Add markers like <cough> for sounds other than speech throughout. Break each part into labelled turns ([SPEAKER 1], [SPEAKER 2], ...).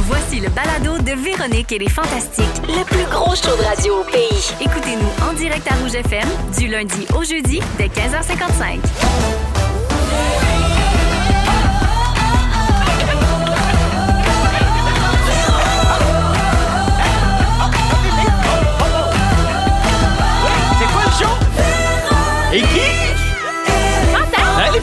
[SPEAKER 1] Voici le balado de Véronique et les Fantastiques,
[SPEAKER 2] Le plus gros show de radio au pays.
[SPEAKER 1] Écoutez-nous en direct à Rouge FM du lundi au jeudi dès 15h55.
[SPEAKER 3] C'est quoi le show? Et qui? Ben, Allez,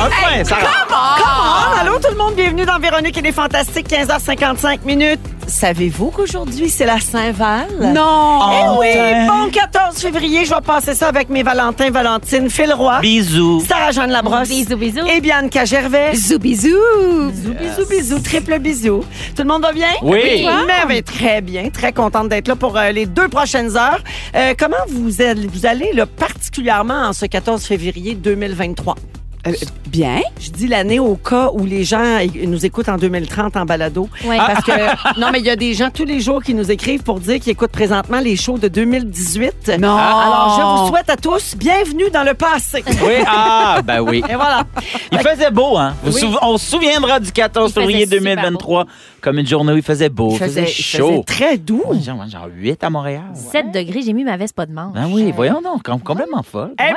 [SPEAKER 3] Un point, Sarah.
[SPEAKER 4] Bon, allô tout le monde, bienvenue dans Véronique et les Fantastiques, 15h55 minutes. Savez-vous qu'aujourd'hui, c'est la Saint-Val?
[SPEAKER 5] Non!
[SPEAKER 4] Eh oui,
[SPEAKER 3] ouais.
[SPEAKER 4] bon 14 février, je vais passer ça avec mes Valentins, Valentine, Phil Roy,
[SPEAKER 3] Bisous.
[SPEAKER 4] Sarah-Jeanne Labrosse
[SPEAKER 5] Bisous, bisous.
[SPEAKER 4] et Bianca Gervais.
[SPEAKER 5] Bisous, bisous.
[SPEAKER 4] Bisous, bisous, bisous, triple bisous. Tout le monde va bien?
[SPEAKER 3] Oui. Oui.
[SPEAKER 4] Mais ben, très bien, très contente d'être là pour euh, les deux prochaines heures. Euh, comment vous allez, vous allez là, particulièrement en ce 14 février 2023?
[SPEAKER 5] Euh, bien.
[SPEAKER 4] Je dis l'année au cas où les gens ils nous écoutent en 2030 en balado. Ah.
[SPEAKER 5] Ouais.
[SPEAKER 4] Parce <laughs> que, non, mais il y a des gens tous les jours qui nous écrivent pour dire qu'ils écoutent présentement les shows de 2018.
[SPEAKER 5] Non.
[SPEAKER 4] Alors, je vous souhaite à tous bienvenue dans le <laughs> passé.
[SPEAKER 3] Oui, ah, ben oui.
[SPEAKER 4] Et voilà.
[SPEAKER 3] Il faisait beau, hein? Vous
[SPEAKER 4] Oui.
[SPEAKER 3] sou- On se souviendra du 14
[SPEAKER 5] Il faisait
[SPEAKER 3] février
[SPEAKER 5] super
[SPEAKER 3] 2023 comme une journée où il faisait beau, il faisait,
[SPEAKER 4] faisait
[SPEAKER 3] chaud.
[SPEAKER 4] très doux.
[SPEAKER 5] Oh.
[SPEAKER 3] Ouais, genre, genre 8 à Montréal.
[SPEAKER 6] 7 degrés, j'ai mis ma veste pas de manche.
[SPEAKER 3] Ben oui, voyons donc, com- complètement folle.
[SPEAKER 4] Eh,
[SPEAKER 6] Ouais.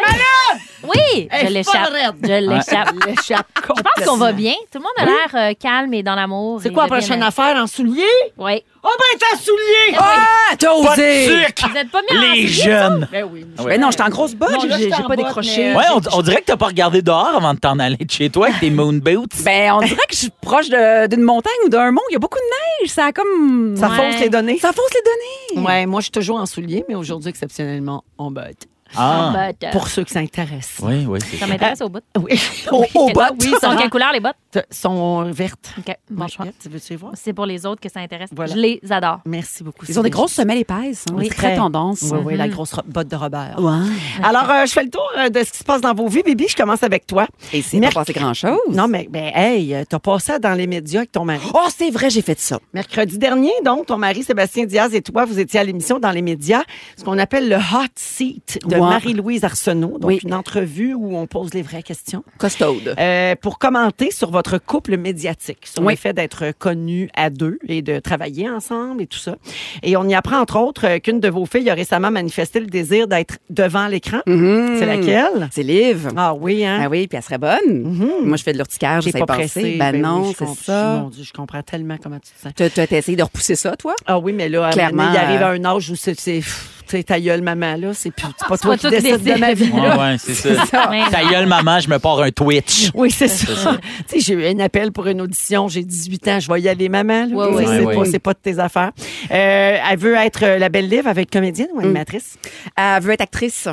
[SPEAKER 6] Oui,
[SPEAKER 4] Hey,
[SPEAKER 6] je l'échappe.
[SPEAKER 4] folle raide.
[SPEAKER 6] Je l'échappe. Je pense qu'on va bien. Tout le monde a l'air euh, calme et dans l'amour.
[SPEAKER 4] C'est quoi la prochaine affaire en soulier?
[SPEAKER 6] Oui.
[SPEAKER 4] Oh, ben, t'as soulier!
[SPEAKER 5] Ah, t'as
[SPEAKER 3] Pas de
[SPEAKER 5] osé.
[SPEAKER 3] sucre!
[SPEAKER 6] Vous n'êtes pas mis en
[SPEAKER 3] Les jeunes!
[SPEAKER 4] Ben oui.
[SPEAKER 5] Mais non, j'étais en grosse botte,
[SPEAKER 4] Non, là,
[SPEAKER 5] j'ai
[SPEAKER 4] j'étais
[SPEAKER 5] j'ai
[SPEAKER 4] en
[SPEAKER 5] pas
[SPEAKER 4] botte,
[SPEAKER 5] décroché.
[SPEAKER 3] Ouais, on, on dirait que t'as pas regardé dehors avant de t'en aller de chez toi avec tes moon boots.
[SPEAKER 5] Ben, on dirait que je suis proche de- d'une montagne ou d'un mont. Il y a beaucoup de neige. Ça a comme.
[SPEAKER 4] Ça
[SPEAKER 6] Ouais.
[SPEAKER 4] fonce les données.
[SPEAKER 5] Ça fonce les données.
[SPEAKER 4] Ouais, moi, je suis toujours en soulier, mais aujourd'hui, exceptionnellement, en botte.
[SPEAKER 3] Ah,
[SPEAKER 6] bottes. euh,
[SPEAKER 4] Pour ceux que ça intéresse.
[SPEAKER 3] oui, oui. c'est-
[SPEAKER 6] Ça m'intéresse aux bottes.
[SPEAKER 4] Ah Oui, au, au bottes.
[SPEAKER 6] <laughs> Oui, sont
[SPEAKER 3] Ah.
[SPEAKER 6] quelle couleur les bottes?
[SPEAKER 4] sont vertes.
[SPEAKER 6] OK, bon choix.
[SPEAKER 4] Tu veux-tu les voir?
[SPEAKER 6] C'est pour les autres que ça intéresse.
[SPEAKER 4] Voilà.
[SPEAKER 6] Je les adore.
[SPEAKER 4] Merci beaucoup.
[SPEAKER 5] Ils ont des
[SPEAKER 4] Sylvie.
[SPEAKER 5] grosses semelles épaisses. hein.
[SPEAKER 4] Oui,
[SPEAKER 5] C'est très
[SPEAKER 4] très.
[SPEAKER 5] tendance. hein.
[SPEAKER 4] Oui, oui, la grosse ro- botte de Robert.
[SPEAKER 5] mm-hmm. Ouais.
[SPEAKER 4] Alors, euh, je fais le tour euh, de ce qui se passe dans vos vies. Bibi, je commence avec toi.
[SPEAKER 5] Et c'est
[SPEAKER 4] Merc-
[SPEAKER 5] pas passé grand-chose.
[SPEAKER 4] Non, mais ben, hey, euh, t'as passé à dans les médias avec ton mari.
[SPEAKER 5] Oh, c'est vrai, j'ai fait ça.
[SPEAKER 4] Mercredi dernier, donc, ton mari Sébastien Diaz et toi, vous étiez à l'émission dans les médias, ce qu'on appelle le hot seat de
[SPEAKER 5] Ouais.
[SPEAKER 4] Marie-Louise Arsenault. Donc,
[SPEAKER 5] Oui.
[SPEAKER 4] une entrevue où on pose les vraies questions.
[SPEAKER 5] Costaude.
[SPEAKER 4] Euh, pour commenter sur votre couple médiatique, sur
[SPEAKER 5] Oui.
[SPEAKER 4] le fait d'être connus à deux et de travailler ensemble et tout ça. Et on y apprend, entre autres, euh, qu'une de vos filles a récemment manifesté le désir d'être devant l'écran. Euh, C'est laquelle?
[SPEAKER 5] Mhm. C'est Liv.
[SPEAKER 4] Mhm. Ah oui, hein? Mhm.
[SPEAKER 5] Ah oui, puis elle serait bonne. Moi, je fais de l'urticaire, je
[SPEAKER 4] T'es
[SPEAKER 5] sais pas passer. Ben,
[SPEAKER 4] oui,
[SPEAKER 5] non,
[SPEAKER 4] je
[SPEAKER 5] c'est
[SPEAKER 4] comprends-
[SPEAKER 5] ça.
[SPEAKER 4] Mon Dieu, je comprends tellement comment tu te sens.
[SPEAKER 5] T'as t'as essayé de repousser ça, toi?
[SPEAKER 4] Ah oui, mais là,
[SPEAKER 5] Clairement,
[SPEAKER 4] Clairement, il arrive
[SPEAKER 5] euh,
[SPEAKER 4] à un âge où c'est, c'est, pff, tu sais, ta gueule, maman, là, c'est, plus- <laughs> c'est pas toi qui
[SPEAKER 6] toi qui
[SPEAKER 4] décides de
[SPEAKER 6] décides.
[SPEAKER 4] ma vie.
[SPEAKER 3] Ouais, ouais, c'est
[SPEAKER 6] <laughs>
[SPEAKER 3] ça.
[SPEAKER 6] Mais-
[SPEAKER 3] Ta gueule, maman, je me pars un Twitch.
[SPEAKER 4] <laughs> Oui, c'est ça. tu sais, j'ai eu un appel pour une audition, j'ai 18 ans, je vais y aller, maman. là.
[SPEAKER 6] Ouais,
[SPEAKER 4] Tu sais,
[SPEAKER 6] ouais.
[SPEAKER 4] c'est,
[SPEAKER 3] Ouais,
[SPEAKER 4] pas,
[SPEAKER 3] ouais.
[SPEAKER 4] c'est pas de tes affaires. Euh, elle veut être euh, la belle livre avec comédienne ou animatrice?
[SPEAKER 5] Elle veut être actrice.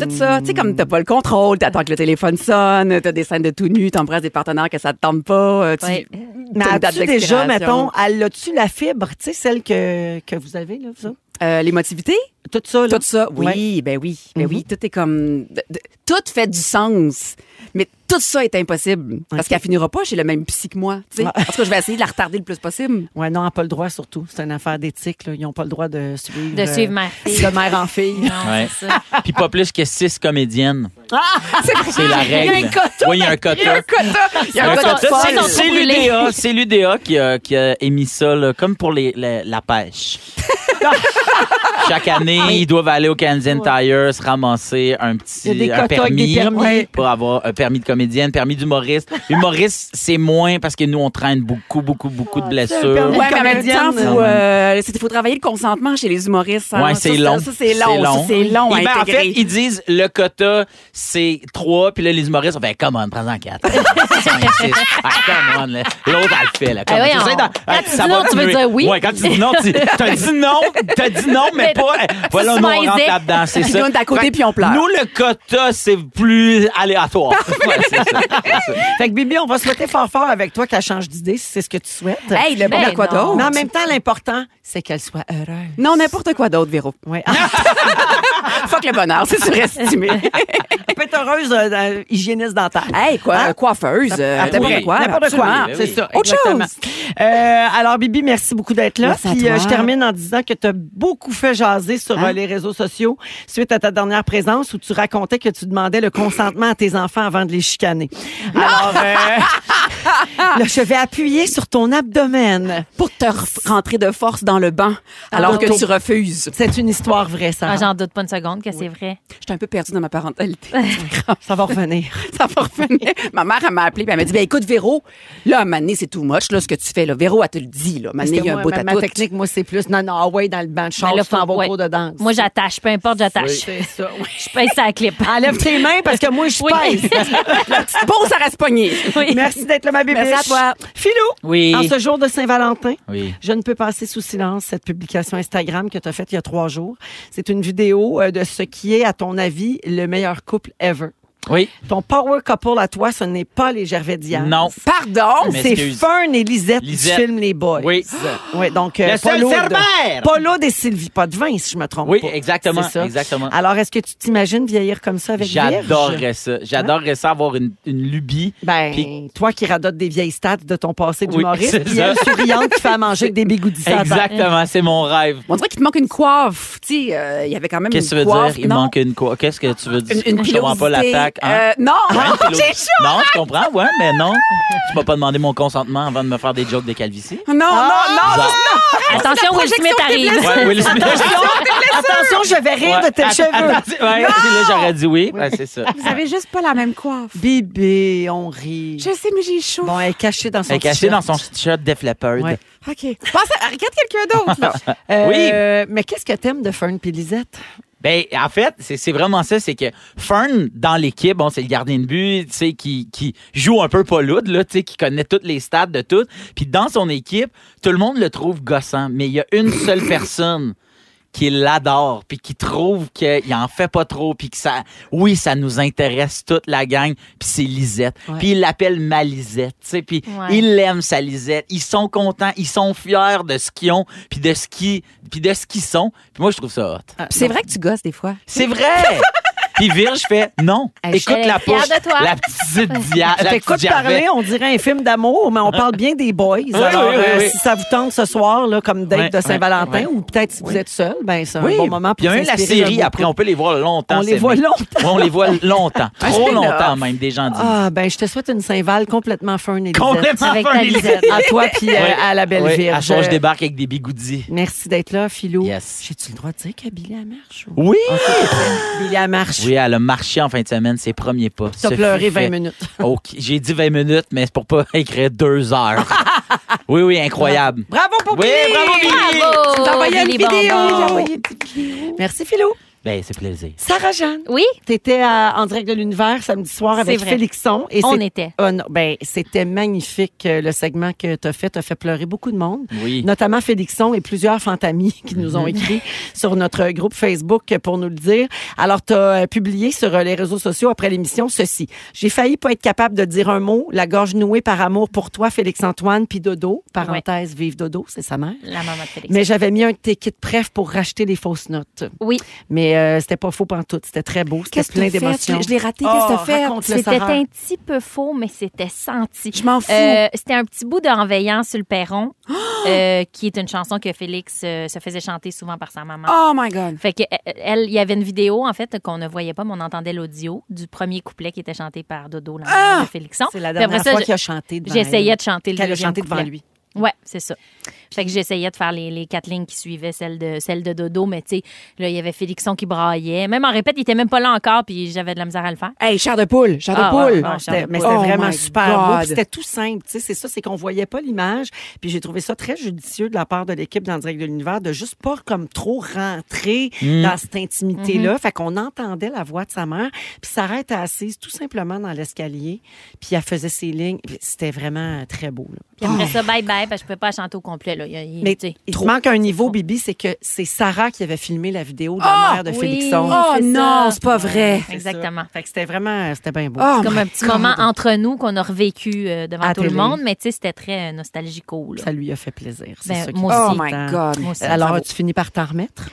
[SPEAKER 5] Tout ça, tu sais, comme t'as pas le contrôle, t'attends que le téléphone sonne, t'as des scènes de tout nu, t'embrasses des partenaires que ça te tente pas. euh, Tu...
[SPEAKER 6] Ouais.
[SPEAKER 5] t'as
[SPEAKER 4] Mais
[SPEAKER 5] une date
[SPEAKER 4] as-tu déjà,
[SPEAKER 5] d'expiration.
[SPEAKER 4] mettons, elle a-tu la fibre, tu sais, celle que, que vous avez, là, ça?
[SPEAKER 5] Euh, L'émotivité?
[SPEAKER 4] Tout ça, là.
[SPEAKER 5] Tout ça, oui, ben oui, ben oui, tout est comme... de- de- Tout fait du sens, mais tout ça est impossible, parce
[SPEAKER 4] Ok.
[SPEAKER 5] qu'elle finira pas chez le même psy que moi, tu sais.
[SPEAKER 4] Ah.
[SPEAKER 5] En tout cas, je vais essayer de la retarder le plus possible.
[SPEAKER 4] Ouais, non, elle n'a pas le droit, surtout. C'est une affaire d'éthique, là. Ils n'ont pas le droit de suivre.
[SPEAKER 6] De
[SPEAKER 4] euh,
[SPEAKER 6] suivre ma fille.
[SPEAKER 5] De mère en <laughs> fille.
[SPEAKER 6] Non,
[SPEAKER 3] Ouais.
[SPEAKER 6] c'est ça.
[SPEAKER 3] Puis pas plus que six comédiennes. C'est la
[SPEAKER 5] Il y a
[SPEAKER 3] règle.
[SPEAKER 5] un quota.
[SPEAKER 3] Oui, il y a un
[SPEAKER 5] Il y a
[SPEAKER 3] quota.
[SPEAKER 5] un quota. Il y a un
[SPEAKER 6] Ils
[SPEAKER 3] Un
[SPEAKER 6] sont-
[SPEAKER 5] quota de
[SPEAKER 3] quota.
[SPEAKER 6] ils
[SPEAKER 3] C'est-
[SPEAKER 6] sont
[SPEAKER 5] folle.
[SPEAKER 3] C'est
[SPEAKER 6] trop brûlés.
[SPEAKER 3] l'UDA, c'est l'UDA qui a, qui a émis ça, là, comme pour les, la, la pêche. Chaque année, ils doivent aller au Canadian Tire, se ramasser
[SPEAKER 4] Il y
[SPEAKER 3] un
[SPEAKER 4] a
[SPEAKER 3] petit
[SPEAKER 4] des
[SPEAKER 3] un
[SPEAKER 4] quotas avec
[SPEAKER 3] permis,
[SPEAKER 4] des permis.
[SPEAKER 3] Ouais. pour avoir un permis de comédienne, permis d'humoriste. Humoriste, c'est moins parce que nous, on traîne beaucoup, beaucoup, beaucoup de blessures.
[SPEAKER 4] permis.
[SPEAKER 5] Ouais, mais en même
[SPEAKER 4] comédienne.
[SPEAKER 5] temps, faut,
[SPEAKER 3] Non,
[SPEAKER 5] euh, c'est- faut travailler le consentement chez les humoristes. hein.
[SPEAKER 3] Ouais,
[SPEAKER 5] Ça,
[SPEAKER 3] c'est
[SPEAKER 5] ça,
[SPEAKER 3] long.
[SPEAKER 5] ça, c'est long. ça, C'est long à
[SPEAKER 3] Et ben, en
[SPEAKER 5] intégrer.
[SPEAKER 3] fait, ils disent le quota, c'est 3, puis là, les humoristes ont fait, come on, prends-en 4.
[SPEAKER 5] <laughs>
[SPEAKER 3] Ah, come on, là. l'autre, elle le fait. Là. Come
[SPEAKER 6] Eh
[SPEAKER 3] on.
[SPEAKER 6] voyons.
[SPEAKER 3] Tu sais, dans-
[SPEAKER 6] Quand
[SPEAKER 3] hey,
[SPEAKER 6] tu
[SPEAKER 3] ça va
[SPEAKER 6] dis non, tu veux
[SPEAKER 3] tuer.
[SPEAKER 6] dire oui.
[SPEAKER 3] Ouais, quand tu dis non,
[SPEAKER 6] <laughs>
[SPEAKER 3] tu as dit non, tu as dit non, mais
[SPEAKER 6] Mais
[SPEAKER 3] pas. eh, voilà, nous, on
[SPEAKER 6] smiley.
[SPEAKER 3] rentre là-dedans,
[SPEAKER 5] <laughs>
[SPEAKER 3] c'est
[SPEAKER 5] Puis
[SPEAKER 3] ça.
[SPEAKER 5] nous, on est à côté,
[SPEAKER 3] Fait que
[SPEAKER 5] puis on pleure.
[SPEAKER 3] Nous, le quota, c'est plus
[SPEAKER 5] <laughs>
[SPEAKER 3] aléatoire. Ouais, c'est ça, c'est ça.
[SPEAKER 4] Fait que, Bibi, on va souhaiter fort, fort avec toi qu'elle change d'idée, si c'est ce que tu souhaites.
[SPEAKER 5] Hey, le bon
[SPEAKER 6] Ben
[SPEAKER 5] à quoi
[SPEAKER 6] non.
[SPEAKER 5] d'autre?
[SPEAKER 4] mais en même temps, l'important, c'est qu'elle soit heureuse.
[SPEAKER 5] Non, n'importe quoi d'autre, Véro.
[SPEAKER 4] Ouais. <laughs>
[SPEAKER 5] Fuck le bonheur, c'est surestimé.
[SPEAKER 4] Elle peut être heureuse, euh, dans- hygiéniste dentaire.
[SPEAKER 5] hey, quoi,
[SPEAKER 4] Hein?
[SPEAKER 5] coiffeuse, euh,
[SPEAKER 4] Ah,
[SPEAKER 5] n'importe
[SPEAKER 3] oui.
[SPEAKER 5] quoi.
[SPEAKER 4] N'importe quoi.
[SPEAKER 5] absolument.
[SPEAKER 3] Ben
[SPEAKER 4] C'est
[SPEAKER 3] oui.
[SPEAKER 4] ça.
[SPEAKER 5] Autre
[SPEAKER 4] exactement.
[SPEAKER 5] chose.
[SPEAKER 4] Euh, alors, Bibi, merci beaucoup d'être là.
[SPEAKER 5] Merci à
[SPEAKER 4] Puis, euh,
[SPEAKER 5] toi.
[SPEAKER 4] je termine en disant que tu as beaucoup fait jaser sur
[SPEAKER 5] Hein?
[SPEAKER 4] euh, les réseaux sociaux suite à ta dernière présence où tu racontais que tu demandais le consentement à tes enfants avant de les chicaner. Alors, euh, Là, je vais appuyer sur ton abdomen.
[SPEAKER 5] pour te re- rentrer de force dans le banc alors que
[SPEAKER 4] Auto.
[SPEAKER 5] tu refuses.
[SPEAKER 4] C'est une histoire vraie, ça.
[SPEAKER 6] Ah, J'en doute pas une seconde que c'est vrai.
[SPEAKER 5] J'étais un peu perdue dans ma <laughs> parentalité.
[SPEAKER 4] Ça va revenir.
[SPEAKER 5] Ça va revenir. Ma mère, elle m'a appelée puis elle m'a dit, ben écoute, Véro, là, à un moment donné, c'est too much, là, ce que tu fais, là. Véro, elle te le dit, là. À un moment donné, il y a un
[SPEAKER 4] Moi,
[SPEAKER 5] bout
[SPEAKER 4] ma,
[SPEAKER 5] à
[SPEAKER 4] ma
[SPEAKER 5] tout.
[SPEAKER 4] technique, moi, c'est plus. Non, non, ah ouais, dans le banc de char,
[SPEAKER 6] Mais là,
[SPEAKER 4] tu t'en
[SPEAKER 6] faut-
[SPEAKER 4] vas au
[SPEAKER 6] ouais.
[SPEAKER 4] cours de danse.
[SPEAKER 6] Moi, j'attache, peu importe, j'attache.
[SPEAKER 4] c'est ça. oui.
[SPEAKER 6] Je pèse ça à clip.
[SPEAKER 4] Enlève tes mains parce que moi, je
[SPEAKER 6] Oui.
[SPEAKER 4] pèse.
[SPEAKER 5] La petite pause à reste poignée.
[SPEAKER 6] <laughs> Oui.
[SPEAKER 4] Merci d'être là, ma bébé.
[SPEAKER 5] Merci à toi.
[SPEAKER 4] Philou,
[SPEAKER 3] Oui.
[SPEAKER 4] en ce jour de Saint-Valentin,
[SPEAKER 3] Oui.
[SPEAKER 4] je ne peux passer sous silence cette publication Instagram que tu as faite il y a trois jours. C'est une vidéo euh, de ce qui est, à ton avis, le meilleur couple ever.
[SPEAKER 3] Oui.
[SPEAKER 4] Ton power couple à toi, ce n'est pas les Gervais Diaz.
[SPEAKER 3] Non.
[SPEAKER 5] Pardon!
[SPEAKER 3] Mais-
[SPEAKER 4] C'est
[SPEAKER 3] M'excuse.
[SPEAKER 4] Fern et Lisette,
[SPEAKER 3] Lisette.
[SPEAKER 4] du film Les Boys.
[SPEAKER 3] Oui.
[SPEAKER 4] Oui, donc euh,
[SPEAKER 3] Le seul
[SPEAKER 4] Paul Aude.
[SPEAKER 3] Cerbère.
[SPEAKER 4] Paul Aude et Sylvie Potvin, si je me trompe
[SPEAKER 3] Oui,
[SPEAKER 4] pas.
[SPEAKER 3] exactement,
[SPEAKER 4] C'est ça.
[SPEAKER 3] exactement.
[SPEAKER 4] Alors, est-ce que tu t'imagines vieillir comme ça avec Vierge?
[SPEAKER 3] J'adorerais ça. J'adorerais ça avoir une, une lubie.
[SPEAKER 4] Ben,
[SPEAKER 3] Puis-
[SPEAKER 4] toi qui radotes des vieilles stats de ton passé
[SPEAKER 3] Oui,
[SPEAKER 4] d'humoriste,
[SPEAKER 3] c'est
[SPEAKER 4] puis
[SPEAKER 3] ça.
[SPEAKER 4] elle souriante qui fait à manger avec des bigoudis sur la tête.
[SPEAKER 3] Exactement, c'est mon rêve.
[SPEAKER 5] On dirait qu'il te manque une coiffe. Tu sais, euh, il y avait quand même
[SPEAKER 3] Qu'est-ce que
[SPEAKER 5] une
[SPEAKER 3] tu veux
[SPEAKER 5] coiffe.
[SPEAKER 3] dire? Il
[SPEAKER 5] non?
[SPEAKER 3] manque une quoi? Qu'est-ce que tu veux dire?
[SPEAKER 5] une, une
[SPEAKER 3] je comprends pas
[SPEAKER 5] pilosité.
[SPEAKER 3] l'attaque. hein?
[SPEAKER 5] Euh, non! <laughs>
[SPEAKER 3] Hein, pilo- Non, je comprends, ouais, mais non. Tu m'as pas demandé mon consentement avant de me faire des jokes de calvitie.
[SPEAKER 5] Non, non, non!
[SPEAKER 3] Bizarre.
[SPEAKER 6] Attention, Will Smith arrive.
[SPEAKER 3] Ouais, Will Smith.
[SPEAKER 4] Attention, je vais rire
[SPEAKER 3] Ouais,
[SPEAKER 4] de tes
[SPEAKER 3] att-
[SPEAKER 4] cheveux.
[SPEAKER 3] attends, c'est- ouais, c'est là, j'aurais dit oui. Ouais, c'est ça.
[SPEAKER 5] Vous avez juste pas la même coiffe.
[SPEAKER 4] Bébé, on rit.
[SPEAKER 5] Je sais, mais j'ai chaud.
[SPEAKER 4] Bon, elle est cachée dans son
[SPEAKER 3] Elle est cachée dans
[SPEAKER 4] t-shirt.
[SPEAKER 3] son t-shirt Def Leppard.
[SPEAKER 4] Ouais.
[SPEAKER 5] OK. Pense à- Regarde quelqu'un d'autre, là.
[SPEAKER 3] <laughs>
[SPEAKER 4] Euh, Mais qu'est-ce que t'aimes de Fern puis Lisette?
[SPEAKER 3] Ben, en fait, c'est c'est vraiment ça, c'est que Fern, dans l'équipe, bon, c'est le gardien de but, tu sais, qui, qui joue un peu pas loud, là, tu sais, qui connaît toutes les stats de tout. Puis dans son équipe, tout le monde le trouve gossant, mais il y a une seule personne qui l'adore, puis qui trouve qu'il en fait pas trop, puis que ça, oui, ça nous intéresse toute la gang, puis c'est Lisette.
[SPEAKER 4] Ouais.
[SPEAKER 3] Puis il l'appelle ma Lisette, tu sais, puis
[SPEAKER 6] Ouais.
[SPEAKER 3] il aime sa Lisette. Ils sont contents, ils sont fiers de ce qu'ils ont, puis de ce qu'ils, puis de ce qu'ils sont. Puis moi, je trouve ça hot.
[SPEAKER 4] Ah,
[SPEAKER 5] C'est
[SPEAKER 4] non.
[SPEAKER 5] vrai que tu gosses des fois.
[SPEAKER 3] C'est vrai! <laughs> Puis Virge fait non.
[SPEAKER 6] Elle,
[SPEAKER 3] Écoute
[SPEAKER 6] elle est
[SPEAKER 3] la
[SPEAKER 6] fière
[SPEAKER 3] poche.
[SPEAKER 6] de toi.
[SPEAKER 3] La petite
[SPEAKER 6] <laughs>
[SPEAKER 3] dia,
[SPEAKER 4] Je
[SPEAKER 3] Ah, la
[SPEAKER 4] t'écoute
[SPEAKER 3] petite
[SPEAKER 4] parler,
[SPEAKER 3] Gervais. Ah.
[SPEAKER 4] on dirait un film d'amour, mais on parle bien des boys. Alors,
[SPEAKER 3] oui, oui,
[SPEAKER 4] euh,
[SPEAKER 3] oui.
[SPEAKER 4] si ça vous tente ce soir, là, comme date
[SPEAKER 3] Ouais,
[SPEAKER 4] de Saint-Valentin,
[SPEAKER 3] ouais,
[SPEAKER 4] ou peut-être si vous êtes seul, ben, c'est
[SPEAKER 3] Oui.
[SPEAKER 4] un bon moment pour
[SPEAKER 3] Il y a un la
[SPEAKER 4] s'inspirer d'un
[SPEAKER 3] série
[SPEAKER 4] beau
[SPEAKER 3] après,
[SPEAKER 4] couple.
[SPEAKER 3] on peut les voir longtemps.
[SPEAKER 4] On les
[SPEAKER 3] ces
[SPEAKER 4] voit
[SPEAKER 3] mecs.
[SPEAKER 4] longtemps.
[SPEAKER 3] On les voit
[SPEAKER 4] <laughs>
[SPEAKER 3] longtemps. Trop
[SPEAKER 5] spin-off.
[SPEAKER 3] longtemps même, des gens disent.
[SPEAKER 4] Ah, ben, je te souhaite une Saint-Val complètement fun, Elisabeth.
[SPEAKER 3] Complètement
[SPEAKER 6] Avec ta
[SPEAKER 3] fun,
[SPEAKER 6] Lisette.
[SPEAKER 3] Elisabeth.
[SPEAKER 4] À toi, puis euh,
[SPEAKER 3] Oui.
[SPEAKER 4] à <laughs> la belle
[SPEAKER 3] Oui, À
[SPEAKER 4] Vierge.
[SPEAKER 3] chaque fois, je débarque avec des bigoudis.
[SPEAKER 4] Merci d'être là, Philou.
[SPEAKER 3] Yes.
[SPEAKER 4] J'ai-tu le droit de dire que Billy a marche? ou-
[SPEAKER 3] Oui!
[SPEAKER 4] Billy a marche.
[SPEAKER 3] Oui, elle a marché en fin de semaine, ses premiers pas.
[SPEAKER 4] T'as
[SPEAKER 3] Ce
[SPEAKER 4] pleuré
[SPEAKER 3] fut
[SPEAKER 4] 20
[SPEAKER 3] fait.
[SPEAKER 4] minutes.
[SPEAKER 3] Ok, J'ai dit 20 minutes, mais c'est pour pas <laughs> écrire
[SPEAKER 4] <laughs>
[SPEAKER 3] deux heures. oui, oui, incroyable.
[SPEAKER 4] Bravo pour
[SPEAKER 3] Oui,
[SPEAKER 4] Billy!
[SPEAKER 3] bravo, Billy!
[SPEAKER 6] Bravo!
[SPEAKER 5] T'as envoyé une
[SPEAKER 6] Oh, Billy
[SPEAKER 5] vidéo,
[SPEAKER 6] Bonbon.
[SPEAKER 5] j'ai
[SPEAKER 4] Merci, Philou.
[SPEAKER 3] Ben, c'est plaisir.
[SPEAKER 4] Sarah-Jeanne.
[SPEAKER 6] Oui,
[SPEAKER 4] T'étais à- en direct de l'univers samedi soir avec
[SPEAKER 6] C'est vrai.
[SPEAKER 4] Félixon. Et
[SPEAKER 6] on
[SPEAKER 4] c'est-
[SPEAKER 6] était.
[SPEAKER 4] Ah non, ben, c'était magnifique euh, le segment que t'as fait. T'as fait pleurer beaucoup de monde.
[SPEAKER 3] Oui.
[SPEAKER 4] Notamment Félixon et plusieurs fantamies qui nous ont écrit <laughs> sur notre groupe Facebook euh, pour nous le dire. Alors, t'as euh, publié sur euh, les réseaux sociaux après l'émission ceci. J'ai failli pas être capable de dire un mot. La gorge nouée par amour pour toi, Félix-Antoine, puis Dodo. Parenthèse, vive Dodo, c'est sa mère.
[SPEAKER 6] La maman de Félix.
[SPEAKER 4] Mais j'avais mis un ticket pref pour racheter les fausses notes.
[SPEAKER 6] Oui,
[SPEAKER 4] Mais euh, c'était pas faux pantoute. C'était très beau. C'était
[SPEAKER 5] Qu'est-ce que
[SPEAKER 4] plein
[SPEAKER 5] t'as fait?
[SPEAKER 4] d'émotions.
[SPEAKER 5] Je- Je l'ai raté.
[SPEAKER 4] Oh,
[SPEAKER 5] Qu'est-ce que t'as fait?
[SPEAKER 4] raconte-le,
[SPEAKER 6] c'était
[SPEAKER 4] Sarah.
[SPEAKER 6] un petit peu faux, mais c'était senti.
[SPEAKER 5] Je m'en fous.
[SPEAKER 6] Euh, c'était un petit bout de En veillant sur
[SPEAKER 4] <gasps>
[SPEAKER 6] le perron,
[SPEAKER 4] Ah!
[SPEAKER 6] euh, qui est une chanson que Félix euh, se faisait chanter souvent par sa maman.
[SPEAKER 4] Ah!
[SPEAKER 5] Oh my God.
[SPEAKER 6] Fait que euh, elle, il y avait une vidéo en fait qu'on ne voyait pas, mais on entendait l'audio du premier couplet qui était chanté par Dodo, la mère de Félixon.
[SPEAKER 4] Ah! C'est la
[SPEAKER 6] Puis après
[SPEAKER 4] dernière
[SPEAKER 6] ça,
[SPEAKER 4] fois
[SPEAKER 6] je-
[SPEAKER 4] qu'il a chanté devant
[SPEAKER 6] J'essayais
[SPEAKER 4] elle.
[SPEAKER 6] de chanter le
[SPEAKER 4] Qu'elle a
[SPEAKER 6] deuxième
[SPEAKER 4] chanté devant
[SPEAKER 6] couplet.
[SPEAKER 4] lui.
[SPEAKER 6] Ouais, c'est ça. Fait que j'essayais de faire les, les quatre lignes qui suivaient celle de celle de Dodo, mais tu sais, là il y avait Félixon qui braillait. Même en répète, il était même pas là encore, puis j'avais de la misère à le faire.
[SPEAKER 5] Hey, chair de poule, chair
[SPEAKER 6] Ah,
[SPEAKER 5] de poule.
[SPEAKER 6] ouais, ouais, ouais.
[SPEAKER 4] C'était- mais
[SPEAKER 5] Oh
[SPEAKER 4] c'était vraiment
[SPEAKER 5] my
[SPEAKER 4] super
[SPEAKER 5] God.
[SPEAKER 4] beau. Puis C'était tout simple. tu sais, C'est ça, c'est qu'on voyait pas l'image. Puis j'ai trouvé ça très judicieux de la part de l'équipe dans le Direct de l'Univers de juste pas comme trop rentrer
[SPEAKER 5] Mm.
[SPEAKER 4] dans cette intimité-là.
[SPEAKER 6] Mm-hmm.
[SPEAKER 4] Fait qu'on entendait la voix de sa mère. Puis Sarah était assise tout simplement dans l'escalier. Puis elle faisait ses lignes. Puis C'était vraiment très beau. là.
[SPEAKER 6] Puis après ça, bye bye, parce que je pouvais pas chanter au complet là. Il y a- il-
[SPEAKER 4] Mais
[SPEAKER 6] tu sais,
[SPEAKER 4] il te
[SPEAKER 6] trop.
[SPEAKER 4] manque un niveau,
[SPEAKER 6] trop.
[SPEAKER 4] Bibi, c'est que c'est Sarah qui avait filmé la vidéo de la
[SPEAKER 5] Ah,
[SPEAKER 4] mère de
[SPEAKER 6] oui.
[SPEAKER 4] Félixon.
[SPEAKER 5] Oh
[SPEAKER 6] c'est
[SPEAKER 5] non,
[SPEAKER 6] ça.
[SPEAKER 5] c'est pas vrai.
[SPEAKER 4] C'est ça.
[SPEAKER 6] Exactement. Ah.
[SPEAKER 4] Fait que c'était vraiment, c'était bien beau.
[SPEAKER 5] Oh
[SPEAKER 6] Comme
[SPEAKER 5] my
[SPEAKER 6] un petit
[SPEAKER 5] God.
[SPEAKER 6] moment entre nous qu'on a revécu euh, devant
[SPEAKER 4] À
[SPEAKER 6] tout le
[SPEAKER 4] télé.
[SPEAKER 6] monde, mais tu sais, c'était très euh, nostalgico. là.
[SPEAKER 4] Ça lui a fait plaisir. C'est
[SPEAKER 6] Ben,
[SPEAKER 4] ça qui
[SPEAKER 6] moi
[SPEAKER 5] Oh
[SPEAKER 6] aussi.
[SPEAKER 5] my
[SPEAKER 4] Tant.
[SPEAKER 5] God.
[SPEAKER 6] Moi aussi.
[SPEAKER 4] Alors,
[SPEAKER 6] Bravo.
[SPEAKER 4] tu finis par t'en remettre?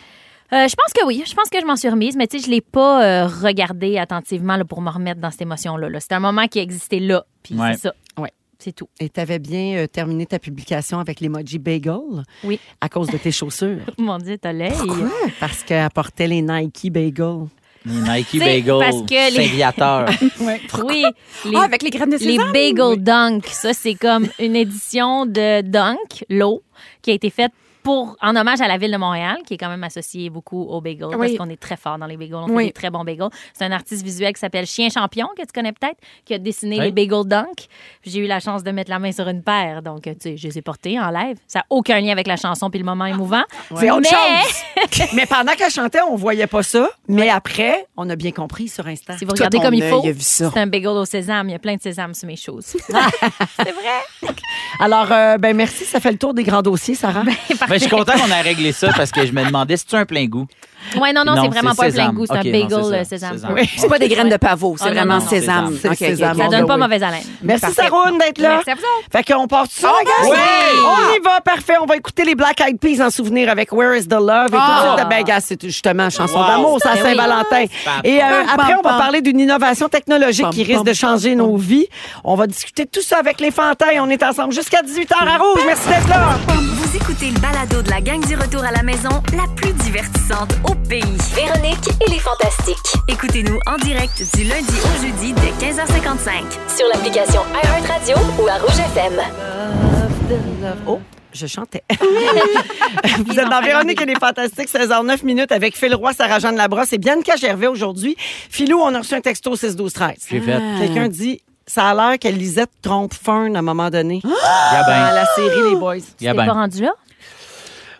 [SPEAKER 6] Euh, je pense que oui. Je pense que je m'en suis remise, mais tu sais, je l'ai pas euh, regardé attentivement là, pour me remettre dans cette émotion-là. là. C'était un moment qui existait là, puis
[SPEAKER 3] Ouais.
[SPEAKER 6] c'est ça.
[SPEAKER 4] Ouais.
[SPEAKER 6] C'est tout.
[SPEAKER 4] Et tu avais bien euh, terminé ta publication avec l'emoji bagel.
[SPEAKER 6] Oui.
[SPEAKER 4] À cause de tes chaussures. <laughs>
[SPEAKER 6] Mon Dieu, t'as l'œil.
[SPEAKER 4] Parce qu'elle portait les Nike bagel.
[SPEAKER 3] Nike
[SPEAKER 6] T'sais,
[SPEAKER 3] Bagel,
[SPEAKER 6] parce que les- <laughs>
[SPEAKER 3] Saviateur.
[SPEAKER 6] Oui, les,
[SPEAKER 5] Ah, avec les graines de
[SPEAKER 6] les
[SPEAKER 5] sésame.
[SPEAKER 6] Bagel Dunk, ça c'est comme une édition de Dunk, l'eau, qui a été faite pour, en hommage à la ville de Montréal, qui est quand même associée beaucoup aux bagels, parce
[SPEAKER 5] Oui.
[SPEAKER 6] qu'on est très fort dans les bagels, on
[SPEAKER 5] Oui.
[SPEAKER 6] fait des très bons bagels. C'est un artiste visuel qui s'appelle Chien Champion, que tu connais peut-être, qui a dessiné
[SPEAKER 3] Oui.
[SPEAKER 6] les Bagel Dunk. J'ai eu la chance de mettre la main sur une paire, donc euh, tu sais, je les ai portés en live. Ça n'a aucun lien avec la chanson puis le moment émouvant.
[SPEAKER 4] C'est autre
[SPEAKER 6] Mais-
[SPEAKER 4] chose. mais pendant qu'elle chantait, on voyait pas ça. Mais après, on a bien compris sur Insta.
[SPEAKER 6] Si vous regardez comme il
[SPEAKER 5] œil
[SPEAKER 6] faut,
[SPEAKER 5] a vu ça.
[SPEAKER 6] c'est un bagel au sésame. Il y a plein de sésame sur mes choses.
[SPEAKER 4] Alors, euh, ben merci. Ça fait le tour des grands dossiers, Sarah.
[SPEAKER 6] Ben,
[SPEAKER 3] Mais Ben, je suis content qu'on a réglé ça parce que je me demandais si tu un plein goût.
[SPEAKER 6] Ouais, non, non, c'est vraiment pas plein
[SPEAKER 3] sésame.
[SPEAKER 6] de goût. C'est
[SPEAKER 3] Ok,
[SPEAKER 6] un
[SPEAKER 3] non,
[SPEAKER 6] bagel
[SPEAKER 3] ça,
[SPEAKER 6] euh, sésame.
[SPEAKER 3] Oui.
[SPEAKER 5] C'est pas des graines de pavot, c'est
[SPEAKER 6] Ah, non,
[SPEAKER 5] vraiment
[SPEAKER 6] non, non.
[SPEAKER 5] sésame.
[SPEAKER 4] C'est
[SPEAKER 5] Ok, ok,
[SPEAKER 4] sésame.
[SPEAKER 5] ok.
[SPEAKER 6] Ça donne
[SPEAKER 4] Bon,
[SPEAKER 6] pas
[SPEAKER 4] ben oui.
[SPEAKER 6] mauvaise haleine.
[SPEAKER 4] Merci,
[SPEAKER 5] Parfait.
[SPEAKER 4] Saroune, d'être là.
[SPEAKER 6] Merci à vous Oh autres.
[SPEAKER 4] Fait qu'on part tout ça, la gang?
[SPEAKER 3] oui!
[SPEAKER 4] On y va, parfait. On va écouter les Black Eyed Peas en souvenir avec Where is the Love. Et tout
[SPEAKER 6] Ah!
[SPEAKER 4] de suite, ben, gars, c'est justement chanson
[SPEAKER 3] Wow.
[SPEAKER 4] d'amour, ça,
[SPEAKER 6] Ben oui.
[SPEAKER 4] Saint-Valentin.
[SPEAKER 3] Pam,
[SPEAKER 4] Et euh,
[SPEAKER 5] pam,
[SPEAKER 4] après,
[SPEAKER 5] pam,
[SPEAKER 4] on va
[SPEAKER 5] pam.
[SPEAKER 4] parler d'une innovation technologique
[SPEAKER 5] Pam,
[SPEAKER 4] qui risque
[SPEAKER 5] pam,
[SPEAKER 4] de changer nos vies. On va discuter de tout ça avec les Fantins. On est ensemble jusqu'à 18h à Rouge. Merci d'être là.
[SPEAKER 1] Vous écoutez le balado de la gang du retour à la maison, la plus divertissante au pays.
[SPEAKER 2] Véronique et les Fantastiques.
[SPEAKER 1] Écoutez-nous en direct du lundi au jeudi dès 15h55.
[SPEAKER 2] Sur l'application iHeartRadio ou à Rouge FM.
[SPEAKER 4] Oh, je chantais. Vous êtes dans Véronique et les Fantastiques, 16h09 minutes avec Phil Roy, Sarah-Jeanne Labrosse et Bianca Gervais aujourd'hui. Philou, on a reçu un texto 6-12-13.
[SPEAKER 3] J'ai fait.
[SPEAKER 4] Ah. Quelqu'un dit ça a l'air que Lisette trompe Fern à un moment donné
[SPEAKER 3] Yeah, ben,
[SPEAKER 4] dans la série Les Boys.
[SPEAKER 6] Tu t'es
[SPEAKER 3] yeah, ben.
[SPEAKER 6] pas rendu là?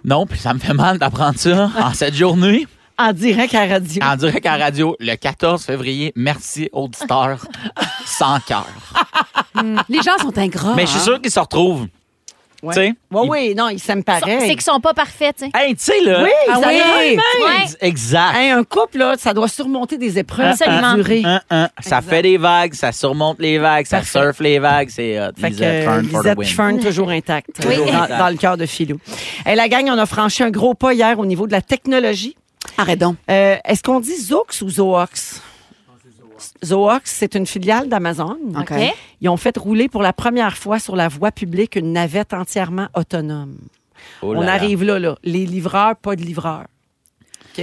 [SPEAKER 3] Non, puis ça me fait mal d'apprendre ça <laughs> en cette journée,
[SPEAKER 4] En direct à la radio.
[SPEAKER 3] en direct à la radio, le 14 février. Merci,
[SPEAKER 6] <laughs>
[SPEAKER 3] auditeurs, sans cœur.
[SPEAKER 5] Les gens sont
[SPEAKER 6] Ah,
[SPEAKER 5] ingrats.
[SPEAKER 3] Mais je suis
[SPEAKER 5] hein.
[SPEAKER 3] sûr qu'ils se retrouvent.
[SPEAKER 4] Ouais.
[SPEAKER 3] Tu sais,
[SPEAKER 4] Ouais,
[SPEAKER 3] il-
[SPEAKER 4] oui, non, ils s'aiment
[SPEAKER 6] C'est
[SPEAKER 4] pareil.
[SPEAKER 6] qu'ils sont pas parfaits, tu sais.
[SPEAKER 3] Hey, tu sais, là.
[SPEAKER 4] Oui,
[SPEAKER 5] Ah
[SPEAKER 4] ça
[SPEAKER 5] oui.
[SPEAKER 4] arrive.
[SPEAKER 6] Ouais.
[SPEAKER 3] Exact.
[SPEAKER 4] Hey, un couple, là, ça doit surmonter des épreuves. Ça
[SPEAKER 6] Absolument.
[SPEAKER 4] durer.
[SPEAKER 3] Ah. Hein, hein. Ça fait des vagues, ça surmonte les vagues, ça
[SPEAKER 4] Parfait.
[SPEAKER 3] surfe les vagues. C'est hot.
[SPEAKER 4] Fait que
[SPEAKER 3] Lisette Fern for the
[SPEAKER 4] Lisette
[SPEAKER 3] win.
[SPEAKER 4] Fern toujours intacte
[SPEAKER 3] Oui.
[SPEAKER 4] dans, dans le cœur de Philou. Et la gang, on a franchi un gros pas hier au niveau de la technologie.
[SPEAKER 5] Arrête donc.
[SPEAKER 4] Euh, Est-ce qu'on dit Zoox ou Zoox? Zoox, c'est une filiale d'Amazon.
[SPEAKER 5] OK.
[SPEAKER 6] OK?
[SPEAKER 4] Ils ont fait rouler pour la première fois sur la voie publique une navette entièrement autonome.
[SPEAKER 3] Oh là
[SPEAKER 4] On
[SPEAKER 3] là.
[SPEAKER 4] arrive là, là. Les livreurs, pas de livreurs.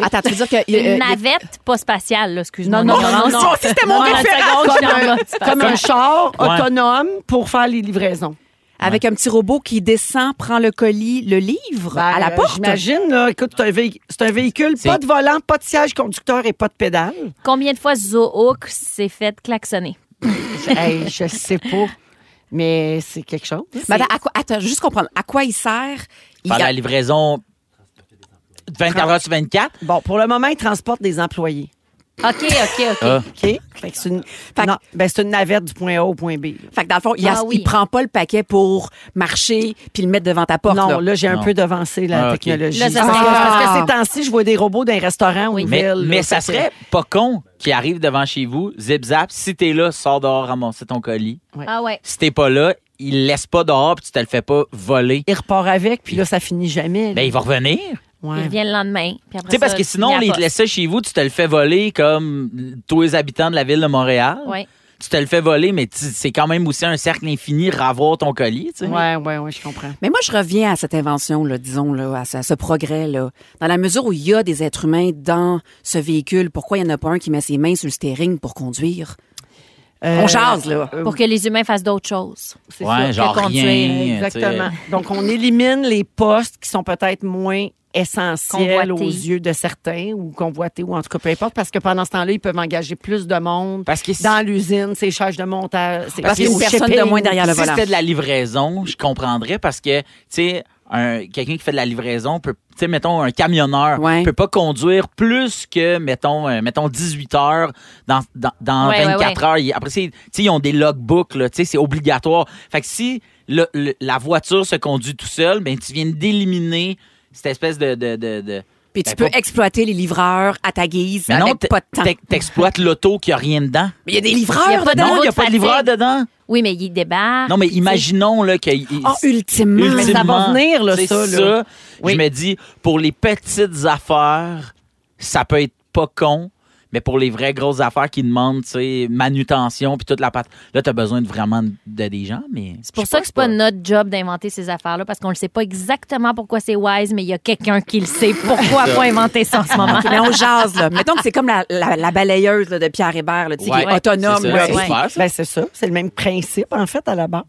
[SPEAKER 5] Attends, tu veux dire que.
[SPEAKER 6] Une
[SPEAKER 5] euh, euh,
[SPEAKER 6] navette pas spatiale, là, excuse-moi.
[SPEAKER 4] Non, non, non, non,
[SPEAKER 6] <laughs> non.
[SPEAKER 5] c'était mon
[SPEAKER 6] Dans la
[SPEAKER 5] référent.
[SPEAKER 6] seconde, je suis en
[SPEAKER 4] Comme un-
[SPEAKER 6] mode spatial.
[SPEAKER 4] Comme un char
[SPEAKER 3] Ouais.
[SPEAKER 4] autonome pour faire les livraisons.
[SPEAKER 5] Avec un petit robot qui descend, prend le colis, le livre Bah, à la
[SPEAKER 4] Ben, euh,
[SPEAKER 5] porte.
[SPEAKER 4] J'imagine, là, écoute, c'est un, véhi- c'est un véhicule,
[SPEAKER 3] C'est-
[SPEAKER 4] pas de volant, pas de siège conducteur et pas de pédale.
[SPEAKER 6] Combien de fois Zoox s'est fait klaxonner?
[SPEAKER 4] hey, je sais pas, mais c'est quelque chose.
[SPEAKER 5] Mais Ben, attends, à quoi, attends, juste comprendre. À quoi il sert? Il
[SPEAKER 3] Faire la livraison 24 heures sur 24.
[SPEAKER 4] Bon, pour le moment, ils transportent des employés.
[SPEAKER 6] OK, OK, OK.
[SPEAKER 3] Ah.
[SPEAKER 4] OK? Fait que c'est une,
[SPEAKER 5] Fait que-
[SPEAKER 4] non, ben, c'est une navette du point A au point B. là.
[SPEAKER 5] Fait que dans le fond, il, a-
[SPEAKER 6] Ah oui.
[SPEAKER 5] il prend pas le paquet pour marcher puis le mettre devant ta porte.
[SPEAKER 4] Non,
[SPEAKER 5] là.
[SPEAKER 4] là, j'ai un
[SPEAKER 3] Non.
[SPEAKER 4] peu devancé la
[SPEAKER 3] Ah, ok.
[SPEAKER 4] technologie.
[SPEAKER 6] Là, ça
[SPEAKER 4] parce, que,
[SPEAKER 5] serait-
[SPEAKER 4] parce que ces temps-ci, je vois des robots dans les restaurants ou
[SPEAKER 6] Oui.
[SPEAKER 4] une
[SPEAKER 3] Mais,
[SPEAKER 4] ville,
[SPEAKER 3] mais
[SPEAKER 4] là,
[SPEAKER 3] ça
[SPEAKER 4] fait que-
[SPEAKER 3] serait pas con qui arrive devant chez vous, zip zap, si t'es là, sors dehors, ramasser ton colis.
[SPEAKER 6] Ah ouais.
[SPEAKER 3] Si t'es pas là, il laisse pas dehors puis tu te le fais pas voler.
[SPEAKER 4] Il repart avec, puis là, ça finit jamais. là.
[SPEAKER 3] Ben, il va revenir.
[SPEAKER 4] Ouais.
[SPEAKER 6] Il revient le lendemain. puis après
[SPEAKER 3] Tu sais, parce
[SPEAKER 6] ça,
[SPEAKER 3] que sinon,
[SPEAKER 6] il y a
[SPEAKER 3] il
[SPEAKER 6] pas.
[SPEAKER 3] te laisse ça chez vous, tu te le fais voler comme tous les habitants de la ville de Montréal.
[SPEAKER 6] Ouais.
[SPEAKER 3] Tu te le fais voler, mais tu- c'est quand même aussi un cercle infini, ravoir ton colis, tu sais.
[SPEAKER 4] Ouais, ouais, ouais, je comprends.
[SPEAKER 5] Mais moi, je reviens à cette invention, là, disons, là, à ce, à ce progrès. Là. Dans la mesure où il y a des êtres humains dans ce véhicule, pourquoi il n'y en a pas un qui met ses mains sur le steering pour conduire?
[SPEAKER 4] Euh,
[SPEAKER 5] On jase, là.
[SPEAKER 6] Pour que les humains fassent d'autres choses.
[SPEAKER 4] c'est
[SPEAKER 3] Ouais,
[SPEAKER 4] ça.
[SPEAKER 3] genre
[SPEAKER 6] que conduire,
[SPEAKER 3] rien. tu sais.
[SPEAKER 4] Exactement. Donc, on élimine les postes qui sont peut-être moins essentiels
[SPEAKER 6] Convoités.
[SPEAKER 4] aux yeux de certains ou convoités ou en tout cas peu importe parce que pendant ce temps-là, ils peuvent engager plus de monde
[SPEAKER 3] Parce que si-
[SPEAKER 4] dans l'usine, ces charges de montage. c'est-
[SPEAKER 5] Parce qu'il y a
[SPEAKER 4] c'est
[SPEAKER 5] une
[SPEAKER 4] au
[SPEAKER 5] personne de
[SPEAKER 4] shipping.
[SPEAKER 5] moins derrière le
[SPEAKER 3] si
[SPEAKER 5] volant.
[SPEAKER 3] c'était de la livraison, je comprendrais parce que, tu sais, un- quelqu'un qui fait de la livraison peut, tu sais, mettons, un camionneur
[SPEAKER 5] Ouais.
[SPEAKER 3] peut pas conduire plus que, mettons, euh, mettons 18 heures dans, dans, dans
[SPEAKER 6] Ouais, ouais,
[SPEAKER 3] 24 heures. Ils- Après, c'est- tu sais, ils ont des logbooks, là, tu sais, c'est obligatoire. Fait que si le- le- la voiture se conduit tout seul, ben, tu viens d'éliminer cette espèce de. de, de, de-
[SPEAKER 5] Puis tu
[SPEAKER 3] Ben,
[SPEAKER 5] peux
[SPEAKER 3] pas-
[SPEAKER 5] exploiter les livreurs à ta guise
[SPEAKER 3] Mais non,
[SPEAKER 5] avec
[SPEAKER 3] t'e-
[SPEAKER 5] pas de temps.
[SPEAKER 3] t'e- t'exploites l'auto qui a rien dedans.
[SPEAKER 5] Mais il y a des
[SPEAKER 6] Il y a
[SPEAKER 5] livreurs
[SPEAKER 6] pas de-
[SPEAKER 5] dedans.
[SPEAKER 3] non, il n'y a
[SPEAKER 6] de
[SPEAKER 3] pas de
[SPEAKER 6] fatigue.
[SPEAKER 3] livreur dedans.
[SPEAKER 6] Oui, mais il débarque.
[SPEAKER 5] <laughs>
[SPEAKER 3] Non, mais
[SPEAKER 6] tu sais.
[SPEAKER 3] imaginons là, qu'il.
[SPEAKER 5] Ah, ultimement.
[SPEAKER 4] Mais ça va venir, là,
[SPEAKER 3] c'est
[SPEAKER 4] ça, là.
[SPEAKER 3] Je me dis, pour les petites affaires, ça peut être pas con. mais pour les vraies grosses affaires qui demandent, tu sais, manutention puis toute la patte, là, t'as besoin de vraiment de, de des gens, mais.
[SPEAKER 6] C'est pour ça que c'est pas notre job d'inventer ces affaires-là, parce qu'on ne sait pas exactement pourquoi c'est wise, mais il y a quelqu'un qui le sait <laughs> pourquoi pas inventer ça en ce moment.
[SPEAKER 5] OK, mais on jase, là. Mettons que c'est comme la, la- la balayeuse là, de Pierre Hébert, là, tu sais, qui
[SPEAKER 3] Ouais,
[SPEAKER 5] est autonome.
[SPEAKER 3] c'est ça,
[SPEAKER 5] là.
[SPEAKER 3] c'est super, ça.
[SPEAKER 4] Ben, c'est ça. C'est le même principe, en fait, à la base.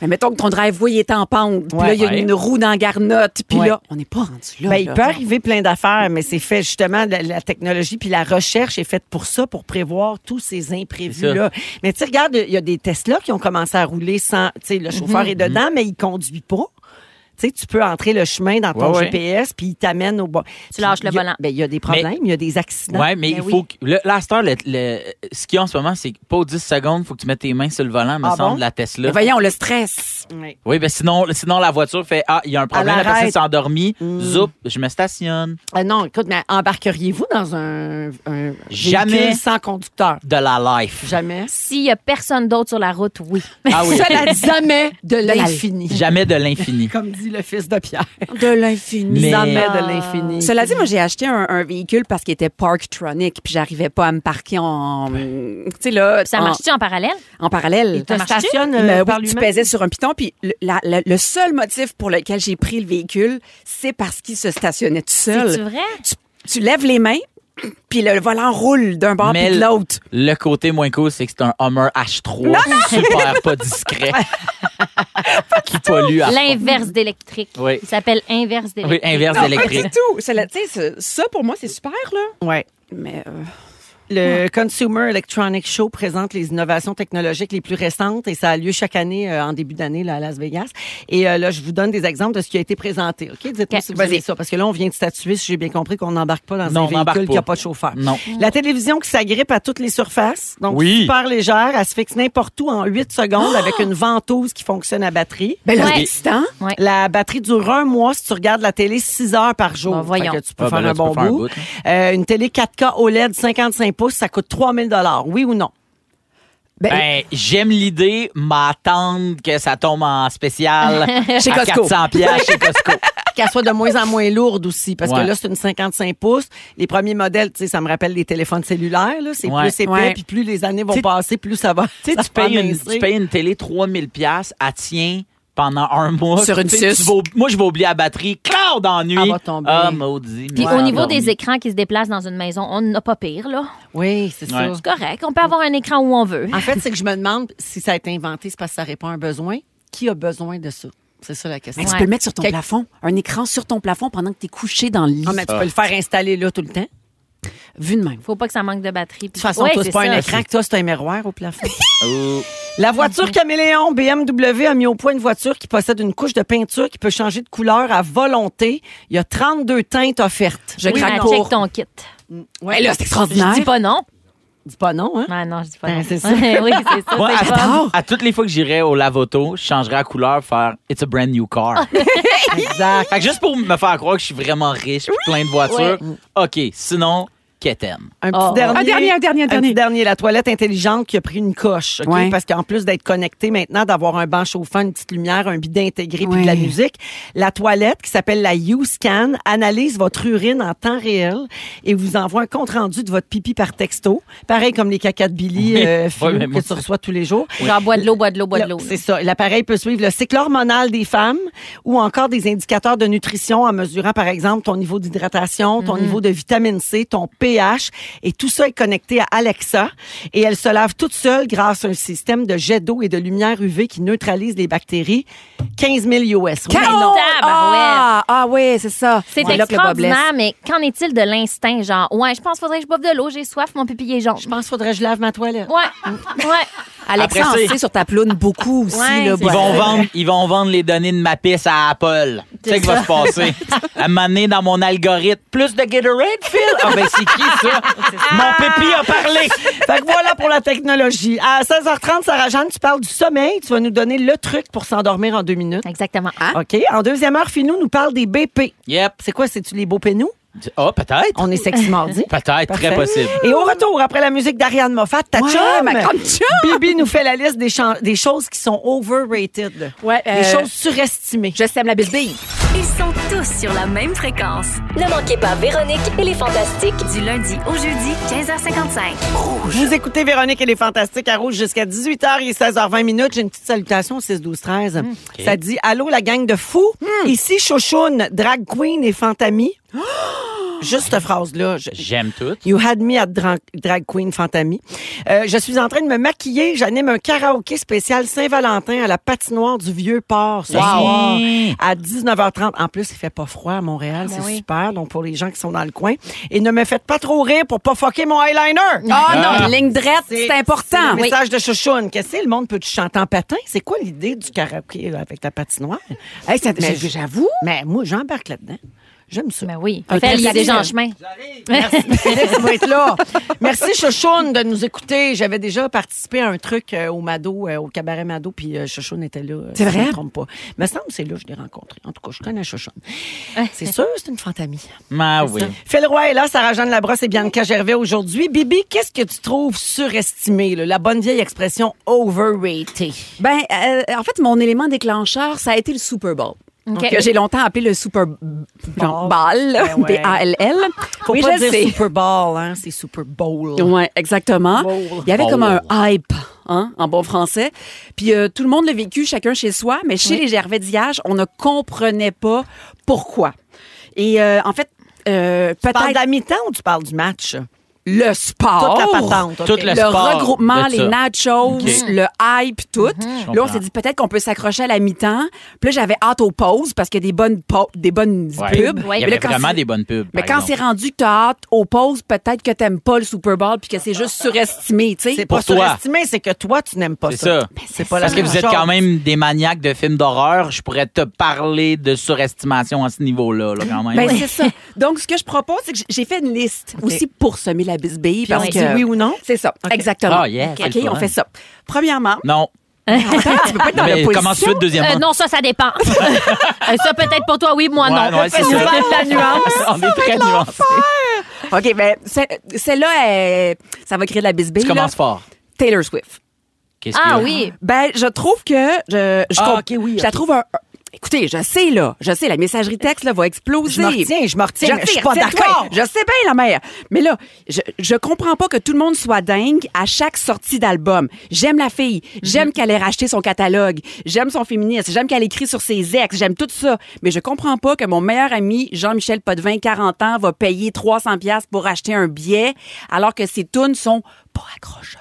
[SPEAKER 5] Mais mettons que ton driveway il est en pente, puis
[SPEAKER 4] Ouais.
[SPEAKER 5] là, il y a
[SPEAKER 3] Ouais.
[SPEAKER 5] une roue dans la garnotte, puis
[SPEAKER 4] Ouais.
[SPEAKER 5] là, on n'est pas rendu là.
[SPEAKER 4] Ben, il
[SPEAKER 5] là.
[SPEAKER 4] peut arriver plein d'affaires, mais c'est fait justement, la, la technologie puis la recherche est faite pour ça, pour prévoir tous ces imprévus-là. Mais tu sais, regarde, il y a des Tesla qui ont commencé à rouler sans, tu sais, le chauffeur est dedans, mais il conduit pas. Tu sais, tu peux entrer le chemin dans ton
[SPEAKER 3] Ouais, ouais.
[SPEAKER 4] GPS, puis il t'amène au bon. Puis
[SPEAKER 6] lâches le
[SPEAKER 4] il y a-
[SPEAKER 6] volant.
[SPEAKER 4] Ben, il y a des problèmes, il y a des accidents.
[SPEAKER 3] Ouais, mais
[SPEAKER 6] Ben
[SPEAKER 3] il
[SPEAKER 6] oui.
[SPEAKER 3] faut que. le- Là, à cette heure, le- le- ce qu'il y a en ce moment, c'est que pas aux 10 secondes, il faut que tu mettes tes mains sur le volant, me
[SPEAKER 4] Ah
[SPEAKER 3] semble,
[SPEAKER 4] bon?
[SPEAKER 3] la
[SPEAKER 5] Mais
[SPEAKER 6] Ben
[SPEAKER 3] Tesla.
[SPEAKER 5] voyons, le stress.
[SPEAKER 4] Ouais.
[SPEAKER 3] Oui, ben sinon, sinon la voiture fait Ah, il y a un problème, la
[SPEAKER 4] l'arrête.
[SPEAKER 3] personne s'est endormie,
[SPEAKER 6] Hmm.
[SPEAKER 3] zoup, je me stationne.
[SPEAKER 4] Ah non, écoute, mais embarqueriez-vous dans un, un
[SPEAKER 3] Jamais.
[SPEAKER 4] véhicule sans conducteur?
[SPEAKER 3] De la
[SPEAKER 6] <laughs>
[SPEAKER 3] life.
[SPEAKER 4] Jamais.
[SPEAKER 6] S'il y a personne d'autre sur la route, oui.
[SPEAKER 3] Ah oui.
[SPEAKER 5] <laughs>
[SPEAKER 4] Cela jamais de l'infini.
[SPEAKER 3] Jamais de l'infini.
[SPEAKER 4] Comme dit le fils de Pierre.
[SPEAKER 5] De l'infini.
[SPEAKER 3] Mais-
[SPEAKER 4] Jamais
[SPEAKER 6] Ah.
[SPEAKER 4] de l'infini.
[SPEAKER 5] Cela dit, moi, j'ai acheté un, un véhicule parce qu'il était Parktronic, puis j'arrivais pas à me parquer en. Tu sais, là.
[SPEAKER 6] Ça
[SPEAKER 3] Ah.
[SPEAKER 5] en-
[SPEAKER 6] marche-tu en parallèle?
[SPEAKER 5] en parallèle.
[SPEAKER 4] te
[SPEAKER 6] Ça marche-tu?
[SPEAKER 4] stationne euh,
[SPEAKER 5] Mais oui,
[SPEAKER 4] par
[SPEAKER 5] tu
[SPEAKER 4] lui-même.
[SPEAKER 5] pesais sur un piton, puis le, la- la- le seul motif pour lequel j'ai pris le véhicule, c'est parce qu'il se stationnait tout
[SPEAKER 6] C'est-tu
[SPEAKER 5] seul.
[SPEAKER 6] vrai?
[SPEAKER 5] Tu, tu lèves les mains, puis le volant roule d'un bord
[SPEAKER 3] Mais
[SPEAKER 5] puis de
[SPEAKER 3] le-
[SPEAKER 5] l'autre.
[SPEAKER 3] Le côté moins cool, c'est que c'est un Hummer H3 super pas discret. <laughs> qui pollue à fond.
[SPEAKER 6] L'inverse d'électrique.
[SPEAKER 3] Ah. Oui.
[SPEAKER 6] Il s'appelle inverse
[SPEAKER 3] Oui,
[SPEAKER 6] d'électrique.
[SPEAKER 3] inverse
[SPEAKER 5] C'est
[SPEAKER 3] électrique.
[SPEAKER 5] Ah, tout. Cela- tu sais, ce- ça, pour moi, c'est super, là.
[SPEAKER 4] Ouais.
[SPEAKER 5] Mais euh,
[SPEAKER 4] Le Consumer Electronic Show présente les innovations technologiques les plus récentes et ça a lieu chaque année euh, en début d'année là, à Las Vegas. Et euh, là, je vous donne des exemples de ce qui a été présenté. OK? Dites-moi
[SPEAKER 6] OK,
[SPEAKER 4] si vous
[SPEAKER 5] vas-y.
[SPEAKER 4] aimez ça. Parce que là, on vient de statuer, si j'ai bien compris, qu'on n'embarque pas dans
[SPEAKER 3] Non, on
[SPEAKER 4] un
[SPEAKER 3] n'embarque
[SPEAKER 4] véhicule qui
[SPEAKER 3] pas.
[SPEAKER 4] n'a pas de chauffeur.
[SPEAKER 3] Non.
[SPEAKER 4] La télévision qui s'agrippe à toutes les surfaces, donc
[SPEAKER 3] Oui.
[SPEAKER 4] super légère, elle se fixe n'importe où en 8 secondes avec une ventouse qui fonctionne à batterie.
[SPEAKER 5] ben là,
[SPEAKER 6] Ouais.
[SPEAKER 5] c'est excitant.
[SPEAKER 6] Ouais.
[SPEAKER 4] La batterie dure un mois si tu regardes la télé 6 heures par jour.
[SPEAKER 6] Bon, voyons.
[SPEAKER 4] Fait que tu peux
[SPEAKER 3] Ah, ben
[SPEAKER 4] faire
[SPEAKER 3] là,
[SPEAKER 4] un
[SPEAKER 3] tu peux
[SPEAKER 4] bon
[SPEAKER 3] faire un
[SPEAKER 4] bout.
[SPEAKER 3] bout,
[SPEAKER 4] Euh, une télé 4K OLED 55 E pouces, ça coûte 3000 dollars. Oui ou non?
[SPEAKER 5] Ben,
[SPEAKER 3] Ben, j'aime l'idée, m'attendre que ça tombe en spécial
[SPEAKER 5] Chez
[SPEAKER 3] à
[SPEAKER 5] Costco.
[SPEAKER 3] 400 piastres chez Costco.
[SPEAKER 4] Qu'elle soit de moins en moins lourde aussi, parce
[SPEAKER 3] Ouais.
[SPEAKER 4] que là, c'est une 55 pouces. Les premiers modèles, tu sais, ça me rappelle les téléphones cellulaires, là. C'est
[SPEAKER 3] Ouais.
[SPEAKER 4] plus épais,
[SPEAKER 5] Ouais.
[SPEAKER 4] puis plus les années vont
[SPEAKER 3] Tu sais,
[SPEAKER 4] passer, plus ça va.
[SPEAKER 3] Tu sais,
[SPEAKER 4] <laughs> ça
[SPEAKER 3] tu
[SPEAKER 4] va
[SPEAKER 3] payes, une,
[SPEAKER 4] amincir.
[SPEAKER 3] tu payes une télé 3000 pièces à tient pendant un mois.
[SPEAKER 5] Sur une
[SPEAKER 3] Tu sais, tu
[SPEAKER 5] suce.
[SPEAKER 3] vas- Moi, je vais oublier la batterie. Claude ennui.
[SPEAKER 4] Elle va tomber.
[SPEAKER 3] Ah, maudit.
[SPEAKER 6] Puis
[SPEAKER 3] merde.
[SPEAKER 6] au niveau des écrans qui se déplacent dans une maison, on n'a pas pire, là.
[SPEAKER 3] Ah.
[SPEAKER 4] Oui, c'est
[SPEAKER 3] Ouais.
[SPEAKER 4] ça.
[SPEAKER 6] C'est correct. On peut avoir un écran où on veut.
[SPEAKER 3] Ah.
[SPEAKER 4] En fait, c'est que je me demande si ça a été inventé, c'est parce que ça répond à un besoin. Qui a besoin de ça? C'est ça la question.
[SPEAKER 5] ben, tu
[SPEAKER 6] Ouais.
[SPEAKER 5] peux le mettre sur ton
[SPEAKER 4] Quel-
[SPEAKER 5] plafond. Un écran sur ton plafond pendant que tu es couché dans le lit.
[SPEAKER 4] Ah, mais tu peux le faire installer là tout le temps.
[SPEAKER 5] Vu de même.
[SPEAKER 6] Faut pas que ça manque de batterie.
[SPEAKER 4] De toute façon, toi, c'est pas un écran que toi, c'est un miroir au plafond. <laughs>
[SPEAKER 3] Oh.
[SPEAKER 4] La voiture caméléon BMW a mis au point une voiture qui possède une couche de peinture qui peut changer de couleur à volonté. Il y a 32 teintes offertes.
[SPEAKER 5] Je
[SPEAKER 6] Oui,
[SPEAKER 5] craque
[SPEAKER 6] mais
[SPEAKER 5] pour.
[SPEAKER 6] check ton kit.
[SPEAKER 5] Ben là, c'est
[SPEAKER 6] Je
[SPEAKER 5] extraordinaire.
[SPEAKER 6] dis pas non.
[SPEAKER 4] Dis pas non, hein?
[SPEAKER 6] Ah non, je dis pas
[SPEAKER 4] Ben,
[SPEAKER 6] non. <laughs>
[SPEAKER 4] c'est ça.
[SPEAKER 6] oui, c'est ça.
[SPEAKER 3] Moi,
[SPEAKER 6] c'est
[SPEAKER 3] à,
[SPEAKER 6] pas-
[SPEAKER 3] à toutes les fois que j'irai au lavoto, je changerai la couleur pour faire It's a brand new car.
[SPEAKER 4] Exact.
[SPEAKER 3] fait que juste pour me faire croire que je suis vraiment riche puis plein de voitures, OK. Sinon, qu'est-ce
[SPEAKER 4] Un petit
[SPEAKER 6] Oh.
[SPEAKER 4] dernier.
[SPEAKER 5] Ah, Un dernier, un dernier, un
[SPEAKER 4] petit
[SPEAKER 5] dernier.
[SPEAKER 4] dernier, la toilette intelligente qui a pris une coche. ok?
[SPEAKER 5] Ouais.
[SPEAKER 4] Parce qu'en plus d'être connectée maintenant, d'avoir un banc chauffant, une petite lumière, un bidet intégré puis
[SPEAKER 5] Ouais.
[SPEAKER 4] de la musique, la toilette qui s'appelle la U-Scan analyse votre urine en temps réel et vous envoie un compte-rendu de votre pipi par texto. Pareil comme les cacas de Billy
[SPEAKER 3] Oui.
[SPEAKER 4] euh, Philou,
[SPEAKER 3] Ouais, mais moi,
[SPEAKER 4] que tu reçois tous les jours.
[SPEAKER 6] Genre, bois de l'eau, bois de l'eau, bois de
[SPEAKER 4] Le-
[SPEAKER 6] l'eau.
[SPEAKER 4] C'est ça. L'appareil peut suivre le cycle hormonal des femmes ou encore des indicateurs de nutrition en mesurant, par exemple, ton niveau d'hydratation,
[SPEAKER 6] Mm-hmm.
[SPEAKER 4] ton niveau de vitamine C, ton pH. Et tout ça est connecté à Alexa. Et elle se lave toute seule grâce à un système de jet d'eau et de lumière UV qui neutralise les bactéries. 15 000 US. Oui,
[SPEAKER 5] Caron!
[SPEAKER 6] non.
[SPEAKER 5] Ah, ah oui, c'est ça.
[SPEAKER 6] C'est
[SPEAKER 5] là que le bas blesse.
[SPEAKER 6] extraordinaire, mais qu'en est-il de l'instinct? Genre, ouais, je pense faudrait que je boive de l'eau, j'ai soif, mon pipi est jaune.
[SPEAKER 4] Je pense qu'il faudrait que je lave ma toilette.
[SPEAKER 6] Ouais, ouais.
[SPEAKER 5] Alexa,
[SPEAKER 3] Après ça,
[SPEAKER 5] on
[SPEAKER 3] ils-
[SPEAKER 5] sait sur ta ploune beaucoup aussi.
[SPEAKER 6] Ouais,
[SPEAKER 5] là,
[SPEAKER 6] c'est
[SPEAKER 3] Ils
[SPEAKER 5] boire.
[SPEAKER 3] vont, vendre, ils vont vendre les données de ma piste à Apple. Tu sais ce qui va se passer. À m'amener dans mon algorithme. Plus de Gatorade, Phil? Ah ben c'est qui ça? Mon pépi a parlé!
[SPEAKER 4] <laughs> Fait que voilà pour la technologie. À 16h30, Sarah-Jeanne, tu parles du sommeil. Tu vas nous donner le truc pour s'endormir en deux minutes.
[SPEAKER 6] Exactement.
[SPEAKER 4] OK. En deuxième heure, Finou nous parle des BP.
[SPEAKER 3] Yep.
[SPEAKER 4] C'est quoi? C'est-tu les beaux pénous?
[SPEAKER 3] Ah, peut-être.
[SPEAKER 4] On est sexy mardi.
[SPEAKER 3] Peut-être, très
[SPEAKER 4] Parfait.
[SPEAKER 3] possible.
[SPEAKER 4] Et au retour, après la musique d'Ariane Moffat, ta
[SPEAKER 5] Ouais,
[SPEAKER 4] chum,
[SPEAKER 5] ma grande chum.
[SPEAKER 4] Bibi nous fait la liste des, chan- des choses qui sont overrated.
[SPEAKER 5] Ouais,
[SPEAKER 4] Des
[SPEAKER 5] euh,
[SPEAKER 4] choses surestimées.
[SPEAKER 5] Je sème la bisbille.
[SPEAKER 1] Ils sont tous sur la même fréquence.
[SPEAKER 2] Ne manquez pas Véronique et les Fantastiques.
[SPEAKER 1] Du lundi au jeudi, 15h55.
[SPEAKER 4] Vous écoutez Véronique et les Fantastiques à Rouge jusqu'à 18h, il est 16h20 minutes. J'ai une petite salutation au 6-12-13.
[SPEAKER 5] Mm.
[SPEAKER 4] Ça dit Allô, la gang de fous. Ici, Chouchoune, Drag Queen et
[SPEAKER 5] <gasps>
[SPEAKER 4] Fantami. Juste cette phrase-là. je-
[SPEAKER 3] J'aime tout.
[SPEAKER 4] You had me at dra- Drag Queen Fantami. Euh, je suis en train de me maquiller. J'anime un karaoké spécial Saint-Valentin à la patinoire du Vieux-Port ce
[SPEAKER 3] Wow.
[SPEAKER 4] soir
[SPEAKER 3] Hey.
[SPEAKER 4] à 19h30. En plus, il fait pas froid à Montréal. c'est
[SPEAKER 6] oui.
[SPEAKER 4] super. Donc, pour les gens qui sont dans le coin. Et ne me faites pas trop rire pour pas fucker mon eyeliner.
[SPEAKER 5] Ah non, ligne droite, c'est important.
[SPEAKER 4] Le message de Chouchoune. Qu'est-ce que c'est? Le monde peut te chanter en patin? C'est quoi l'idée du karaoké là, avec la patinoire?
[SPEAKER 5] Hey, c'est-
[SPEAKER 4] Mais-
[SPEAKER 5] j- J'avoue.
[SPEAKER 4] Mais moi, j'embarque là-dedans. J'aime ça.
[SPEAKER 6] Ben oui.
[SPEAKER 4] Un
[SPEAKER 6] Raphaël, il est
[SPEAKER 4] classique.
[SPEAKER 6] déjà en chemin.
[SPEAKER 4] Merci,
[SPEAKER 5] <laughs>
[SPEAKER 4] Félix, tu vas être là. Merci, Chouchoune, de nous écouter. J'avais déjà participé à un truc euh, au Mado, euh, au cabaret Mado, puis euh, Chouchoune était là. euh,
[SPEAKER 5] C'est
[SPEAKER 4] si
[SPEAKER 5] vrai?
[SPEAKER 4] Je me trompe pas. Mais ça, c'est là que je l'ai rencontré. En tout cas, je connais Chouchoune. C'est sûr, c'est une fantamie.
[SPEAKER 3] Ah oui.
[SPEAKER 4] Phil Roy est là, Sarah-Jeanne Labrosse et Bianca Gervais aujourd'hui. Bibi, qu'est-ce que tu trouves surestimé? là? La bonne vieille expression « overrated
[SPEAKER 5] Ben, euh, en fait, mon élément déclencheur, ça a été le Super Bowl.
[SPEAKER 6] OK.
[SPEAKER 5] Que j'ai longtemps appelé le Super B- genre, Ball, là,
[SPEAKER 4] Ben ouais.
[SPEAKER 5] B-A-L-L. ».
[SPEAKER 4] Faut
[SPEAKER 5] Oui,
[SPEAKER 4] pas
[SPEAKER 5] je
[SPEAKER 4] dire
[SPEAKER 5] sais.
[SPEAKER 4] Super Bowl », hein? C'est « Super Bowl ».
[SPEAKER 5] Oui, exactement. Il y avait comme un hype, hein, en bon français. Puis euh, tout le monde l'a vécu, chacun chez soi, mais chez les Gervais d'Iage, on ne comprenait pas pourquoi. Et euh, en fait, euh,
[SPEAKER 4] Tu parles de
[SPEAKER 5] peut-être
[SPEAKER 4] la mi-temps ou tu parles du match? Oh!
[SPEAKER 5] le sport.
[SPEAKER 4] Toute la patente. ok.
[SPEAKER 3] Toute la-
[SPEAKER 5] le
[SPEAKER 3] sport
[SPEAKER 5] regroupement,
[SPEAKER 3] de
[SPEAKER 5] les
[SPEAKER 3] ça.
[SPEAKER 5] nachos,
[SPEAKER 3] Ok.
[SPEAKER 5] le hype,
[SPEAKER 4] Mhm.
[SPEAKER 5] tout. Là,
[SPEAKER 3] comprends.
[SPEAKER 5] on s'est dit peut-être qu'on peut s'accrocher à la mi-temps. Puis là, j'avais hâte aux pauses parce qu'il y a des bonnes, pau- des bonnes
[SPEAKER 3] Ouais.
[SPEAKER 5] pubs.
[SPEAKER 6] Ouais.
[SPEAKER 3] Il y
[SPEAKER 5] Mais
[SPEAKER 3] avait
[SPEAKER 5] là, quand
[SPEAKER 3] vraiment
[SPEAKER 5] c'est-
[SPEAKER 3] des bonnes pubs.
[SPEAKER 5] Mais
[SPEAKER 3] par
[SPEAKER 5] quand c'est
[SPEAKER 3] exemple.
[SPEAKER 5] rendu que t'as hâte aux pauses, peut-être que t'aimes pas le Super Bowl puis que c'est juste surestimé, tu sais.
[SPEAKER 4] C'est pas
[SPEAKER 3] Pour toi.
[SPEAKER 4] surestimé, c'est que toi, tu n'aimes pas
[SPEAKER 3] C'est
[SPEAKER 4] ça.
[SPEAKER 3] ça.
[SPEAKER 4] C'est pas la
[SPEAKER 3] Parce que
[SPEAKER 4] même
[SPEAKER 3] vous êtes
[SPEAKER 4] chose.
[SPEAKER 3] quand même des maniaques de films d'horreur, je pourrais te parler de surestimation à ce niveau-là, là, quand même.
[SPEAKER 5] Ben, c'est <laughs> ça. Donc, ce que je propose, c'est que j'ai fait une liste aussi pour semer la bisbille.
[SPEAKER 4] Puis on
[SPEAKER 5] Parce
[SPEAKER 4] dit
[SPEAKER 5] que...
[SPEAKER 4] oui ou non.
[SPEAKER 5] C'est ça, exactement.
[SPEAKER 3] Ah, yeah, c'est
[SPEAKER 5] OK,
[SPEAKER 3] le fun.
[SPEAKER 5] on fait ça. Premièrement, Ben,
[SPEAKER 3] non.
[SPEAKER 5] <laughs> attends, tu peux pas être <laughs> dans
[SPEAKER 3] Mais
[SPEAKER 5] la position.
[SPEAKER 3] comment tu fais de deuxièmement?
[SPEAKER 6] Euh, non, ça,
[SPEAKER 3] <laughs>
[SPEAKER 6] ça dépend. Euh, ça, peut-être pour toi, oui, moi, non.
[SPEAKER 3] Ouais, ouais, c'est ça.
[SPEAKER 5] la nuance.
[SPEAKER 3] <laughs> On est très nuancés.
[SPEAKER 5] OK, ben, ce- celle-là, elle- ça va créer de la bisbille.
[SPEAKER 3] Tu
[SPEAKER 5] là.
[SPEAKER 3] commences fort.
[SPEAKER 5] Taylor Swift.
[SPEAKER 3] Qu'est-ce
[SPEAKER 6] Ah
[SPEAKER 3] que-
[SPEAKER 6] oui.
[SPEAKER 5] Ben, je trouve que. Je, je,
[SPEAKER 4] Ah,
[SPEAKER 5] comp-
[SPEAKER 4] OK, oui,
[SPEAKER 5] je la trouve un. un- Écoutez, je sais, là. Je sais, la messagerie texte, là, va exploser.
[SPEAKER 4] Je me retiens, je me retiens, mais je suis
[SPEAKER 5] retire,
[SPEAKER 4] pas
[SPEAKER 5] retire-toi.
[SPEAKER 4] d'accord.
[SPEAKER 5] Je sais bien, la mère. Mais là, je, je comprends pas que tout le monde soit dingue à chaque sortie d'album. J'aime la fille.
[SPEAKER 4] Mhm.
[SPEAKER 5] J'aime qu'elle ait racheté son catalogue. J'aime son féminisme. J'aime qu'elle écrit sur ses ex. J'aime tout ça. Mais je comprends pas que mon meilleur ami, Jean-Michel Potvin, 40 ans, va payer 300 pièces pour acheter un billet, alors que ses tunes sont pas accrocheuses.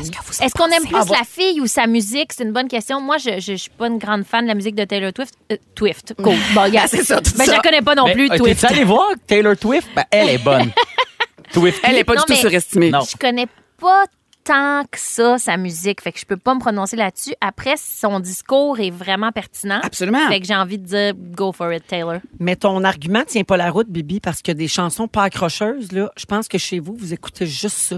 [SPEAKER 5] Qu'est-ce que vous en
[SPEAKER 6] Est-ce qu'on aime
[SPEAKER 5] pensez?
[SPEAKER 6] plus
[SPEAKER 5] Ah, bon.
[SPEAKER 6] la fille ou sa musique? C'est une bonne question. Moi, je, je, je suis pas une grande fan de la musique de Taylor Swift. Euh, Twift.
[SPEAKER 5] <laughs>
[SPEAKER 6] Cool. Bon, regarde.
[SPEAKER 5] c'est ça, tout
[SPEAKER 6] Ben, je
[SPEAKER 5] ça.
[SPEAKER 6] la connais pas non
[SPEAKER 3] Ben,
[SPEAKER 6] plus,
[SPEAKER 3] euh,
[SPEAKER 6] Twift.
[SPEAKER 3] T'es-tu allé voir Taylor Swift? Ben, elle est bonne. Swift.
[SPEAKER 5] Elle est pas
[SPEAKER 6] Non,
[SPEAKER 5] du tout
[SPEAKER 6] mais-
[SPEAKER 5] surestimée.
[SPEAKER 3] Non.
[SPEAKER 6] Je connais pas tant que ça, sa musique. Fait que je peux pas me prononcer là-dessus. Après, son discours est vraiment pertinent.
[SPEAKER 5] Absolument.
[SPEAKER 6] Fait que j'ai envie de dire go for it, Taylor.
[SPEAKER 4] Mais ton argument tient pas la route, Bibi, parce que des chansons pas accrocheuses, là, je pense que chez vous, vous écoutez juste
[SPEAKER 6] <laughs>
[SPEAKER 4] ça.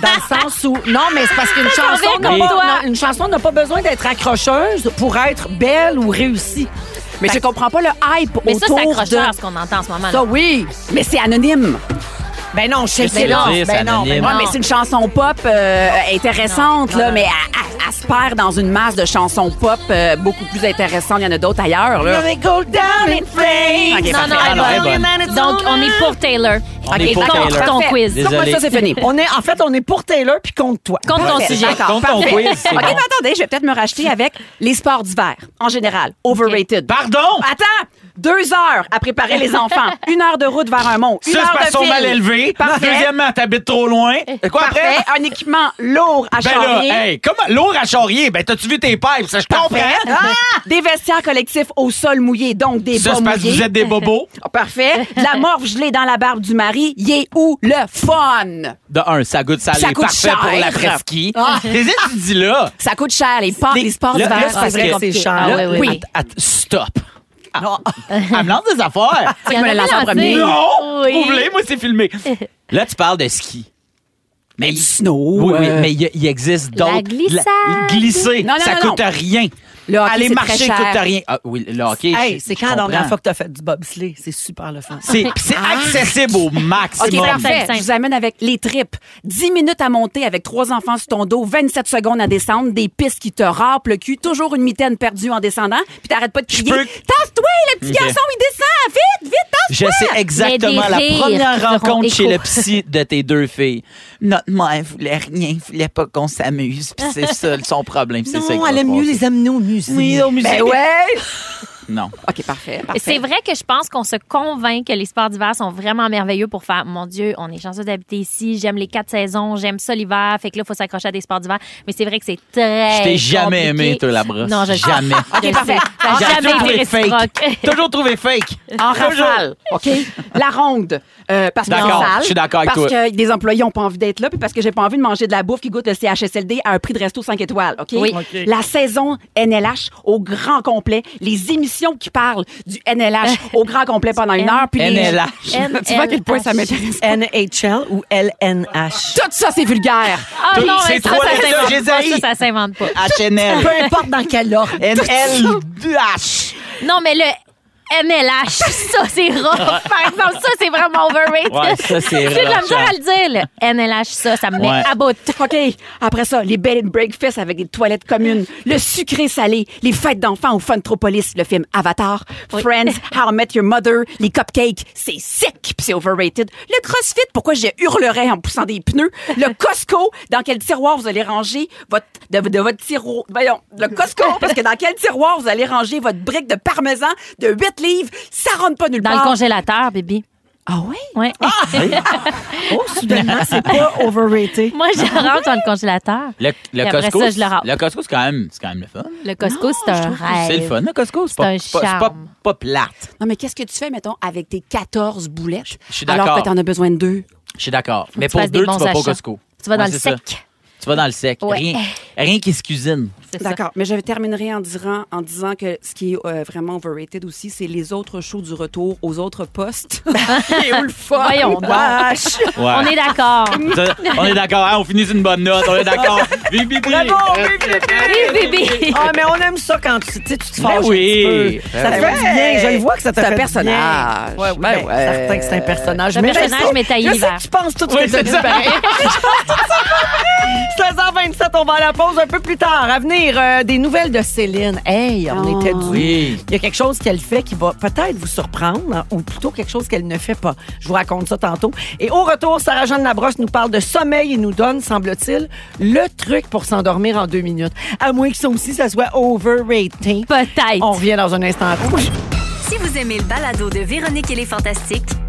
[SPEAKER 4] Dans le sens où. Non, mais c'est parce qu'une chanson n'a
[SPEAKER 6] comme
[SPEAKER 4] pas,
[SPEAKER 6] toi.
[SPEAKER 4] non, une chanson n'a pas besoin d'être accrocheuse pour être belle ou réussie.
[SPEAKER 5] Mais je comprends pas le hype
[SPEAKER 6] Mais ça,
[SPEAKER 5] autour
[SPEAKER 6] c'est accrocheur
[SPEAKER 5] de
[SPEAKER 6] ce qu'on entend en ce moment.
[SPEAKER 5] Ça, oui, mais c'est anonyme.
[SPEAKER 4] Ben non, chez
[SPEAKER 3] Qu'est-ce que ça veut dire, c'est
[SPEAKER 4] Ben non, ben
[SPEAKER 3] anonyme?
[SPEAKER 5] Ouais,
[SPEAKER 4] non.
[SPEAKER 5] mais c'est une chanson pop euh, intéressante, là, mais elle, elle- elle se perd dans une masse de chansons pop euh, beaucoup plus intéressantes. Il y en a d'autres ailleurs, là.
[SPEAKER 4] They go down in flames.
[SPEAKER 5] Ok,
[SPEAKER 6] Non,
[SPEAKER 5] parfait.
[SPEAKER 6] non,
[SPEAKER 3] Ah,
[SPEAKER 6] elle
[SPEAKER 3] non,
[SPEAKER 6] va.
[SPEAKER 3] elle est
[SPEAKER 4] bonne.
[SPEAKER 6] Donc, on est pour Taylor.
[SPEAKER 3] On est pour
[SPEAKER 6] compte
[SPEAKER 3] Taylor.
[SPEAKER 6] ton
[SPEAKER 5] Parfait.
[SPEAKER 6] quiz.
[SPEAKER 5] Sur moi,
[SPEAKER 3] Désolé.
[SPEAKER 5] ça, c'est
[SPEAKER 3] <laughs>
[SPEAKER 5] fini.
[SPEAKER 4] On est, en fait, on est pour Taylor puis contre toi.
[SPEAKER 6] Compte ton
[SPEAKER 5] Parfait.
[SPEAKER 6] sujet.
[SPEAKER 5] D'accord.
[SPEAKER 3] Compte ton
[SPEAKER 5] Parfait.
[SPEAKER 3] quiz, c'est
[SPEAKER 5] OK,
[SPEAKER 3] bon.
[SPEAKER 5] mais attendez, je vais peut-être me racheter avec les sports d'hiver, en général. Overrated.
[SPEAKER 3] Pardon?
[SPEAKER 5] Attends! Deux heures à préparer les enfants. Une heure de route vers un mont. Une
[SPEAKER 3] Ça,
[SPEAKER 5] heure
[SPEAKER 3] c'est parce
[SPEAKER 5] de
[SPEAKER 3] qu'on
[SPEAKER 5] file.
[SPEAKER 3] mal élevé.
[SPEAKER 5] Parfait.
[SPEAKER 3] Deuxièmement, t'habites trop loin. Et quoi après?
[SPEAKER 5] Parfait. Un équipement lourd à
[SPEAKER 3] Ben là,
[SPEAKER 5] charrier.
[SPEAKER 3] hey, comment l'eau à charrier? Ben, t'as-tu vu tes pipes? Ça, je comprends.
[SPEAKER 5] Ah, Des vestiaires collectifs au sol mouillé, donc des
[SPEAKER 3] Ça,
[SPEAKER 5] bas
[SPEAKER 3] c'est parce que
[SPEAKER 5] mouillés.
[SPEAKER 3] vous êtes des bobos.
[SPEAKER 5] Ah, Parfait. <laughs> De La morve gelée dans la barbe du mari, y est où le fun?
[SPEAKER 3] De un, ça goûte salé.
[SPEAKER 5] Ça coûte
[SPEAKER 3] parfait
[SPEAKER 5] cher.
[SPEAKER 3] pour la presqu'île. <laughs> Qu'est-ce que tu dis là?
[SPEAKER 5] Ça coûte cher, les, sports
[SPEAKER 3] Les-
[SPEAKER 5] les sports
[SPEAKER 3] là, là,
[SPEAKER 5] d'hiver.
[SPEAKER 3] c'est parce que-
[SPEAKER 4] c'est cher.
[SPEAKER 6] Ah,
[SPEAKER 5] Là,
[SPEAKER 6] ouais, ouais,
[SPEAKER 5] oui.
[SPEAKER 6] ouais.
[SPEAKER 3] Att- att- stop. Ah, Elle me lance des affaires.
[SPEAKER 5] Je me la lance en
[SPEAKER 6] lancé.
[SPEAKER 5] premier.
[SPEAKER 3] Non!
[SPEAKER 6] Oui.
[SPEAKER 3] Ouvre-les, moi, c'est filmé. Là, tu parles de ski. Mais
[SPEAKER 5] snow,
[SPEAKER 3] Oui, oui,
[SPEAKER 5] euh,
[SPEAKER 3] mais il y a- il existe
[SPEAKER 6] La
[SPEAKER 3] d'autres.
[SPEAKER 6] glissade.
[SPEAKER 3] glisser,
[SPEAKER 5] Non, non,
[SPEAKER 3] ça
[SPEAKER 5] non,
[SPEAKER 3] coûte rien.
[SPEAKER 5] Le hockey,
[SPEAKER 3] Aller
[SPEAKER 5] c'est
[SPEAKER 3] marcher
[SPEAKER 5] très cher.
[SPEAKER 3] coûte rien. Ah oui, le hockey.
[SPEAKER 4] Hey,
[SPEAKER 3] je-
[SPEAKER 4] c'est
[SPEAKER 3] je
[SPEAKER 4] quand la dernière
[SPEAKER 3] comprends.
[SPEAKER 4] fois que t'as fait du bobsleigh? C'est super le fun.
[SPEAKER 3] C'est pis c'est accessible au
[SPEAKER 5] OK,
[SPEAKER 3] maximum.
[SPEAKER 5] parfait.
[SPEAKER 6] Simple.
[SPEAKER 5] Je vous amène avec les tripes. 10 minutes à monter avec trois enfants sur ton dos, 27 secondes à descendre, des pistes qui te râpent le cul, toujours une mitaine perdue en descendant, puis t'arrêtes pas de crier.
[SPEAKER 3] peux-
[SPEAKER 5] Tasse-toi, le petit
[SPEAKER 3] OK.
[SPEAKER 5] garçon, il descend! Vite, vite, tasse!
[SPEAKER 3] Je sais exactement
[SPEAKER 6] des
[SPEAKER 3] la
[SPEAKER 6] rires qui
[SPEAKER 3] première
[SPEAKER 6] feront
[SPEAKER 3] rencontre chez
[SPEAKER 6] écho.
[SPEAKER 3] le psy de tes deux filles. Notre mère voulait rien, voulait pas qu'on s'amuse, puis c'est ça son problème. c'est ça qui
[SPEAKER 4] Non,
[SPEAKER 3] va
[SPEAKER 4] elle
[SPEAKER 3] se
[SPEAKER 4] aime mieux
[SPEAKER 3] passer.
[SPEAKER 4] les amener au musée.
[SPEAKER 3] Oui, au musée.
[SPEAKER 5] Ben ouais!
[SPEAKER 3] Non.
[SPEAKER 5] OK, parfait. parfait.
[SPEAKER 6] C'est vrai que je pense qu'on se convainc que les sports d'hiver sont vraiment merveilleux pour faire mon Dieu, on est chanceux d'habiter ici, j'aime les quatre saisons, j'aime ça l'hiver, fait que là, il faut s'accrocher à des sports d'hiver. Mais c'est vrai que c'est très.
[SPEAKER 3] Je t'ai jamais
[SPEAKER 6] compliqué.
[SPEAKER 3] aimé, toi, la brosse.
[SPEAKER 6] Non, je
[SPEAKER 3] Jamais.
[SPEAKER 6] <laughs> OK, parfait. jamais été
[SPEAKER 3] J'ai toujours trouvé
[SPEAKER 6] réciproque.
[SPEAKER 3] fake. <laughs> toujours trouvé fake.
[SPEAKER 5] En
[SPEAKER 3] Toujours.
[SPEAKER 5] rafale, <laughs> OK? La ronde. euh, parce que
[SPEAKER 3] D'accord,
[SPEAKER 5] en salle,
[SPEAKER 3] je suis d'accord avec
[SPEAKER 5] Parce
[SPEAKER 3] toi.
[SPEAKER 5] que des employés n'ont pas envie d'être là, puis parce que j'ai pas envie de manger de la bouffe qui goûte le CHSLD à un prix de resto 5 étoiles, OK?
[SPEAKER 6] Oui.
[SPEAKER 4] OK.
[SPEAKER 5] La saison NLH au grand complet, les émissions qui parlent du NLH <laughs> au grand complet pendant une heure, puis les-
[SPEAKER 3] NLH.
[SPEAKER 5] <laughs> tu vois à quel point ça m'intéresse.
[SPEAKER 4] NHL ou LNH?
[SPEAKER 5] Tout ça, c'est vulgaire.
[SPEAKER 6] Ah
[SPEAKER 3] Tout-
[SPEAKER 6] non,
[SPEAKER 3] ces
[SPEAKER 6] mais ça,
[SPEAKER 3] trois
[SPEAKER 6] ça
[SPEAKER 3] lettres-là,
[SPEAKER 6] s'invente
[SPEAKER 3] j'ai
[SPEAKER 6] pas,
[SPEAKER 3] dit.
[SPEAKER 6] ça, ça s'invente pas.
[SPEAKER 3] HNL.
[SPEAKER 4] Peu importe dans quel ordre.
[SPEAKER 3] NLH.
[SPEAKER 6] Non, mais le
[SPEAKER 3] <laughs>
[SPEAKER 6] MLH, ça, c'est rough. Par exemple, ça, c'est vraiment overrated.
[SPEAKER 3] Ouais, ça, c'est
[SPEAKER 6] J'ai de la
[SPEAKER 3] rough,
[SPEAKER 6] misère à le dire. Le NLH, ça, ça me met
[SPEAKER 3] Ouais.
[SPEAKER 6] à bout.
[SPEAKER 5] OK. Après ça, les bed and breakfast avec des toilettes communes, le sucré salé, les fêtes d'enfants au Funtropolis, le film Avatar,
[SPEAKER 3] <laughs>
[SPEAKER 5] Friends, How I Met Your Mother, les cupcakes, c'est sick puis c'est overrated. Le CrossFit, pourquoi je hurlerais en poussant des pneus.
[SPEAKER 3] <laughs>
[SPEAKER 5] Le Costco, dans quel tiroir vous allez ranger votre, de, de votre tiroir. Voyons, le Costco, parce que dans quel tiroir vous allez ranger votre brique de parmesan de 8 livres, ça rentre pas nulle
[SPEAKER 6] Dans
[SPEAKER 5] part.
[SPEAKER 6] le congélateur, bébé.
[SPEAKER 5] Ah oui?
[SPEAKER 6] Ouais.
[SPEAKER 4] Oh, soudainement, c'est pas overrated.
[SPEAKER 6] Moi, je rentre dans le congélateur.
[SPEAKER 3] Le, le
[SPEAKER 6] Et après
[SPEAKER 3] Costco,
[SPEAKER 6] ça, je le rate.
[SPEAKER 3] le Costco, c'est quand même, c'est quand même le fun.
[SPEAKER 6] Le Costco, c'est un rêve.
[SPEAKER 3] C'est le fun, le Costco. C'est
[SPEAKER 6] C'est
[SPEAKER 3] pas,
[SPEAKER 6] un
[SPEAKER 3] c'est pas, c'est pas,
[SPEAKER 6] charme.
[SPEAKER 3] pas plate.
[SPEAKER 5] Non, mais qu'est-ce que tu fais, mettons, avec tes 14 boulettes,
[SPEAKER 3] je suis
[SPEAKER 5] alors
[SPEAKER 3] d'accord.
[SPEAKER 5] que t'en as besoin de deux?
[SPEAKER 3] Je suis d'accord. Mais
[SPEAKER 6] tu
[SPEAKER 3] pour
[SPEAKER 6] fasses des
[SPEAKER 3] deux, tu
[SPEAKER 6] bons
[SPEAKER 3] vas pas au
[SPEAKER 6] achats.
[SPEAKER 3] Costco.
[SPEAKER 6] Tu vas dans
[SPEAKER 3] Ouais,
[SPEAKER 6] le
[SPEAKER 3] c'est ça.
[SPEAKER 6] sec.
[SPEAKER 3] Tu vas dans le sec.
[SPEAKER 6] Ouais.
[SPEAKER 3] Rien, rien qui se cuisine.
[SPEAKER 6] C'est ça.
[SPEAKER 5] D'accord, mais je terminerai en disant, en disant que ce qui est euh, vraiment overrated aussi, c'est les autres shows du retour aux autres <laughs> postes. Et où le fun?
[SPEAKER 6] Voyons donc.
[SPEAKER 5] Wesh!
[SPEAKER 6] On est d'accord.
[SPEAKER 3] Ça, On est d'accord, hein, on finit sur une bonne note, on
[SPEAKER 4] <laughs>
[SPEAKER 3] est d'accord. Vive Bibi!
[SPEAKER 6] Oui, bébé.
[SPEAKER 4] Ah, mais on aime ça quand tu, tu sais, tu te fâches
[SPEAKER 3] Ben oui.
[SPEAKER 4] un petit peu. Ça te fait
[SPEAKER 5] Ben
[SPEAKER 4] du
[SPEAKER 5] oui.
[SPEAKER 4] bien. Je le vois que ça te
[SPEAKER 5] C'est un
[SPEAKER 4] fait du
[SPEAKER 5] personnage.
[SPEAKER 4] bien. Ouais, oui,
[SPEAKER 5] Ben
[SPEAKER 4] ben,
[SPEAKER 5] ouais.
[SPEAKER 4] certain que c'est un personnage.
[SPEAKER 6] C'est un
[SPEAKER 4] Mais je
[SPEAKER 6] personnage,
[SPEAKER 4] sais-
[SPEAKER 6] mais taillé
[SPEAKER 4] Je sais
[SPEAKER 6] l'hiver.
[SPEAKER 4] que tu penses tout ce
[SPEAKER 3] Oui,
[SPEAKER 4] que t'as
[SPEAKER 3] c'est
[SPEAKER 4] dit.
[SPEAKER 3] ça.
[SPEAKER 4] pareil. Je pense tout ça pour vrai. 16h27, on va à la pause un peu plus tard. À venir, euh, des nouvelles de Céline. Hey, on
[SPEAKER 5] Oh.
[SPEAKER 4] était dû.
[SPEAKER 3] Oui.
[SPEAKER 4] Il y a quelque chose qu'elle fait qui va peut-être vous surprendre, hein, ou plutôt quelque chose qu'elle ne fait pas. Je vous raconte ça tantôt. Et au retour, Sarah-Jeanne Labrosse nous parle de sommeil et nous donne, semble-t-il, le truc pour s'endormir en deux minutes. À moins que ça aussi, ça soit overrated.
[SPEAKER 6] Peut-être.
[SPEAKER 4] On revient dans un instant.
[SPEAKER 1] Si vous aimez le balado de Véronique et les Fantastiques,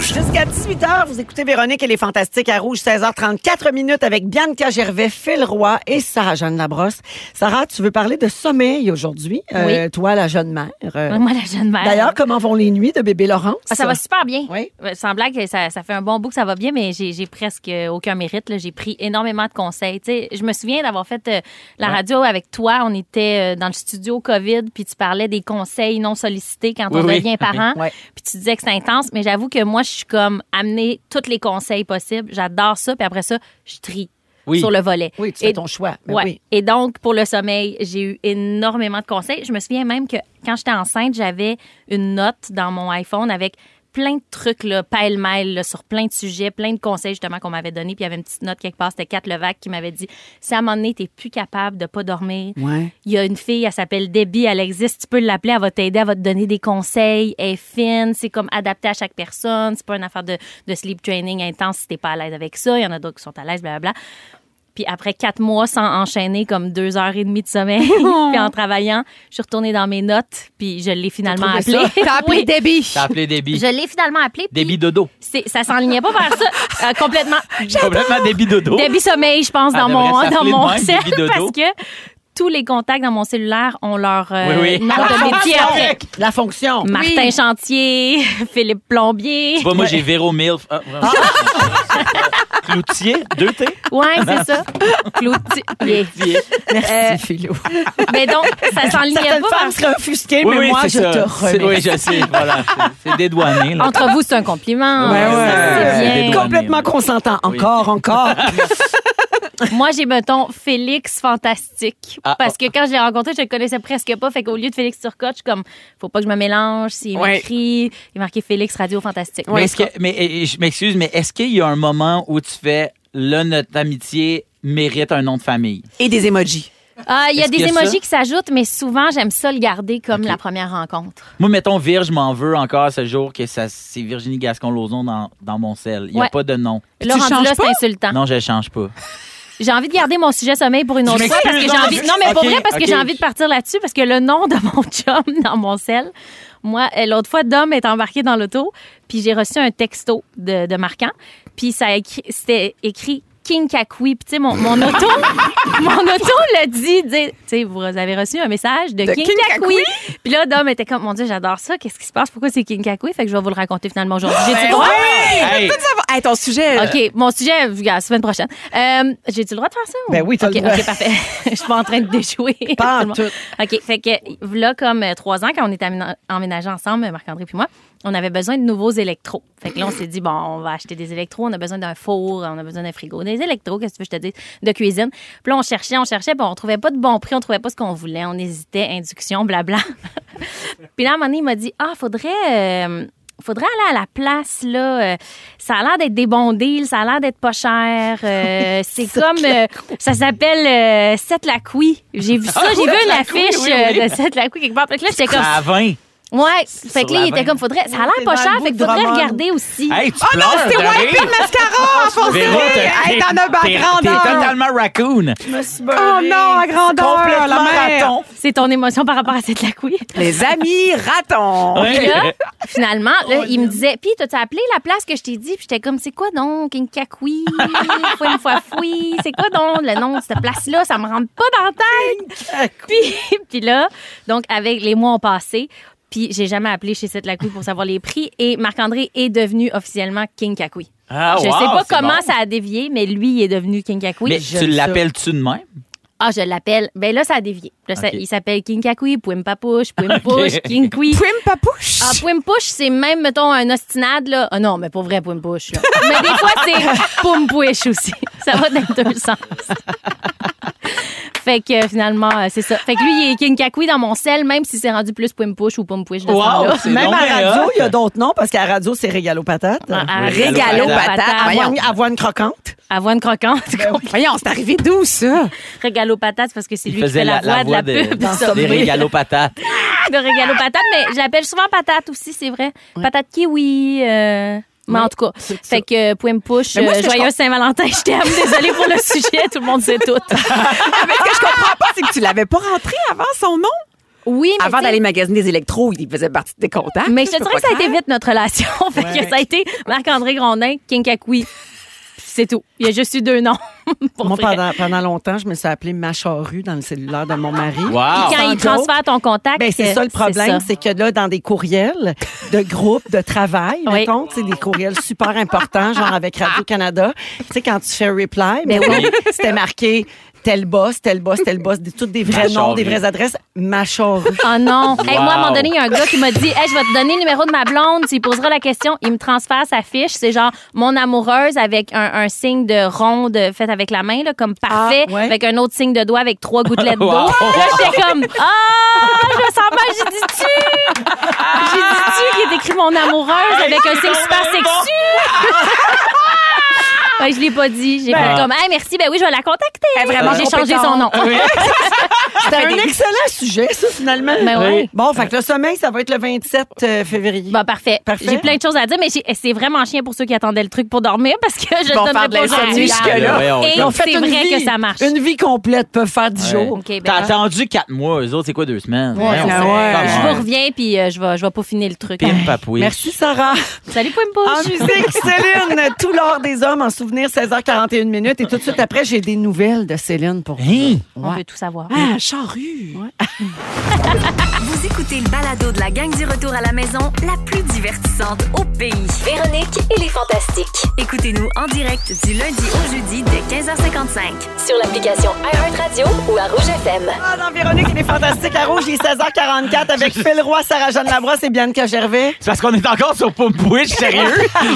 [SPEAKER 4] Jusqu'à 18h, vous écoutez Véronique et les Fantastiques à Rouge, 16h34 minutes avec Bianca Gervais, Phil Roy et Sarah-Jeanne Labrosse. Sarah, tu veux parler de sommeil aujourd'hui. Euh, Toi, la jeune mère. euh,
[SPEAKER 6] Moi, la jeune mère.
[SPEAKER 4] D'ailleurs, comment vont les nuits de bébé Laurence?
[SPEAKER 6] Ah, ça va super bien.
[SPEAKER 4] Oui.
[SPEAKER 6] Euh, Sans blague, ça, ça fait un bon bout que ça va bien, mais j'ai j'ai presque euh, aucun mérite. là. J'ai pris énormément de conseils. Tu sais, je me souviens d'avoir fait euh, la radio avec toi. On était euh, dans le studio COVID, puis tu parlais des conseils non sollicités quand
[SPEAKER 3] Oui,
[SPEAKER 6] on
[SPEAKER 4] <laughs>
[SPEAKER 3] oui.
[SPEAKER 6] devient parent.
[SPEAKER 4] Ouais.
[SPEAKER 6] Puis tu disais que c'est intense, mais j'avoue que moi, je suis comme amener tous les conseils possibles. J'adore ça. Puis après ça, je trie
[SPEAKER 3] Oui.
[SPEAKER 6] sur le volet.
[SPEAKER 4] Oui, tu
[SPEAKER 6] Et-
[SPEAKER 4] fais ton choix. Ben
[SPEAKER 6] Ouais.
[SPEAKER 4] oui.
[SPEAKER 6] Et donc, pour le sommeil, j'ai eu énormément de conseils. Je me souviens même que quand j'étais enceinte, j'avais une note dans mon iPhone avec plein de trucs, là, pêle-mêle, là, sur plein de sujets, plein de conseils, justement, qu'on m'avait donné. Puis il y avait une petite note quelque part, c'était Kat Levac qui m'avait dit Si à un moment donné, t'es plus capable de pas dormir,
[SPEAKER 5] Ouais.
[SPEAKER 6] il y a une fille, elle s'appelle Debbie, elle existe, tu peux l'appeler, elle va t'aider, elle va te donner des conseils, elle est fine, c'est comme adapté à chaque personne, c'est pas une affaire de, de sleep training intense si t'es pas à l'aise avec ça, il y en a d'autres qui sont à l'aise, blablabla. Puis après quatre mois sans enchaîner comme deux heures et demie
[SPEAKER 4] <laughs>
[SPEAKER 6] de sommeil, puis en travaillant, je suis retournée dans mes notes, puis je l'ai finalement
[SPEAKER 4] T'as
[SPEAKER 6] appelée.
[SPEAKER 4] trouvé
[SPEAKER 6] <laughs>
[SPEAKER 5] T'as appelé
[SPEAKER 6] Oui,
[SPEAKER 5] Debbie.
[SPEAKER 3] T'as appelé Déby.
[SPEAKER 6] Je l'ai finalement appelée. puis
[SPEAKER 3] Déby Dodo.
[SPEAKER 6] c'est- Ça s'enlignait pas vers ça euh, complètement.
[SPEAKER 3] Complètement Déby Dodo.
[SPEAKER 6] Débit sommeil, je pense,
[SPEAKER 3] Ah, Elle
[SPEAKER 6] dans mon,
[SPEAKER 3] devrait
[SPEAKER 6] dans
[SPEAKER 3] s'appeler
[SPEAKER 6] mon
[SPEAKER 3] de même,
[SPEAKER 6] sel,
[SPEAKER 3] Bibi Dodo.
[SPEAKER 6] parce que tous les contacts dans mon cellulaire ont leur euh,
[SPEAKER 3] Oui, Ah, oui.
[SPEAKER 6] nom de métier après.
[SPEAKER 4] La fonction.
[SPEAKER 6] Martin Chantier, <laughs> Philippe Plombier.
[SPEAKER 3] Tu vois, moi, j'ai Véro Milf. Ah, vraiment. Ah. <laughs> Cloutier, deux T.
[SPEAKER 6] Ouais,
[SPEAKER 3] <laughs>
[SPEAKER 6] c'est ça. Cloutier.
[SPEAKER 5] Merci, Philo.
[SPEAKER 6] Mais donc, ça s'enlignait
[SPEAKER 4] Certaines
[SPEAKER 6] pas.
[SPEAKER 4] femmes seraient offusquées,
[SPEAKER 3] Oui,
[SPEAKER 4] mais
[SPEAKER 3] oui,
[SPEAKER 4] moi,
[SPEAKER 3] c'est
[SPEAKER 4] je
[SPEAKER 3] ça.
[SPEAKER 4] te
[SPEAKER 3] C'est-
[SPEAKER 4] remets.
[SPEAKER 3] Oui, je sais. Voilà. C'est- C'est dédouané. là.
[SPEAKER 6] Entre vous, c'est un compliment.
[SPEAKER 3] Ouais,
[SPEAKER 6] Ça,
[SPEAKER 3] ouais.
[SPEAKER 6] c'est bien.
[SPEAKER 3] C'est des doigts.
[SPEAKER 4] Complètement consentant. Encore, encore.
[SPEAKER 6] Moi, j'ai, mettons, Félix Fantastique.
[SPEAKER 3] Ah,
[SPEAKER 6] parce que quand je l'ai rencontré, je le connaissais presque pas. Fait qu'au lieu de Félix Turcotte, je suis comme, faut pas que je me mélange. S'il
[SPEAKER 5] Ouais.
[SPEAKER 6] m'écrit, il marquait Félix Radio Fantastique.
[SPEAKER 3] mais, est-ce que- mais, et- et je m'excuse, mais est-ce qu'il y a un moment où tu fais là, notre amitié mérite un nom de famille?
[SPEAKER 5] Et des emojis.
[SPEAKER 6] Ah, il y a
[SPEAKER 3] Est-ce
[SPEAKER 6] des
[SPEAKER 3] qu'il y a ça?
[SPEAKER 6] émojis qui s'ajoutent, mais souvent, j'aime ça le garder comme la première rencontre.
[SPEAKER 3] Moi, mettons, Virge m'en veux encore ce jour que ça, c'est Virginie Gascon-Lozon dans, dans mon sel. Il n'y a
[SPEAKER 6] Ouais.
[SPEAKER 3] pas de nom.
[SPEAKER 6] là,
[SPEAKER 5] tu
[SPEAKER 6] rendu
[SPEAKER 5] changes
[SPEAKER 6] là, c'est
[SPEAKER 5] pas?
[SPEAKER 6] insultant.
[SPEAKER 3] Non, je ne change pas.
[SPEAKER 6] J'ai envie de garder mon sujet sommeil pour une autre
[SPEAKER 3] Je
[SPEAKER 6] fois parce que
[SPEAKER 3] m'excuse,
[SPEAKER 6] j'ai
[SPEAKER 3] non,
[SPEAKER 6] envie.
[SPEAKER 3] mais-
[SPEAKER 6] Non, mais pour
[SPEAKER 3] Ok,
[SPEAKER 6] vrai, parce que
[SPEAKER 3] ok.
[SPEAKER 6] j'ai envie de partir là-dessus parce que le nom de mon <laughs> chum dans mon sel. Moi, euh, l'autre fois, Dom est embarqué dans l'auto, puis j'ai reçu un texto de, de Marquant, puis ça a écrit- c'était écrit King Kakui, puis tu sais, mon, mon
[SPEAKER 3] <laughs>
[SPEAKER 6] auto, mon auto le dit, dit, tu sais, vous avez reçu un message de,
[SPEAKER 5] De
[SPEAKER 6] King,
[SPEAKER 5] King
[SPEAKER 6] Kakui. Puis là, Dom était comme, mon Dieu, j'adore ça, qu'est-ce qui se passe, pourquoi c'est King Kakui? Fait que je vais vous le raconter finalement aujourd'hui. J'ai dit, Ouais!
[SPEAKER 3] <laughs> Hey,
[SPEAKER 5] Tout savoir. Hey, ton sujet.
[SPEAKER 6] OK, mon sujet, la semaine prochaine. Euh, J'ai-tu le droit de faire ça? ou-
[SPEAKER 4] Ben oui, t'as
[SPEAKER 6] OK,
[SPEAKER 4] le droit.
[SPEAKER 6] OK, parfait. <laughs> Je suis pas en train de déjouer.
[SPEAKER 4] <laughs> Pas en
[SPEAKER 6] Tout le monde.
[SPEAKER 4] tout.
[SPEAKER 6] OK, fait que là, comme euh, trois ans, quand on est aména- emménagés ensemble, Marc-André puis moi, on avait besoin de nouveaux électros. Fait que là, on s'est dit, bon, on va acheter des électros, on a besoin d'un four, on a besoin d'un frigo, des électros, qu'est-ce que tu veux que je te dis, de cuisine. Puis là, on cherchait, on cherchait, puis on trouvait pas de bon prix, on trouvait pas ce qu'on voulait, on hésitait, induction, blabla. <laughs> Puis là, à un moment donné, il m'a dit Ah, faudrait. euh, Faudrait aller à la place, là. Euh, ça a l'air d'être des bons deals, ça a l'air d'être pas cher. Euh,
[SPEAKER 4] <laughs>
[SPEAKER 6] c'est comme. euh, ça s'appelle euh, 7 la couille. J'ai vu ça,
[SPEAKER 4] Ah
[SPEAKER 6] j'ai vu une affiche euh, de 7 la couille quelque part. Fait que là, j'étais comme.
[SPEAKER 3] à 20.
[SPEAKER 6] Ouais. Fait que là,
[SPEAKER 3] la
[SPEAKER 6] il était
[SPEAKER 3] veine.
[SPEAKER 6] comme. Faudrait, ça a l'air
[SPEAKER 4] c'est
[SPEAKER 6] pas
[SPEAKER 4] dans
[SPEAKER 6] cher,
[SPEAKER 4] le
[SPEAKER 6] fait
[SPEAKER 4] bout
[SPEAKER 6] que
[SPEAKER 4] du
[SPEAKER 6] faudrait
[SPEAKER 4] roman.
[SPEAKER 6] regarder aussi.
[SPEAKER 3] Hey, tu
[SPEAKER 5] Oh non,
[SPEAKER 3] pleures,
[SPEAKER 5] c'était
[SPEAKER 3] t'arrives.
[SPEAKER 4] euh,
[SPEAKER 5] White Pen Mascara, enfoncé!
[SPEAKER 3] Véro, Ah, t'es-
[SPEAKER 5] Hey,
[SPEAKER 3] t'es-
[SPEAKER 5] t'en as
[SPEAKER 3] t'es-
[SPEAKER 5] pas
[SPEAKER 3] T'es
[SPEAKER 5] grandeur!
[SPEAKER 3] totalement raccoon.
[SPEAKER 5] Oh non, à grandeur!
[SPEAKER 3] Complètement
[SPEAKER 5] la mère.
[SPEAKER 3] raton.
[SPEAKER 6] C'est ton émotion par rapport à 7 la couille.
[SPEAKER 5] Les amis ratons!
[SPEAKER 6] Puis là,
[SPEAKER 3] Ouais.
[SPEAKER 6] finalement, là, il me disait, puis t'as-tu appelé la place que je t'ai dit? Puis j'étais comme, c'est quoi donc, une cacouille, fois une fois fouille, c'est quoi donc le nom de cette place-là? Ça me rentre pas dans la tête. Puis, <laughs> puis là, donc avec les mois ont passé. Puis j'ai jamais appelé chez cette lacouille pour savoir les prix. Et Marc-André est devenu officiellement King Kakui.
[SPEAKER 3] Ah,
[SPEAKER 6] je
[SPEAKER 3] wow,
[SPEAKER 6] sais pas
[SPEAKER 3] c'est
[SPEAKER 6] comment
[SPEAKER 3] bon.
[SPEAKER 6] ça a dévié, mais lui, il est devenu King Kakui.
[SPEAKER 3] Mais
[SPEAKER 4] j'aime
[SPEAKER 3] tu
[SPEAKER 4] ça.
[SPEAKER 3] l'appelles-tu de même?
[SPEAKER 6] Ah, je l'appelle. Ben là, ça a dévié. Là, ça-
[SPEAKER 3] Ok.
[SPEAKER 6] il s'appelle King Kakui, Pouim Papouche,
[SPEAKER 3] <laughs>
[SPEAKER 6] Pouim Pouche, King Kui.
[SPEAKER 5] Prim Papouche!
[SPEAKER 6] Ah, Pouim Pouche, c'est même, mettons, un ostinade, là. Ah non, mais pour vrai, Pouim Pouche, là. mais des fois, c'est Poum Pouiche aussi. Ça va dans les deux sens. fait que euh, finalement, euh, c'est ça. Fait que lui, il est King Kakui dans mon sel, même si c'est rendu plus Pouim Pouche ou Poum Pouiche de ce
[SPEAKER 3] Wow,
[SPEAKER 6] temps-là.
[SPEAKER 3] c'est hein?
[SPEAKER 4] Même
[SPEAKER 3] donc
[SPEAKER 4] à
[SPEAKER 3] bien
[SPEAKER 4] radio,
[SPEAKER 3] hot.
[SPEAKER 4] il y a d'autres noms parce qu'à radio, c'est régalo patate.
[SPEAKER 6] Ah,
[SPEAKER 3] Oui, régalo
[SPEAKER 5] patate.
[SPEAKER 4] Avoine,
[SPEAKER 5] Voyons.
[SPEAKER 4] avoine croquante.
[SPEAKER 6] Avoine croquante.
[SPEAKER 4] Ben
[SPEAKER 5] Voyons, c'est arrivé d'où, ça?
[SPEAKER 6] <laughs> Régalo patate, c'est parce que c'est lui qui fait la, voix de la pub.
[SPEAKER 3] des
[SPEAKER 6] ça.
[SPEAKER 3] des régalos patates.
[SPEAKER 6] de régalo patate, mais je l'appelle souvent patate aussi, c'est vrai. Patate kiwi. euh, Mais en tout cas, fait que euh, Pouim Push,
[SPEAKER 5] Mais moi, ce que je
[SPEAKER 6] joyeux Saint-Valentin, je t'aime. Désolée
[SPEAKER 5] <laughs>
[SPEAKER 6] pour le sujet, tout le monde sait tout.
[SPEAKER 5] Ah, mais ce que je comprends pas, c'est que tu l'avais pas rentré avant son nom.
[SPEAKER 6] Oui, mais,
[SPEAKER 5] Avant
[SPEAKER 6] tu sais,
[SPEAKER 5] d'aller magasiner des électros, il faisait partie de tes contacts.
[SPEAKER 6] mais je te
[SPEAKER 5] C'est
[SPEAKER 6] dirais que
[SPEAKER 5] pas
[SPEAKER 6] ça a été
[SPEAKER 5] grave.
[SPEAKER 6] vite notre relation. <laughs> fait que ça a été Marc-André Grondin, King Kakui. C'est tout. Il y a juste eu deux noms. <laughs> pour
[SPEAKER 4] Moi,
[SPEAKER 6] vrai. Ah,
[SPEAKER 4] pendant, pendant longtemps, je me suis appelée Macharu dans le cellulaire de mon mari.
[SPEAKER 5] Ah,
[SPEAKER 3] Wow.
[SPEAKER 6] Puis quand
[SPEAKER 4] Sans
[SPEAKER 6] il transfère ton contact, euh,
[SPEAKER 4] Ben, c'est ça le problème,
[SPEAKER 6] ça.
[SPEAKER 4] c'est que là, dans des courriels de groupes de travail,
[SPEAKER 6] Oui.
[SPEAKER 4] mettons, tu sais, des courriels super importants, genre avec Radio-Canada, tu sais, quand tu fais reply, mais
[SPEAKER 6] Ben oui.
[SPEAKER 4] c'était marqué tel boss, tel boss, tel boss, des, toutes des vrais noms, des vraies adresses, Macharu.
[SPEAKER 6] <laughs> Oh non! Hey, moi, à un moment
[SPEAKER 3] Wow.
[SPEAKER 6] donné, il y a un gars qui m'a dit Hey, je vais te donner le numéro de ma blonde, tu lui poseras la question. Il me transfère sa fiche. C'est genre mon amoureuse avec un, un signe de ronde fait avec la main, là, comme parfait,
[SPEAKER 4] ouais.
[SPEAKER 6] avec un autre signe de doigt avec trois gouttelettes d'eau.
[SPEAKER 3] <laughs> Wow.
[SPEAKER 6] Là, j'étais comme Ah, je me sens mal, j'ai dit tu! J'ai dit tu qu'il est écrit mon amoureuse avec un signe super sexu. <laughs> Fait que je l'ai pas dit. J'ai fait comme, hey, merci, ben oui, je vais la contacter.
[SPEAKER 5] Eh, vraiment
[SPEAKER 6] J'ai changé
[SPEAKER 5] compétente.
[SPEAKER 6] son nom.
[SPEAKER 4] C'est un excellent sujet, ça, finalement.
[SPEAKER 6] Ah, Ben ouais.
[SPEAKER 4] Bon, fait que le sommeil, ça va être le 27 euh, février.
[SPEAKER 6] Bon, Bah, parfait.
[SPEAKER 4] Parfait.
[SPEAKER 6] J'ai plein de choses à dire, mais j'ai- c'est vraiment chien pour ceux qui attendaient le truc pour dormir parce que je ne
[SPEAKER 4] Bon, faire
[SPEAKER 6] donnerai
[SPEAKER 4] de
[SPEAKER 6] pas
[SPEAKER 4] l'insomnie
[SPEAKER 6] aujourd'hui.
[SPEAKER 4] jusque-là.
[SPEAKER 3] Voyons,
[SPEAKER 6] Et
[SPEAKER 3] comme-
[SPEAKER 4] Faites
[SPEAKER 6] c'est
[SPEAKER 4] une
[SPEAKER 6] vrai
[SPEAKER 4] vie-
[SPEAKER 6] que ça marche.
[SPEAKER 4] Une vie complète peut faire 10
[SPEAKER 3] Ouais.
[SPEAKER 4] jours.
[SPEAKER 6] OK, ben,
[SPEAKER 3] T'as attendu quatre mois, eux autres, c'est quoi deux semaines? Voyons,
[SPEAKER 4] c'est-
[SPEAKER 3] come
[SPEAKER 4] Ah ouais.
[SPEAKER 6] je
[SPEAKER 3] on.
[SPEAKER 6] vous reviens, puis euh, je vais je vais peaufiner le truc.
[SPEAKER 3] Ah
[SPEAKER 6] Hein.
[SPEAKER 3] Pim, papouille.
[SPEAKER 4] Merci, Sarah.
[SPEAKER 6] Salut,
[SPEAKER 4] En
[SPEAKER 6] Poumpouche!
[SPEAKER 4] musique, <laughs> Céline, tout l'or des hommes en souvenir, 16h41 minutes. Et tout de suite après, j'ai des nouvelles de Céline pour vous.
[SPEAKER 3] Hein?
[SPEAKER 6] On veut tout savoir.
[SPEAKER 5] Ah, charrue!
[SPEAKER 1] Vous écoutez le balado de la gang du retour à la maison, la plus divertissante au pays.
[SPEAKER 2] Véronique et les Fantastiques.
[SPEAKER 1] Écoutez-nous en direct du lundi au jeudi dès 15h55.
[SPEAKER 2] Sur l'application iHeartRadio ou à Rouge FM.
[SPEAKER 4] Ah non, Véronique, il est fantastique à rouge. Il est 16h44 <laughs> avec Phil Roy, Sarah-Jeanne Labrosse et Bianca Gervais.
[SPEAKER 3] C'est parce qu'on est encore sur
[SPEAKER 4] <laughs>
[SPEAKER 3] Pumpouish, sérieux?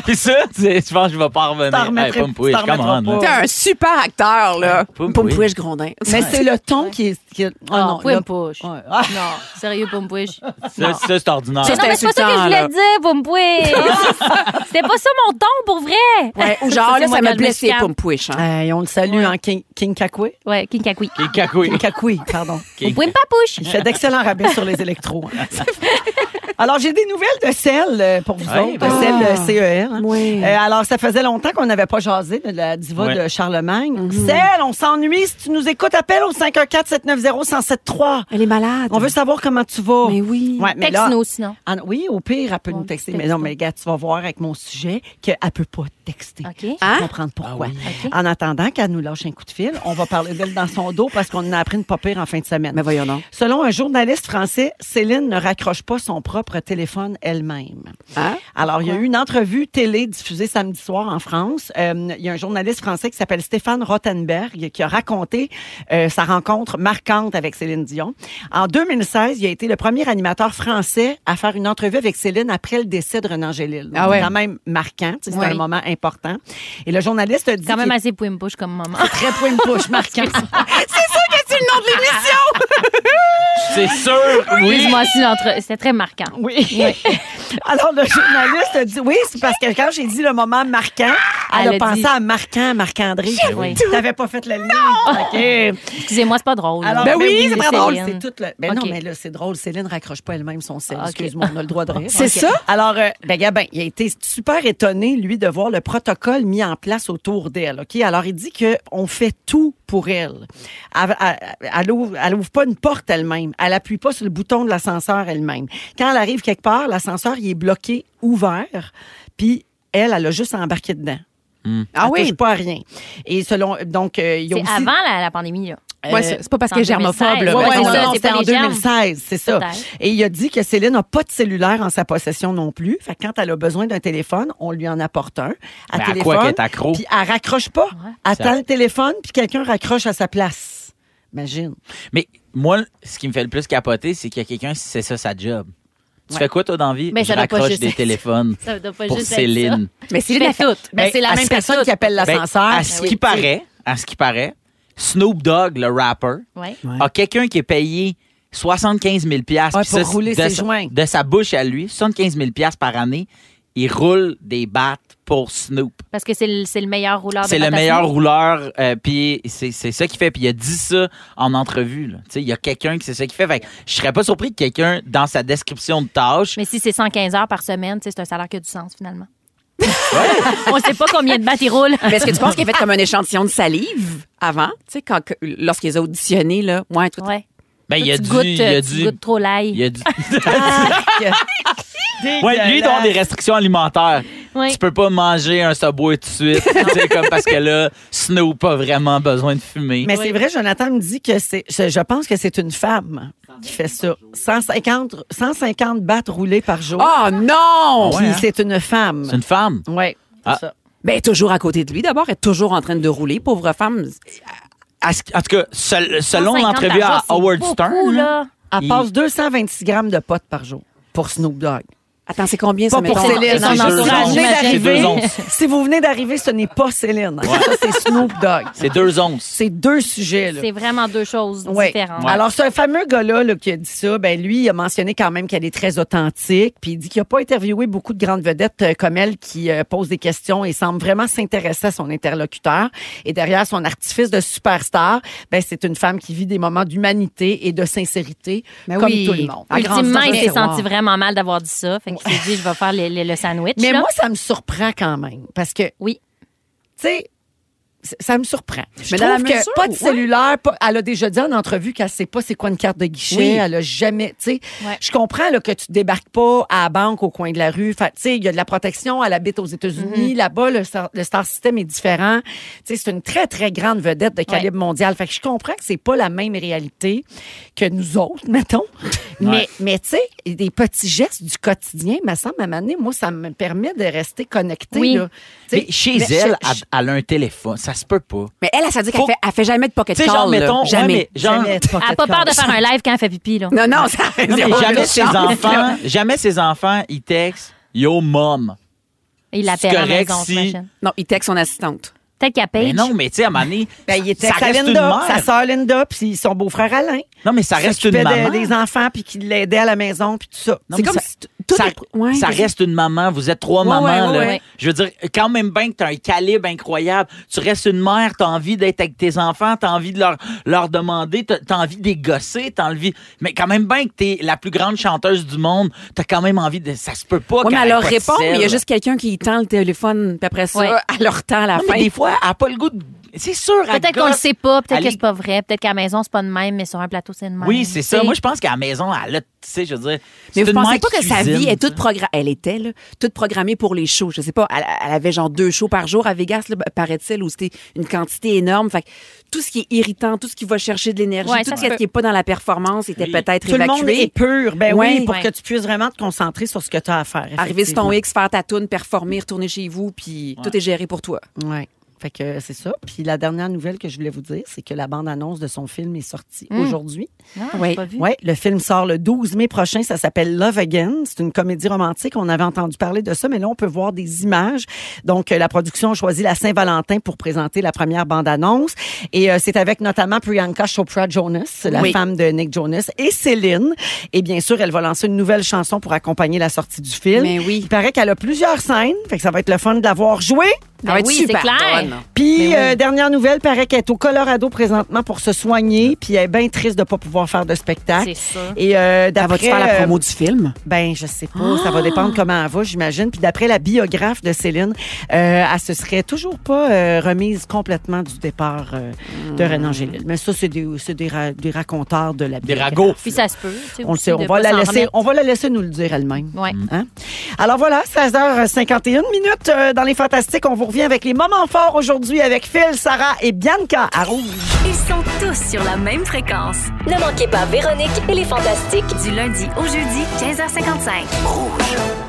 [SPEAKER 3] Puis ça, tu sais, je pense que je vais pas
[SPEAKER 4] T'en
[SPEAKER 3] revenir.
[SPEAKER 4] remettrais-
[SPEAKER 3] Pumpouish,
[SPEAKER 4] t'en
[SPEAKER 3] come
[SPEAKER 4] remettras pas.
[SPEAKER 3] on.
[SPEAKER 5] T'es un super acteur, là.
[SPEAKER 3] Poum,
[SPEAKER 5] Pompouiche <laughs> Grondin.
[SPEAKER 4] Mais c'est le ton qui est... qui est- oh
[SPEAKER 6] Ah,
[SPEAKER 4] non, là-
[SPEAKER 6] Poumpouche.
[SPEAKER 4] Ouais. Ah.
[SPEAKER 6] Non, sérieux, Poumpouche.
[SPEAKER 3] Ça, ça, c'est ordinaire.
[SPEAKER 5] Ça,
[SPEAKER 6] Mais non, mais c'est pas ça que je
[SPEAKER 5] insultant, là.
[SPEAKER 6] voulais dire,
[SPEAKER 4] <laughs>
[SPEAKER 6] Poumpouche. C'était pas ça mon ton, pour vrai.
[SPEAKER 5] Ouais, ou genre,
[SPEAKER 6] c'est
[SPEAKER 5] là,
[SPEAKER 6] moi
[SPEAKER 5] ça
[SPEAKER 6] qui
[SPEAKER 5] m'a
[SPEAKER 6] le
[SPEAKER 5] blessé,
[SPEAKER 6] musicale.
[SPEAKER 5] Pompouish. Hein.
[SPEAKER 4] Hey, on le salue en King, King Kakwe.
[SPEAKER 6] Ouais, Kinkakui.
[SPEAKER 3] Qui est cacouille.
[SPEAKER 4] Kakui, <laughs> pardon.
[SPEAKER 3] Qui-
[SPEAKER 6] Poumpouche. papouche.
[SPEAKER 4] Il fait d'excellents rabais sur les électros.
[SPEAKER 3] <laughs>
[SPEAKER 4] hein. Alors, j'ai des nouvelles de celle euh, pour vous
[SPEAKER 3] Ouais,
[SPEAKER 4] autres,
[SPEAKER 3] ben-
[SPEAKER 4] de celle CER. hein.
[SPEAKER 5] Ah, Oui.
[SPEAKER 4] Euh, alors, ça faisait longtemps qu'on n'avait pas jasé de la diva
[SPEAKER 3] Ouais.
[SPEAKER 4] de Charlemagne.
[SPEAKER 5] Mhm.
[SPEAKER 4] Celle, on s'ennuie. Si tu nous écoutes, appelle au 514-790-1073.
[SPEAKER 5] Elle est malade.
[SPEAKER 4] On veut savoir comment tu vas.
[SPEAKER 5] Ah, Mais oui.
[SPEAKER 4] Ouais, mais là-
[SPEAKER 6] Texte-nous, sinon.
[SPEAKER 4] Ah non, oui, au pire, elle peut
[SPEAKER 6] Ouais,
[SPEAKER 4] nous texter.
[SPEAKER 6] texte
[SPEAKER 4] Mais non,
[SPEAKER 6] nous.
[SPEAKER 4] mais gars, tu vas voir avec mon sujet qu'elle ne peut pas texter.
[SPEAKER 6] OK.
[SPEAKER 4] Tu vas
[SPEAKER 5] Hein?
[SPEAKER 4] comprendre pourquoi.
[SPEAKER 3] Ah oui.
[SPEAKER 6] OK.
[SPEAKER 4] En attendant qu'elle nous lâche un coup de fil, on va parler d'elle dans son dos parce qu'on en a appris une pas pire en fin de semaine.
[SPEAKER 5] Mais voyons donc.
[SPEAKER 4] Selon un journaliste français, Céline ne raccroche pas son propre téléphone elle-même.
[SPEAKER 5] Hein?
[SPEAKER 4] Alors, il y a eu une entrevue télé diffusée samedi soir en France. Euh, il y a un journaliste français qui s'appelle Stéphane Rottenberg qui a raconté euh, sa rencontre marquante avec Céline Dion. En 2016, il a été le premier animateur français à faire une entrevue avec Céline après le décès de Renan Gélil.
[SPEAKER 5] Ah ouais.
[SPEAKER 4] C'est quand même marquant. tu sais, C'est
[SPEAKER 6] Ouais.
[SPEAKER 4] un moment important. Et le journaliste a dit...
[SPEAKER 6] Quand même
[SPEAKER 4] qu'il-
[SPEAKER 6] assez Poumpouche comme moment.
[SPEAKER 4] Très point de push, marquant.
[SPEAKER 3] C'est sûr, oui.
[SPEAKER 6] Excuse-moi, c'est notre- c'était très marquant.
[SPEAKER 4] Oui. <laughs> Alors, le journaliste a dit oui, c'est parce que quand j'ai dit le moment marquant, elle,
[SPEAKER 6] Elle
[SPEAKER 4] a
[SPEAKER 6] a
[SPEAKER 4] pensé
[SPEAKER 6] dit- Ben
[SPEAKER 4] à Marquant, Marc-André.
[SPEAKER 6] Oui.
[SPEAKER 4] Tu n'avais pas fait la ligne. OK.
[SPEAKER 6] Excusez-moi, c'est pas drôle.
[SPEAKER 4] Alors,
[SPEAKER 5] Ben oui,
[SPEAKER 4] c'est pas
[SPEAKER 6] Céline.
[SPEAKER 4] drôle. C'est tout le... Ben non,
[SPEAKER 6] OK.
[SPEAKER 4] mais là, c'est drôle. Céline raccroche pas elle-même son sel.
[SPEAKER 6] Ah, OK.
[SPEAKER 4] Excuse-moi, on a le droit de rire.
[SPEAKER 5] C'est
[SPEAKER 4] OK.
[SPEAKER 5] ça?
[SPEAKER 4] Alors, euh, ben, Gabin, il a été super étonné, lui, de voir le protocole mis en place autour d'elle. OK? Alors, il dit que on fait tout pour elle. Elle, elle- elle ouvre, elle ouvre pas une porte elle-même. Elle appuie pas sur le bouton de l'ascenseur elle-même. Quand elle arrive quelque part, l'ascenseur, il est bloqué, ouvert, puis elle, elle a juste embarqué dedans.
[SPEAKER 5] Ah
[SPEAKER 4] Elle
[SPEAKER 5] oui.
[SPEAKER 4] touche pas à rien. Et selon donc euh, il y a
[SPEAKER 6] C'est
[SPEAKER 4] aussi euh,
[SPEAKER 6] avant la, la pandémie, là.
[SPEAKER 5] Ouais, c'est c'est pas parce
[SPEAKER 6] c'est
[SPEAKER 5] que
[SPEAKER 6] en
[SPEAKER 5] germophobe,
[SPEAKER 6] 2016,
[SPEAKER 5] là.
[SPEAKER 6] Ah, ben ouais,
[SPEAKER 5] mais
[SPEAKER 6] ouais,
[SPEAKER 4] non,
[SPEAKER 6] c'est
[SPEAKER 5] bon,
[SPEAKER 6] ça,
[SPEAKER 5] là,
[SPEAKER 4] non,
[SPEAKER 6] c'est
[SPEAKER 4] c'était
[SPEAKER 6] pas
[SPEAKER 4] en
[SPEAKER 6] les germes.
[SPEAKER 4] 2016, c'est ça.
[SPEAKER 6] Peut-être.
[SPEAKER 4] Et il a dit que Céline n'a pas de cellulaire en sa possession non plus. Fait que quand elle a besoin d'un téléphone, on lui en apporte un.
[SPEAKER 3] Mais à
[SPEAKER 4] téléphone,
[SPEAKER 3] quoi qu'elle est accro?
[SPEAKER 4] Puis elle raccroche pas. Attends
[SPEAKER 3] Ça-
[SPEAKER 4] le téléphone, puis quelqu'un raccroche à sa place. Imagine.
[SPEAKER 3] Mais moi, ce qui me fait le plus capoter, c'est qu'il y a quelqu'un, c'est ça sa job. Tu
[SPEAKER 4] Ouais.
[SPEAKER 3] fais quoi, toi, dans la vie?
[SPEAKER 6] Mais
[SPEAKER 3] je
[SPEAKER 6] Ben, ça doit pas
[SPEAKER 3] raccroche
[SPEAKER 6] juste
[SPEAKER 3] des
[SPEAKER 6] être-
[SPEAKER 3] téléphones
[SPEAKER 6] Ça doit pas
[SPEAKER 3] pour
[SPEAKER 6] juste être
[SPEAKER 3] Céline.
[SPEAKER 6] ça.
[SPEAKER 5] Mais
[SPEAKER 6] Je
[SPEAKER 5] Céline,
[SPEAKER 6] fais
[SPEAKER 5] elle fait-
[SPEAKER 6] tout. Ben,
[SPEAKER 4] Ben,
[SPEAKER 6] c'est la
[SPEAKER 4] à
[SPEAKER 6] même
[SPEAKER 4] cette personne
[SPEAKER 6] personne
[SPEAKER 4] qui appelle
[SPEAKER 3] Ben,
[SPEAKER 4] l'ascenseur.
[SPEAKER 3] à ce
[SPEAKER 6] Ben
[SPEAKER 3] qui
[SPEAKER 6] oui.
[SPEAKER 3] paraît, à ce qui paraît, Snoop Dogg, le rapper,
[SPEAKER 6] Ouais.
[SPEAKER 3] a quelqu'un qui est payé 75 000 puis
[SPEAKER 4] Ouais,
[SPEAKER 3] ça,
[SPEAKER 4] pour rouler
[SPEAKER 3] de,
[SPEAKER 4] ses
[SPEAKER 3] sa-
[SPEAKER 4] joints.
[SPEAKER 3] de sa bouche à lui, 75 000 par année, il roule des battes pour Snoop.
[SPEAKER 6] Parce que c'est le, c'est le meilleur rouleur de
[SPEAKER 3] C'est le
[SPEAKER 6] patate à
[SPEAKER 3] meilleur
[SPEAKER 6] snow.
[SPEAKER 3] rouleur, euh, puis c'est c'est ça qui fait. Puis il a dit ça en entrevue. là. Tu sais, Il y a quelqu'un qui c'est ça qui fait. fait que je serais pas surpris que quelqu'un, dans sa description de tâche,
[SPEAKER 6] Mais si c'est 115 heures par semaine, tu sais, c'est un salaire qui a du sens, finalement. <laughs> On sait pas combien de battes il roule.
[SPEAKER 5] Mais est-ce que tu penses qu'il a fait comme un échantillon de salive avant? Tu sais, quand, que- lorsqu'ils ont auditionné, là. Ouais, tout.
[SPEAKER 6] Ouais.
[SPEAKER 3] ben, il a
[SPEAKER 6] Tu
[SPEAKER 3] dû.
[SPEAKER 6] goûtes,
[SPEAKER 3] Il a
[SPEAKER 6] euh, tu
[SPEAKER 3] dû.
[SPEAKER 6] goûtes trop
[SPEAKER 3] Il
[SPEAKER 6] l'ail. <laughs>
[SPEAKER 3] a dû.
[SPEAKER 4] <laughs>
[SPEAKER 3] ouais, lui, ils ont des restrictions alimentaires.
[SPEAKER 6] Ouais.
[SPEAKER 3] Tu peux pas manger un subway tout de suite.
[SPEAKER 6] <laughs>
[SPEAKER 3] tu sais, comme parce que là, Snoop a vraiment besoin de fumer.
[SPEAKER 4] Mais c'est vrai, Jonathan me dit que c'est. Je, je pense que c'est une femme qui fait ça. 150, 150 battes roulées par jour.
[SPEAKER 5] Oh non!
[SPEAKER 4] Puis
[SPEAKER 3] Ah, ouais, hein?
[SPEAKER 4] c'est une femme.
[SPEAKER 3] C'est une femme.
[SPEAKER 4] Ouais.
[SPEAKER 3] Ah.
[SPEAKER 4] Ça.
[SPEAKER 5] Ben, toujours à côté de lui d'abord, elle est toujours en train de rouler, pauvre femme.
[SPEAKER 3] À ce- En tout cas, sel- selon
[SPEAKER 6] 150
[SPEAKER 3] l'entrevue
[SPEAKER 6] par
[SPEAKER 3] à
[SPEAKER 6] jour, c'est
[SPEAKER 3] Howard
[SPEAKER 6] beaucoup,
[SPEAKER 3] Stern,
[SPEAKER 6] là.
[SPEAKER 4] Elle
[SPEAKER 3] Il-
[SPEAKER 4] passe 226 grammes de potes par jour pour Snoop Dogg.
[SPEAKER 5] Attends, c'est combien ça,
[SPEAKER 4] Pas pour
[SPEAKER 5] mettons?
[SPEAKER 6] Céline.
[SPEAKER 4] Céline.
[SPEAKER 6] Son
[SPEAKER 4] Si vous
[SPEAKER 6] entourage,
[SPEAKER 4] venez
[SPEAKER 6] j'imagine.
[SPEAKER 4] d'arriver-
[SPEAKER 3] C'est deux onces.
[SPEAKER 4] Si vous venez d'arriver, ce n'est pas Céline. Ça, c'est Snoop Dogg.
[SPEAKER 3] C'est deux onces.
[SPEAKER 4] C'est deux sujets. là.
[SPEAKER 6] C'est vraiment deux choses
[SPEAKER 4] Ouais.
[SPEAKER 6] différentes.
[SPEAKER 3] Ouais.
[SPEAKER 4] Alors, ce fameux gars-là là, qui a dit ça, ben lui, il a mentionné quand même qu'elle est très authentique, puis il dit qu'il n'a pas interviewé beaucoup de grandes vedettes euh, comme elle qui euh, posent des questions et semble vraiment s'intéresser à son interlocuteur. Et derrière son artifice de superstar, ben c'est une femme qui vit des moments d'humanité et de sincérité,
[SPEAKER 5] Mais
[SPEAKER 4] comme
[SPEAKER 5] oui.
[SPEAKER 4] tout le monde.
[SPEAKER 6] Ben Ultimement, il s'est
[SPEAKER 4] vraiment.
[SPEAKER 6] senti vraiment mal d'avoir dit ça. Fait qu'il s'est dit, je vais faire le, le- le sandwich.
[SPEAKER 4] Mais
[SPEAKER 6] là.
[SPEAKER 4] moi, ça me surprend quand même, parce que
[SPEAKER 6] oui.
[SPEAKER 4] tu sais, c- ça me surprend. Je
[SPEAKER 5] Mais dans
[SPEAKER 4] trouve
[SPEAKER 5] la
[SPEAKER 4] que
[SPEAKER 5] mesure
[SPEAKER 4] pas de
[SPEAKER 5] où-
[SPEAKER 4] cellulaire, pas- elle a déjà dit en entrevue qu'elle sait pas c'est quoi une carte de guichet,
[SPEAKER 5] Oui.
[SPEAKER 4] elle a jamais, tu sais.
[SPEAKER 6] Ouais.
[SPEAKER 4] Je comprends là, que tu débarques pas à la banque au coin de la rue, Fait, tu sais, il y a de la protection, elle habite aux États-Unis, là-bas le star, le star system est différent. Tu sais, c'est une très très grande vedette de calibre mondial. Fait que je comprends que c'est pas la même réalité que nous autres, <laughs> mettons. Mais mais tu sais, des petits gestes du quotidien, me semble à un moment donné, moi ça me permet de rester connectée
[SPEAKER 6] Oui.
[SPEAKER 4] là. Tu sais,
[SPEAKER 3] Mais chez
[SPEAKER 4] mais
[SPEAKER 3] elle,
[SPEAKER 4] je- je-
[SPEAKER 3] elle- elle a un téléphone. Ça se peut pas.
[SPEAKER 5] Mais elle, elle, ça veut dire qu'elle
[SPEAKER 3] Faut-
[SPEAKER 5] fait, elle fait jamais de pocket
[SPEAKER 3] Tu sais,
[SPEAKER 5] call.
[SPEAKER 3] genre,
[SPEAKER 5] là.
[SPEAKER 3] mettons, ouais,
[SPEAKER 5] jamais.
[SPEAKER 3] mais genre,
[SPEAKER 4] Jamais
[SPEAKER 3] <laughs>
[SPEAKER 4] de pocket
[SPEAKER 6] Elle a pas peur de
[SPEAKER 4] call.
[SPEAKER 6] faire un live quand elle fait pipi, là.
[SPEAKER 5] Non, non, ça.
[SPEAKER 3] Non, mais
[SPEAKER 5] zéro
[SPEAKER 3] jamais
[SPEAKER 5] chance.
[SPEAKER 3] ses <laughs> enfants, jamais ses enfants, ils textent Yo mom.
[SPEAKER 6] Il
[SPEAKER 3] C'est
[SPEAKER 6] l'appelle à la
[SPEAKER 3] correct
[SPEAKER 6] maison,
[SPEAKER 3] si-
[SPEAKER 6] j'imagine.
[SPEAKER 5] Non, il texte son assistante.
[SPEAKER 6] Peut-être qu'elle
[SPEAKER 3] Mais
[SPEAKER 6] paye.
[SPEAKER 3] Ben non, mais tu sais, à un moment
[SPEAKER 5] <laughs>
[SPEAKER 3] donné,
[SPEAKER 4] Ben, il était
[SPEAKER 3] ça
[SPEAKER 4] sa
[SPEAKER 3] reste une
[SPEAKER 4] Linda,
[SPEAKER 3] mère.
[SPEAKER 4] sa sœur Linda, puis son beau-frère Alain.
[SPEAKER 3] Non, mais ça
[SPEAKER 4] qui
[SPEAKER 3] reste
[SPEAKER 4] s'occupait
[SPEAKER 3] une
[SPEAKER 4] de-
[SPEAKER 3] maman.
[SPEAKER 4] des enfants, puis qui l'aidait à la maison, puis tout ça.
[SPEAKER 3] Non,
[SPEAKER 5] C'est
[SPEAKER 3] mais
[SPEAKER 5] comme
[SPEAKER 3] ça-
[SPEAKER 5] si t- tout
[SPEAKER 3] ça,
[SPEAKER 5] est- ouais,
[SPEAKER 3] ça
[SPEAKER 5] vas-y.
[SPEAKER 3] reste une maman. Vous êtes trois
[SPEAKER 5] Ouais,
[SPEAKER 3] mamans.
[SPEAKER 5] ouais,
[SPEAKER 3] là.
[SPEAKER 5] ouais.
[SPEAKER 3] Je veux dire, quand même bien que tu as un calibre incroyable, tu restes une mère, tu as envie d'être avec tes enfants, tu as envie de leur, leur demander, tu as envie de les gosser, tu envie. Mais quand même bien que tu es la plus grande chanteuse du monde, tu as quand même envie de. Ça se peut pas.
[SPEAKER 5] Ouais, mais
[SPEAKER 3] qu'elle
[SPEAKER 5] elle
[SPEAKER 3] ait
[SPEAKER 5] leur
[SPEAKER 3] pas de
[SPEAKER 5] répond, mais il y a
[SPEAKER 3] sel.
[SPEAKER 5] juste quelqu'un qui tend le téléphone, puis après ça,
[SPEAKER 6] Ouais.
[SPEAKER 5] elle leur tend à la
[SPEAKER 3] Non,
[SPEAKER 5] Ah, fin.
[SPEAKER 3] mais des fois, elle n'a pas le goût de. C'est sûr, elle
[SPEAKER 6] Peut-être qu'on le
[SPEAKER 3] gosse.
[SPEAKER 6] sait pas, peut-être
[SPEAKER 3] Allez.
[SPEAKER 6] que c'est pas vrai, peut-être qu'à la maison c'est pas de même, mais sur un plateau c'est de même.
[SPEAKER 3] Oui, c'est ça.
[SPEAKER 6] hein, Tu sais,
[SPEAKER 3] Moi, je pense qu'à la maison, elle a, tu sais, je veux dire. c'est
[SPEAKER 5] Mais vous
[SPEAKER 3] une
[SPEAKER 5] pensez
[SPEAKER 3] mère
[SPEAKER 5] pas
[SPEAKER 3] qui
[SPEAKER 5] que sa
[SPEAKER 3] cuisine.
[SPEAKER 5] vie est toute programmée. Elle était, là, toute programmée pour les shows. Je sais pas, elle, elle avait genre deux shows par jour à Vegas, là, paraît-il, où c'était une quantité énorme. Fait que tout ce qui est irritant, tout ce qui va chercher de l'énergie,
[SPEAKER 6] Ouais,
[SPEAKER 5] tout
[SPEAKER 6] ça
[SPEAKER 5] ce
[SPEAKER 6] se peut.
[SPEAKER 5] qui n'est pas dans la performance était
[SPEAKER 3] Oui.
[SPEAKER 5] peut-être
[SPEAKER 4] Tout le monde est
[SPEAKER 5] évacué.
[SPEAKER 4] pur, ben
[SPEAKER 5] Ouais.
[SPEAKER 4] oui, pour
[SPEAKER 6] Ouais.
[SPEAKER 4] que tu puisses vraiment te concentrer sur ce que tu as à faire.
[SPEAKER 5] Arriver sur ton
[SPEAKER 4] effectivement.
[SPEAKER 5] X, faire ta toune, performer, retourner chez vous, puis tout est géré pour toi.
[SPEAKER 4] Ouais. Fait que euh, c'est ça. Puis la dernière nouvelle que je voulais vous dire, c'est que la bande-annonce de son film est sortie
[SPEAKER 5] Hmm.
[SPEAKER 4] aujourd'hui.
[SPEAKER 6] Non, j'ai
[SPEAKER 5] Oui.
[SPEAKER 6] pas vu.
[SPEAKER 4] Oui, le film sort le 12 mai prochain. Ça s'appelle Love Again. C'est une comédie romantique. On avait entendu parler de ça, mais là, on peut voir des images. Donc, euh, la production a choisi la Saint-Valentin pour présenter la première bande-annonce. Et euh, c'est avec notamment Priyanka Chopra Jonas, la
[SPEAKER 5] Oui.
[SPEAKER 4] femme de Nick Jonas, et Céline. Et bien sûr, elle va lancer une nouvelle chanson pour accompagner la sortie du film.
[SPEAKER 5] Mais oui.
[SPEAKER 4] Il paraît qu'elle a plusieurs scènes. Fait que ça va être le fun de l'avoir jouée.
[SPEAKER 5] Ça va être
[SPEAKER 6] oui, c'est
[SPEAKER 5] super
[SPEAKER 6] clair.
[SPEAKER 5] bonne.
[SPEAKER 4] Puis, euh, dernière nouvelle, paraît qu'elle est au Colorado présentement pour se soigner. Puis, elle est bien triste de pas pouvoir faire de spectacle.
[SPEAKER 6] C'est ça.
[SPEAKER 4] Et euh,
[SPEAKER 5] Elle
[SPEAKER 4] d'après,
[SPEAKER 5] va-tu faire la
[SPEAKER 4] euh,
[SPEAKER 5] promo du film?
[SPEAKER 4] ben je sais pas, ça
[SPEAKER 6] Ah!
[SPEAKER 4] va dépendre comment elle va, j'imagine. Puis d'après la biographe de Céline, euh, elle se serait toujours pas euh, remise complètement du départ euh, de
[SPEAKER 6] Hmm.
[SPEAKER 4] Renan Gélil. Mais ça, c'est des, c'est des, ra- des raconteurs de la
[SPEAKER 3] Des
[SPEAKER 4] biographe.
[SPEAKER 3] ragots.
[SPEAKER 6] Puis ça se peut. tu sais,
[SPEAKER 4] On le
[SPEAKER 6] aussi,
[SPEAKER 4] sait, on
[SPEAKER 6] de
[SPEAKER 4] va
[SPEAKER 6] pas
[SPEAKER 4] la
[SPEAKER 6] s'en
[SPEAKER 4] laisser,
[SPEAKER 6] remettre.
[SPEAKER 4] on va la laisser nous le dire elle-même.
[SPEAKER 6] Ouais.
[SPEAKER 3] Mm.
[SPEAKER 4] Hein? Alors voilà, 16h51 minutes euh, dans les fantastiques. On vous revient avec les moments forts aujourd'hui avec Phil, Sarah et Bianca à Rouge.
[SPEAKER 1] Ils sont tous sur la même fréquence.
[SPEAKER 2] Ne manquez pas Véronique et les Fantastiques.
[SPEAKER 1] Du lundi au jeudi, 15h55.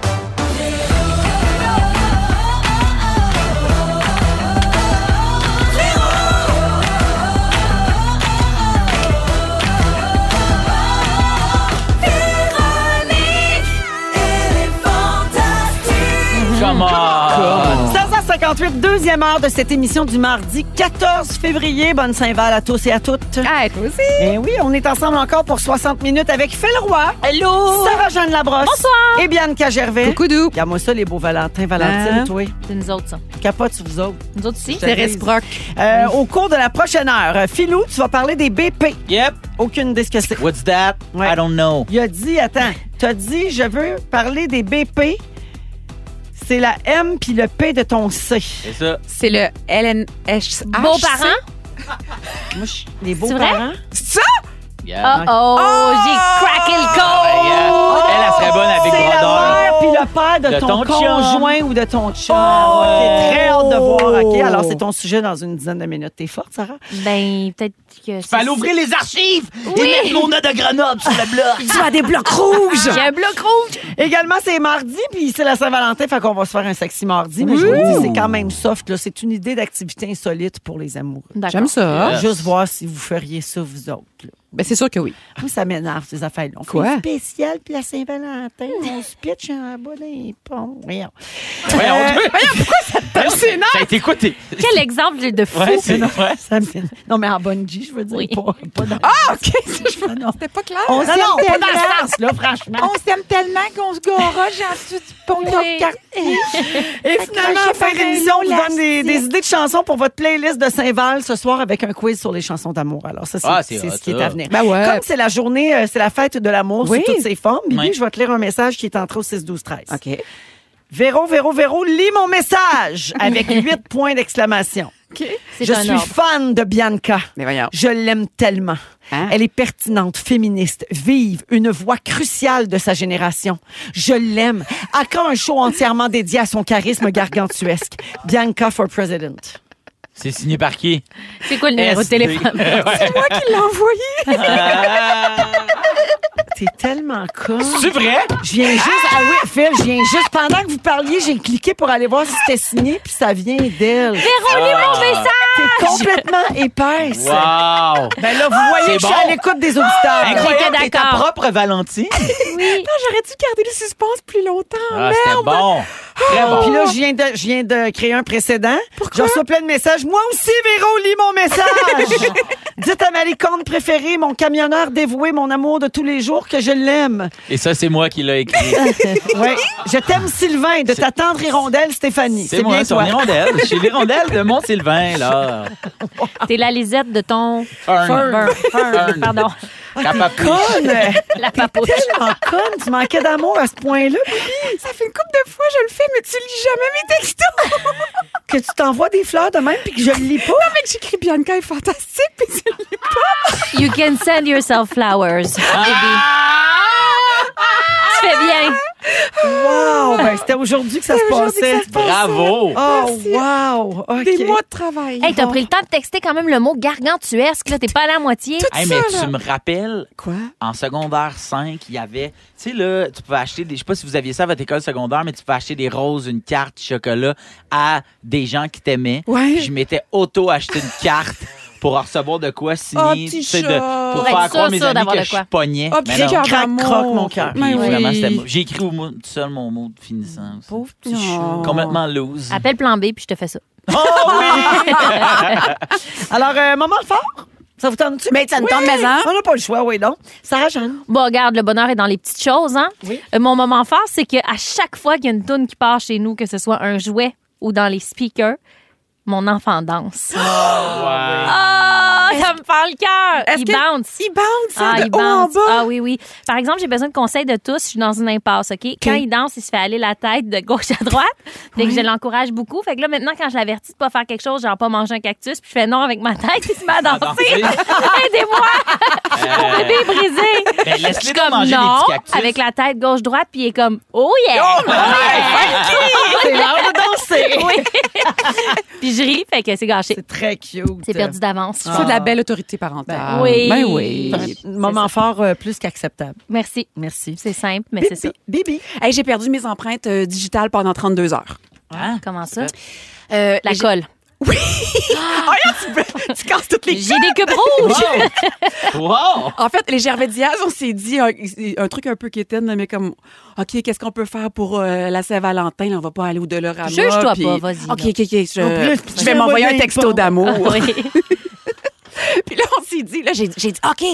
[SPEAKER 3] Come on.
[SPEAKER 4] 16h58, deuxième heure de cette émission du mardi 14 février. Bonne Saint-Val à tous et à toutes.
[SPEAKER 5] Ah, toi aussi.
[SPEAKER 4] Eh oui, on est ensemble encore pour 60 minutes avec Phil Roy. Hello! Sarah-Jeanne Labrosse.
[SPEAKER 6] Bonsoir.
[SPEAKER 4] Et Bianca Gervais.
[SPEAKER 5] Coucou, doux.
[SPEAKER 4] Regarde-moi ça, les beaux Valentins. Valentine,
[SPEAKER 5] Hein?
[SPEAKER 4] toi.
[SPEAKER 6] C'est nous autres, ça.
[SPEAKER 4] Capote sur vous autres.
[SPEAKER 6] Nous autres aussi.
[SPEAKER 4] C'est réciproque. Euh, Au cours de la prochaine heure, euh, Philou, tu vas parler des BP.
[SPEAKER 3] Yep.
[SPEAKER 4] Aucune idée ce que c'est.
[SPEAKER 3] What's that?
[SPEAKER 4] Ouais.
[SPEAKER 3] I don't know.
[SPEAKER 4] Il a dit, attends, t'as dit, je veux parler des BP. C'est la M puis le P de ton C.
[SPEAKER 3] C'est ça.
[SPEAKER 5] C'est le LNH.
[SPEAKER 6] Beaux-parents?
[SPEAKER 4] Moi, je- les beaux
[SPEAKER 6] C'est vrai?
[SPEAKER 4] parents.
[SPEAKER 5] Ça?
[SPEAKER 3] Yeah.
[SPEAKER 6] Oh, oh, j'ai
[SPEAKER 3] Ah!
[SPEAKER 6] craqué le
[SPEAKER 3] Ben,
[SPEAKER 6] code!
[SPEAKER 3] yeah. Elle, elle serait bonne avec
[SPEAKER 4] C'est la
[SPEAKER 3] Brother.
[SPEAKER 4] mère puis le père de,
[SPEAKER 3] De
[SPEAKER 4] ton,
[SPEAKER 3] ton
[SPEAKER 4] conjoint ou de ton chum. OK, très hâte de voir. OK, alors c'est ton sujet dans une dizaine de minutes. T'es forte, Sarah?
[SPEAKER 6] Ben, peut-être que. c'est-
[SPEAKER 3] Fallait ouvrir les archives et mettre mon nom de Grenoble sur le bloc.
[SPEAKER 5] Tu as des blocs rouges.
[SPEAKER 6] J'ai un bloc rouge!
[SPEAKER 4] Également, c'est mardi, puis c'est la Saint-Valentin, fait qu'on va se faire un sexy mardi. Mais je vous le dis, c'est quand même soft. là. C'est une idée d'activité insolite pour les amoureux.
[SPEAKER 6] D'accord.
[SPEAKER 5] J'aime ça.
[SPEAKER 3] Yes.
[SPEAKER 4] Juste voir si vous feriez ça, vous autres. là.
[SPEAKER 5] Ben, c'est sûr que oui.
[SPEAKER 4] Moi, ça m'énerve, ces affaires-là. On
[SPEAKER 5] Quoi?
[SPEAKER 4] fait une spéciale, puis la Saint-Valentin, on se pitch en bas des ponts. Voyons.
[SPEAKER 3] Voyons, pourquoi ça te Ça a été quoi, t'es-
[SPEAKER 6] Quel exemple j'ai de fou.
[SPEAKER 3] Ouais, c'est ouais.
[SPEAKER 4] Ça me- Non, mais en bungee, je veux dire.
[SPEAKER 6] Oui.
[SPEAKER 4] Pas, pas dans...
[SPEAKER 5] Ah, OK.
[SPEAKER 4] <laughs>
[SPEAKER 5] <laughs> C'était pas clair.
[SPEAKER 4] On
[SPEAKER 7] non,
[SPEAKER 4] s'aime
[SPEAKER 7] non, pas
[SPEAKER 4] tellement.
[SPEAKER 7] dans ce
[SPEAKER 4] là, franchement.
[SPEAKER 7] On s'aime tellement qu'on se gorge ensuite pour notre
[SPEAKER 6] Oui.
[SPEAKER 7] quartier.
[SPEAKER 4] Et finalement,
[SPEAKER 7] Accrochez
[SPEAKER 4] fin
[SPEAKER 7] pareil
[SPEAKER 4] d'émission, on vous donne des,
[SPEAKER 7] l'élastique.
[SPEAKER 4] des idées de chansons pour votre playlist de Saint-Val ce soir avec un quiz sur les chansons d'amour. Alors, ça, c'est
[SPEAKER 3] Ah, c'est
[SPEAKER 4] c'est ce
[SPEAKER 3] hot,
[SPEAKER 4] qui est
[SPEAKER 3] ça.
[SPEAKER 4] à venir.
[SPEAKER 5] Ben ouais.
[SPEAKER 4] Comme c'est la journée, euh, c'est la fête de l'amour
[SPEAKER 5] Oui.
[SPEAKER 4] sous toutes ses formes, Bibi,
[SPEAKER 3] Oui.
[SPEAKER 4] je vais te lire un message qui est entré au 6-12-13.
[SPEAKER 5] OK.
[SPEAKER 4] Véro, Véro, Véro, lis mon
[SPEAKER 5] <laughs>
[SPEAKER 4] message avec huit points d'exclamation. Je
[SPEAKER 6] C'est un
[SPEAKER 4] suis
[SPEAKER 6] ordre.
[SPEAKER 4] fan de Bianca.
[SPEAKER 5] Mais voyons.
[SPEAKER 4] Je l'aime tellement.
[SPEAKER 5] Hein?
[SPEAKER 4] Elle est pertinente, féministe, vive, une voix cruciale de sa génération. Je l'aime. À quand un show entièrement dédié à son charisme gargantuesque? Bianca for President.
[SPEAKER 3] C'est signé par qui?
[SPEAKER 6] C'est quoi le numéro de
[SPEAKER 3] SD.
[SPEAKER 6] téléphone?
[SPEAKER 3] <laughs> Ouais.
[SPEAKER 5] Moi qui l'ai envoyé.
[SPEAKER 4] <laughs> T'es tellement con.
[SPEAKER 3] C'est vrai?
[SPEAKER 4] Je viens juste. Ah oui, Phil, je viens juste. Pendant que vous parliez, j'ai cliqué pour aller voir si c'était signé, puis ça vient d'elle.
[SPEAKER 6] Véro, lis
[SPEAKER 3] Ah.
[SPEAKER 6] mon message!
[SPEAKER 4] T'es complètement épaisse.
[SPEAKER 3] Wow!
[SPEAKER 4] Ben là, vous voyez,
[SPEAKER 3] C'est
[SPEAKER 4] je suis
[SPEAKER 3] bon. Ah,
[SPEAKER 4] à l'écoute des auditeurs.
[SPEAKER 3] Incroyable,
[SPEAKER 6] J'étais
[SPEAKER 3] t'es ta
[SPEAKER 6] d'accord.
[SPEAKER 3] propre Valentine.
[SPEAKER 6] Oui.
[SPEAKER 5] J'aurais dû garder le suspense plus longtemps.
[SPEAKER 3] Ah, c'était bon. Très bon.
[SPEAKER 4] Oh. Puis là, je viens de, je viens de créer un précédent. Pourquoi? Je reçois plein de messages. Moi aussi, Véro, lis mon
[SPEAKER 3] <laughs>
[SPEAKER 4] message. Dites à ma licorne préférée, mon camionneur dévoué, mon amour de tous les jours, que je
[SPEAKER 3] <laughs>
[SPEAKER 4] l'aime.
[SPEAKER 3] Et ça, c'est moi qui l'ai écrit.
[SPEAKER 4] Euh, Ouais. Je t'aime, Sylvain, de ta tendre hirondelle, Stéphanie.
[SPEAKER 3] C'est moi, hein,
[SPEAKER 4] bien
[SPEAKER 3] c'est
[SPEAKER 4] toi.
[SPEAKER 3] mon hirondelle. Je suis l'hirondelle de Mont-Sylvain, là.
[SPEAKER 6] T'es la Lisette de ton.
[SPEAKER 3] Earn.
[SPEAKER 6] Burn.
[SPEAKER 3] Earn.
[SPEAKER 6] Pardon.
[SPEAKER 3] Capapuche.
[SPEAKER 4] Conne!
[SPEAKER 6] La papoche.
[SPEAKER 4] Tellement conne! Tu manquais d'amour à ce point-là
[SPEAKER 5] Ça fait une couple de fois je le fais, mais tu lis jamais mes textos.
[SPEAKER 4] <laughs> que tu t'envoies des fleurs de même puis que je le lis pas.
[SPEAKER 5] Non, mais que j'écris Bianca est fantastique, puis tu le lis pas.
[SPEAKER 6] You can send yourself flowers,
[SPEAKER 3] Ah,
[SPEAKER 6] baby. Tu fais bien.
[SPEAKER 4] Wow! Ben, c'était aujourd'hui que ça se
[SPEAKER 5] C'est Ah, aujourd'hui que
[SPEAKER 4] passait.
[SPEAKER 5] ça se passe.
[SPEAKER 3] Bravo.
[SPEAKER 4] Oh,
[SPEAKER 5] Merci.
[SPEAKER 4] wow! OK.
[SPEAKER 5] Des mois de travail.
[SPEAKER 6] Hey, t'as pris le temps de texter quand même le mot gargantuesque, là. T'es pas à la moitié.
[SPEAKER 5] Tout
[SPEAKER 3] Hey,
[SPEAKER 5] ça,
[SPEAKER 3] mais
[SPEAKER 5] là.
[SPEAKER 3] tu me rappelles,
[SPEAKER 5] Quoi?
[SPEAKER 3] en secondaire 5, il y avait, tu sais, là, tu pouvais acheter des, je sais pas si vous aviez ça à votre école secondaire, mais tu pouvais acheter des roses, une carte, du chocolat à des gens qui t'aimaient.
[SPEAKER 5] <laughs> Ouais.
[SPEAKER 3] Je m'étais auto-acheté une carte pour en recevoir de quoi
[SPEAKER 6] Ah,
[SPEAKER 5] Oh,
[SPEAKER 3] signer,
[SPEAKER 5] petit
[SPEAKER 3] tu sais, de-
[SPEAKER 5] chat.
[SPEAKER 3] pour
[SPEAKER 6] Pour
[SPEAKER 3] faire
[SPEAKER 6] être
[SPEAKER 3] croire à
[SPEAKER 6] sûr,
[SPEAKER 3] mes
[SPEAKER 6] sûr
[SPEAKER 3] amis
[SPEAKER 6] d'avoir
[SPEAKER 3] que
[SPEAKER 6] de
[SPEAKER 3] je
[SPEAKER 6] quoi. Ah,
[SPEAKER 3] pognais.
[SPEAKER 5] Oh,
[SPEAKER 3] Mais
[SPEAKER 5] puis
[SPEAKER 3] non.
[SPEAKER 5] regarde,
[SPEAKER 4] Crac,
[SPEAKER 5] amour.
[SPEAKER 4] croque mon cœur.
[SPEAKER 3] Puis
[SPEAKER 6] Ben
[SPEAKER 5] Mais oui.
[SPEAKER 3] finalement, c'était mo- J'ai écrit au mot- tout seul mon mot de finissant. aussi.
[SPEAKER 5] Pauvre
[SPEAKER 3] Petit
[SPEAKER 5] petit
[SPEAKER 3] chou.
[SPEAKER 5] chat.
[SPEAKER 3] Complètement loose.
[SPEAKER 6] Appelle plan B, puis je te fais ça.
[SPEAKER 4] Alors, euh, moment fort, ça vous tente-tu?
[SPEAKER 5] Mais ça me tente, mais hein?
[SPEAKER 4] On n'a pas le choix, oui, non. Sarah Jeanne.
[SPEAKER 6] Bon, regarde, le bonheur est dans les petites choses, hein?
[SPEAKER 4] Oui.
[SPEAKER 6] Euh, mon moment fort, c'est qu'à chaque fois qu'il y a une toune qui part chez nous, que ce soit un jouet ou dans les speakers, mon enfant danse. Ah, ça me fait le cœur!
[SPEAKER 5] Est-ce
[SPEAKER 6] Il
[SPEAKER 5] que-
[SPEAKER 6] bounce!
[SPEAKER 5] Il bounce, ça,
[SPEAKER 6] Ah,
[SPEAKER 5] de
[SPEAKER 6] il
[SPEAKER 5] haut en
[SPEAKER 6] bounce.
[SPEAKER 5] bas.
[SPEAKER 6] Ah oui, oui. Par exemple, j'ai besoin de conseils de tous. Je suis dans une impasse, OK? Quand il danse, il se fait aller la tête de gauche à droite. Fait que je l'encourage beaucoup. Fait que là, maintenant, quand je l'avertis de pas faire quelque chose, genre pas manger un cactus, puis je fais non avec ma tête, il se met à
[SPEAKER 3] Ah,
[SPEAKER 6] danser. <laughs> Aidez-moi! Mon bébé
[SPEAKER 3] <laughs>
[SPEAKER 6] est brisé!
[SPEAKER 3] Ben,
[SPEAKER 6] Je
[SPEAKER 3] laisse-les
[SPEAKER 6] suis
[SPEAKER 3] donc
[SPEAKER 6] comme
[SPEAKER 3] manger
[SPEAKER 6] non,
[SPEAKER 3] des petits cactus.
[SPEAKER 6] avec la tête gauche-droite, puis il est comme oh yeah!
[SPEAKER 5] Ah,
[SPEAKER 4] Ah, C'est l'heure de danser.
[SPEAKER 6] Oui. <laughs> puis je ris, fait que c'est gâché.
[SPEAKER 4] C'est très cute.
[SPEAKER 6] C'est perdu d'avance.
[SPEAKER 5] C'est Ah. de la belle autorité parentale.
[SPEAKER 6] Ben oui.
[SPEAKER 5] Ben oui.
[SPEAKER 4] Moment Euh, fort euh, plus qu'acceptable.
[SPEAKER 6] Merci.
[SPEAKER 4] Merci.
[SPEAKER 6] C'est simple, mais c'est ça.
[SPEAKER 4] Bibi.
[SPEAKER 5] Hey, j'ai perdu mes empreintes euh, digitales pendant 32 heures.
[SPEAKER 6] <laughs>
[SPEAKER 3] Hein?
[SPEAKER 6] Comment ça?
[SPEAKER 5] Euh,
[SPEAKER 6] La
[SPEAKER 5] j'ai-
[SPEAKER 6] colle.
[SPEAKER 5] tu casses toutes les
[SPEAKER 6] J'ai des cubes rouges!
[SPEAKER 3] Wow! Wow!
[SPEAKER 5] En fait, les Gervais-Diaz, on s'est dit un, un truc un peu quétaine, mais comme, OK, qu'est-ce qu'on peut faire pour euh, la Saint-Valentin? là, On va pas aller au Dolorama.
[SPEAKER 6] Juge-toi
[SPEAKER 5] puis-
[SPEAKER 6] pas, vas-y,
[SPEAKER 5] OK,
[SPEAKER 6] là.
[SPEAKER 5] OK, OK. Je,
[SPEAKER 4] En plus,
[SPEAKER 5] je vais
[SPEAKER 4] tu
[SPEAKER 5] m'envoyer
[SPEAKER 4] vois
[SPEAKER 5] un
[SPEAKER 4] bien
[SPEAKER 5] texto
[SPEAKER 4] pas.
[SPEAKER 5] d'amour.
[SPEAKER 6] <laughs> Oui.
[SPEAKER 5] <laughs> puis là, on s'est dit, là, j'ai j'ai dit, OK,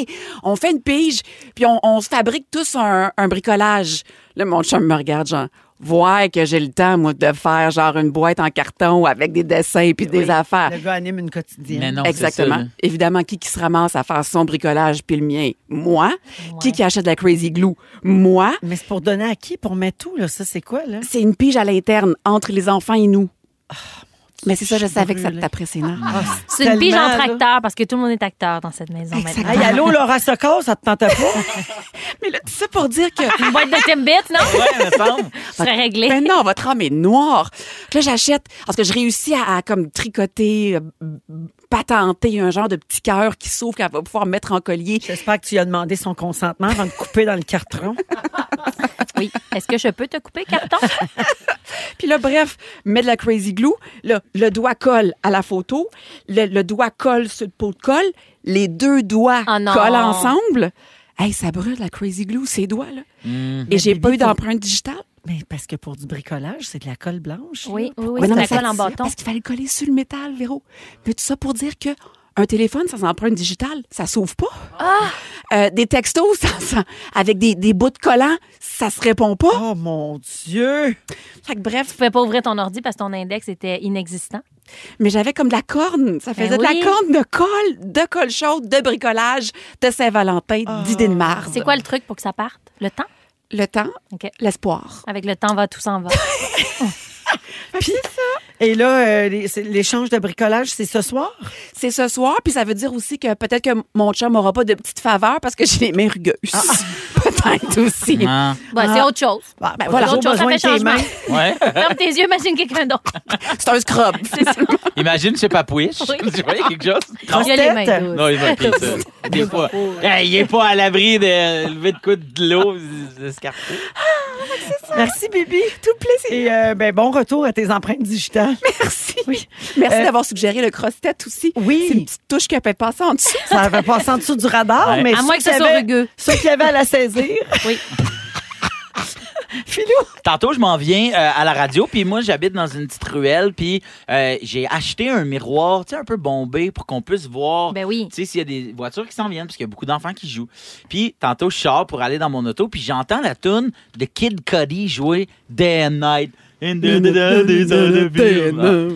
[SPEAKER 5] on fait une pige, puis on, on se fabrique tous un, un bricolage. Là, mon chum me regarde, genre, voir que j'ai le temps, moi, de faire, genre, une boîte en carton avec des dessins puis des affaires.
[SPEAKER 4] Le gars anime une quotidienne.
[SPEAKER 3] Mais non, c'est
[SPEAKER 5] Exactement.
[SPEAKER 3] ça, là.
[SPEAKER 5] Évidemment, qui qui se ramasse à faire son bricolage puis le mien? Moi. Qui qui achète de la Crazy Glue? Moi.
[SPEAKER 4] Mais c'est pour donner à qui? Pour mettre tout, là? Ça, c'est quoi, là?
[SPEAKER 5] C'est une pige à l'interne entre les enfants et nous. Mais c'est ça, je savais que ça te taperait ses nerfs.
[SPEAKER 4] Ah,
[SPEAKER 6] C'est une pige en
[SPEAKER 4] Tellement, là.
[SPEAKER 6] tracteur parce que tout le monde est acteur dans cette maison
[SPEAKER 5] Exactement.
[SPEAKER 4] Hey,
[SPEAKER 6] maintenant.
[SPEAKER 4] allô, Laura Socor, ça te tentait
[SPEAKER 6] <laughs>
[SPEAKER 4] pas?
[SPEAKER 5] Mais là, tout ça pour dire que.
[SPEAKER 6] Une boîte de Timbits, non?
[SPEAKER 3] Ouais, il me
[SPEAKER 5] <laughs>
[SPEAKER 3] semble.
[SPEAKER 6] Je serais réglé.
[SPEAKER 5] Maintenant, votre âme est noire. Là, j'achète. Parce que je réussis à, à, comme tricoter, euh, b- patentée, un genre de petit cœur qui s'ouvre qu'elle va pouvoir mettre en collier.
[SPEAKER 4] J'espère que tu lui as demandé son consentement avant de couper dans le carton.
[SPEAKER 6] Oui. Est-ce que je peux te couper, carton?
[SPEAKER 5] Puis là, bref, mets de la crazy glue. Là, le doigt colle à la photo. Le, le doigt colle sur le pot de colle. Les deux doigts
[SPEAKER 6] Oh non.
[SPEAKER 5] collent ensemble. Hey, ça brûle la crazy glue, ces doigts, là. Et j'ai pas eu d'empreinte digitale.
[SPEAKER 4] Mais parce que pour du bricolage, c'est de la colle blanche.
[SPEAKER 6] Oui, oui, oui.
[SPEAKER 5] Ouais, non,
[SPEAKER 6] c'est
[SPEAKER 5] mais
[SPEAKER 6] la
[SPEAKER 5] ça-
[SPEAKER 6] colle en bâton.
[SPEAKER 5] Parce qu'il fallait le coller sur le métal, Véro. Mais tout ça pour dire que un téléphone sans empreinte digitale, ça sauve pas.
[SPEAKER 6] Ah!
[SPEAKER 5] Euh, des textos <laughs> sans- sans- avec des, des bouts de collant, ça se répond pas.
[SPEAKER 4] Oh mon Dieu!
[SPEAKER 5] Fait
[SPEAKER 6] Tu
[SPEAKER 5] que bref,
[SPEAKER 6] pouvais pas ouvrir ton ordi parce que ton index était inexistant.
[SPEAKER 5] mais j'avais comme de la corne. Ça
[SPEAKER 6] Ben
[SPEAKER 5] faisait de
[SPEAKER 6] oui.
[SPEAKER 5] la corne de colle, de colle chaude, de bricolage, de Saint-Valentin, d'idées de marde.
[SPEAKER 6] C'est quoi le truc pour que ça parte? Le temps?
[SPEAKER 5] Le temps,
[SPEAKER 6] OK.
[SPEAKER 5] l'espoir.
[SPEAKER 6] Avec le temps va, tout s'en va.
[SPEAKER 4] Et là, euh, les- c'est- l'échange de bricolage, c'est ce soir?
[SPEAKER 5] C'est ce soir, puis ça veut dire aussi que peut-être que mon chum n'aura pas de petite faveur parce que j'ai les mains rugueuses. <laughs> peut-être aussi.
[SPEAKER 3] Ah,
[SPEAKER 6] Bon, c'est autre chose.
[SPEAKER 4] Bah,
[SPEAKER 5] ben voilà.
[SPEAKER 4] toujours
[SPEAKER 6] Autre chose, ça
[SPEAKER 4] besoin de
[SPEAKER 6] fait
[SPEAKER 4] tes mains.
[SPEAKER 6] changement.
[SPEAKER 3] ouais.
[SPEAKER 6] Ferme tes yeux, imagine quelqu'un d'autre.
[SPEAKER 5] C'est un scrub.
[SPEAKER 3] Imagine, c'est Papouiche. <laughs>
[SPEAKER 6] Oui.
[SPEAKER 3] Tu vois, quelque chose.
[SPEAKER 6] Il y a les mains
[SPEAKER 4] Grosse-tête.
[SPEAKER 6] douces. Oh,
[SPEAKER 3] Non, il va ça. Des fois. Hey, il est pas à l'abri de lever de coups de l'eau, d'escarper.
[SPEAKER 4] Merci, Bibi. Tout plaisir. Et euh, ben, bon retour à tes empreintes digitales.
[SPEAKER 5] Merci. Merci
[SPEAKER 4] Euh,
[SPEAKER 5] d'avoir suggéré le cross-tête aussi.
[SPEAKER 4] oui.
[SPEAKER 5] C'est une petite touche qui a peut-être passé en dessous.
[SPEAKER 4] Ça avait passé en dessous du radar,
[SPEAKER 3] Ouais.
[SPEAKER 4] mais
[SPEAKER 6] À
[SPEAKER 4] ceux
[SPEAKER 6] moins
[SPEAKER 4] qui
[SPEAKER 6] que ce soit
[SPEAKER 4] avaient-
[SPEAKER 6] rugueux.
[SPEAKER 4] Ceux qui avaient à la saisir. <laughs>
[SPEAKER 6] Oui.
[SPEAKER 4] Philou.
[SPEAKER 3] Tantôt, je m'en viens euh, à la radio, puis moi, j'habite dans une petite ruelle, puis euh, j'ai acheté un miroir, tu sais, un peu bombé, pour qu'on puisse voir,
[SPEAKER 6] Ben oui.
[SPEAKER 3] tu sais, s'il y a des voitures qui s'en viennent, parce qu'il y a beaucoup d'enfants qui jouent. Puis tantôt, je sors pour aller dans mon auto, puis j'entends la tune de Kid Cudi jouer Day and Night. In the- the- the- the- the-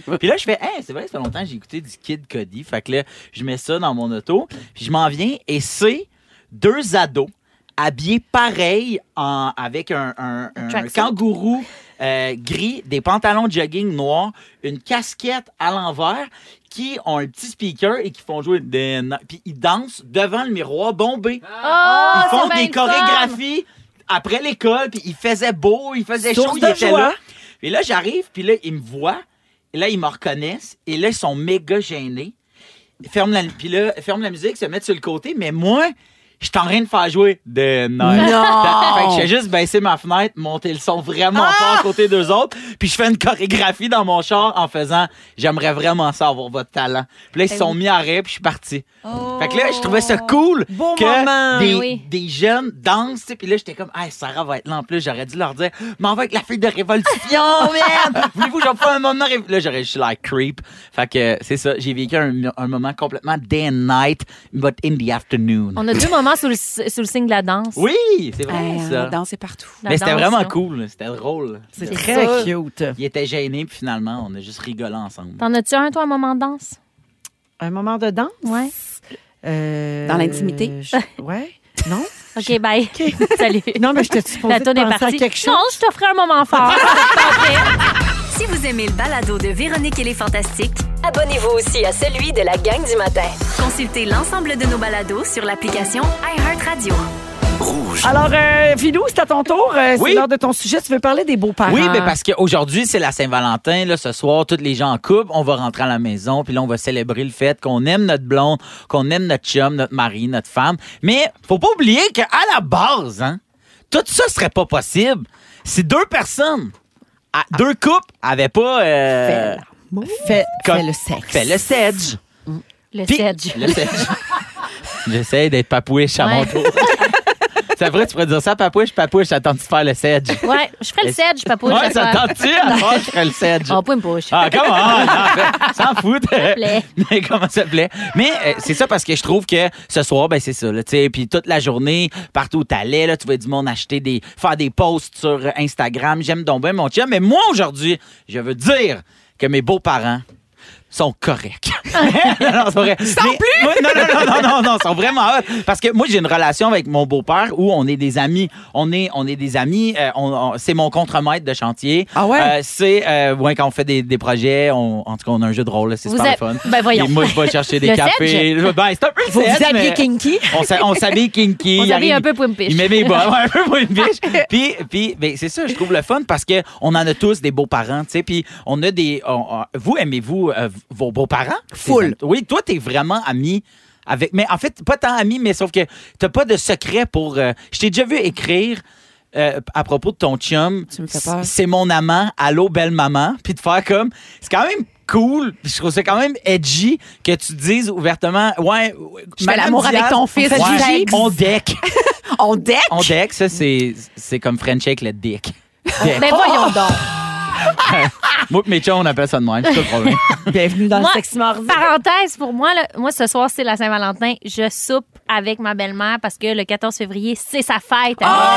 [SPEAKER 3] the- the- <laughs> Puis là, je fais, hey, c'est vrai, ça fait longtemps que j'ai écouté du Kid Cudi. Fait que là, je mets ça dans mon auto, puis je m'en viens, et c'est deux ados habillés pareil en, avec un, un- un
[SPEAKER 6] tracksuit.
[SPEAKER 3] kangourou euh, gris, des pantalons de jogging noirs, une casquette à l'envers, qui ont un petit speaker et qui font jouer des... na- Puis ils dansent devant le miroir bombé.
[SPEAKER 6] Oh,
[SPEAKER 3] ils font
[SPEAKER 6] c'est bien
[SPEAKER 3] des
[SPEAKER 6] le fun.
[SPEAKER 3] chorégraphies après l'école, puis il faisait beau, il faisait
[SPEAKER 4] Source
[SPEAKER 3] chaud, il
[SPEAKER 4] de
[SPEAKER 3] était
[SPEAKER 4] joie.
[SPEAKER 3] là. Puis là, j'arrive, puis là, ils me voient, et là, ils me reconnaissent, et là, ils sont méga gênés. Ils ferment la, puis là, ils ferment la musique, se mettent sur le côté, mais moi, je suis en train de faire jouer des nerfs. Fait que je fais juste baisser ma fenêtre, monter le son vraiment
[SPEAKER 6] Ah!
[SPEAKER 3] fort à côté d'eux autres, puis je fais une chorégraphie dans mon char en faisant J'aimerais vraiment savoir votre talent. Puis là,
[SPEAKER 6] Ben
[SPEAKER 3] ils se sont mis à rire, puis je suis parti. Fait que là, je trouvais ça cool
[SPEAKER 4] Beau moment.
[SPEAKER 3] que des,
[SPEAKER 6] Oh! Ben oui.
[SPEAKER 3] des jeunes dansent, tu sais, puis là, j'étais comme Hey, Sarah va être là en plus, j'aurais dû leur dire M'en va avec la fille de Révolution, man! Voulez-vous, je vais faire un moment de Ré- Là, j'aurais juste like creep. Fait que c'est ça, j'ai vécu un, un moment complètement day and night, but in the afternoon.
[SPEAKER 6] On a deux moments sous le, sous le signe de la danse.
[SPEAKER 3] Oui, c'est vrai
[SPEAKER 5] Hey,
[SPEAKER 3] ça.
[SPEAKER 5] on a dansé partout.
[SPEAKER 6] La
[SPEAKER 3] Mais c'était
[SPEAKER 6] danse,
[SPEAKER 3] vraiment
[SPEAKER 6] là.
[SPEAKER 3] cool, c'était drôle.
[SPEAKER 4] C'est
[SPEAKER 6] C'est
[SPEAKER 4] très
[SPEAKER 6] ça.
[SPEAKER 4] cute.
[SPEAKER 3] Il était gêné, puis finalement, on a juste rigolé ensemble.
[SPEAKER 6] T'en as-tu un, toi, un moment de danse?
[SPEAKER 4] Un moment de danse?
[SPEAKER 6] Ouais.
[SPEAKER 4] Euh,
[SPEAKER 5] Dans l'intimité.
[SPEAKER 4] je- Ouais. Non?
[SPEAKER 6] OK, bye. <laughs> Salut.
[SPEAKER 4] Non, mais j'étais supposée
[SPEAKER 6] La
[SPEAKER 4] de
[SPEAKER 6] tourne est
[SPEAKER 4] penser à
[SPEAKER 6] partie.
[SPEAKER 4] quelque chose.
[SPEAKER 6] Non, je t'offrais un moment
[SPEAKER 3] <laughs>
[SPEAKER 6] fort.
[SPEAKER 1] Si vous aimez le balado de Véronique et les Fantastiques,
[SPEAKER 2] Abonnez-vous aussi à celui de la gang du matin.
[SPEAKER 1] consultez l'ensemble de nos balados sur l'application iHeartRadio.
[SPEAKER 4] Alors, euh, Philou, c'est à ton tour. Euh,
[SPEAKER 3] Oui.
[SPEAKER 4] C'est l'heure de ton sujet. Tu veux parler des beaux-parents.
[SPEAKER 3] Oui, mais parce qu'aujourd'hui, c'est la Saint-Valentin. Là, ce soir, tous les gens en couple, on va rentrer à la maison, puis là, on va célébrer le fait qu'on aime notre blonde, qu'on aime notre chum, notre mari, notre femme. Mais faut pas oublier qu'à la base, hein, tout ça serait pas possible si deux personnes, à-
[SPEAKER 6] Ah.
[SPEAKER 3] deux couples, avaient pas euh,
[SPEAKER 4] Fais,
[SPEAKER 3] Comme-
[SPEAKER 4] fais le sexe.
[SPEAKER 3] fait le sedge.
[SPEAKER 6] Le
[SPEAKER 3] Puis-
[SPEAKER 6] sedge.
[SPEAKER 3] Le sedge.
[SPEAKER 6] <laughs>
[SPEAKER 3] J'essaie d'être papouiche à mon
[SPEAKER 6] Ouais.
[SPEAKER 3] tour. <laughs> C'est vrai, tu pourrais dire ça, papouiche, papouche, attends-tu de faire le sedge?
[SPEAKER 6] Ouais, je ferais le sedge, papouche.
[SPEAKER 3] Ouais,
[SPEAKER 6] à toi.
[SPEAKER 3] ça t'entend-tu? Ah, je ferais le sedge.
[SPEAKER 6] Oh, pas une bouche.
[SPEAKER 3] Ah, comment? on! S'en fout.
[SPEAKER 6] plaît.
[SPEAKER 3] <laughs> Mais comment ça plaît? Mais euh, c'est ça parce que je trouve que ce soir, ben c'est ça. Là, tu sais, puis toute la journée, partout où t'allais, là, tu vois du monde acheter des. faire des posts sur Instagram. J'aime donc bien mon chien. Mais moi, aujourd'hui, je veux dire que mes beaux-parents sont
[SPEAKER 6] <laughs>
[SPEAKER 3] corrects. <laughs> non, non, c'est pas vrai. Mais- Ouais, non, non, non, non, non, non, sont vraiment hot. Parce que moi, j'ai une relation avec mon beau-père où on est des amis. On est, on est des amis. euh, on- on- c'est mon contremaître de chantier.
[SPEAKER 5] Ah ouais?
[SPEAKER 3] Euh, c'est, euh, ouais, quand on fait des, des projets, on- en tout cas, on a un jeu de rôle, là, c'est
[SPEAKER 6] Vous
[SPEAKER 3] super
[SPEAKER 6] avez-
[SPEAKER 3] le fun.
[SPEAKER 6] ben voyons.
[SPEAKER 3] Et moi, je vais
[SPEAKER 6] <laughs>
[SPEAKER 3] chercher des
[SPEAKER 6] Le
[SPEAKER 3] cafés. Ben, c'est un peu
[SPEAKER 4] Vous
[SPEAKER 3] sedge,
[SPEAKER 4] vous habillez
[SPEAKER 3] mais-
[SPEAKER 4] kinky.
[SPEAKER 3] on s'a- on s'habille kinky.
[SPEAKER 6] <laughs> On
[SPEAKER 3] il
[SPEAKER 6] s'habille
[SPEAKER 3] arrive-
[SPEAKER 6] un peu poimpiche.
[SPEAKER 3] Il met mes bas, ouais, un peu poimpiche. Puis, puis ben, c'est ça, je trouve le fun parce que on en a tous des beaux parents, tu sais. Puis on a des. on- on- vous aimez-vous euh, vos beaux-parents.
[SPEAKER 5] Full.
[SPEAKER 3] Tes am- Oui, toi, t'es vraiment ami avec. Mais en fait, pas tant ami, mais sauf que t'as pas de secret pour. euh, Je t'ai déjà vu écrire. euh, à propos de ton chum,
[SPEAKER 5] Tu me fais peur.
[SPEAKER 3] c'est mon amant, allô belle maman, puis de faire comme, c'est quand même cool, puis je trouve c'est quand même edgy que tu dises ouvertement, ouais,
[SPEAKER 5] Je fais l'amour avec ton fils,
[SPEAKER 3] ouais,
[SPEAKER 5] Gigi.
[SPEAKER 3] on deck,
[SPEAKER 5] On deck.
[SPEAKER 3] on deck, ça c'est c'est comme French avec le dick. Deck.
[SPEAKER 6] Ben voyons donc.
[SPEAKER 3] Moi, pis mes chums, on appelle ça de même, c'est pas le problème.
[SPEAKER 4] Bienvenue dans
[SPEAKER 6] Moi,
[SPEAKER 4] le sexy mardi.
[SPEAKER 6] Parenthèse pour moi, là, moi ce soir c'est la Saint-Valentin, je soupe avec ma belle-mère parce que le 14 février c'est sa fête. à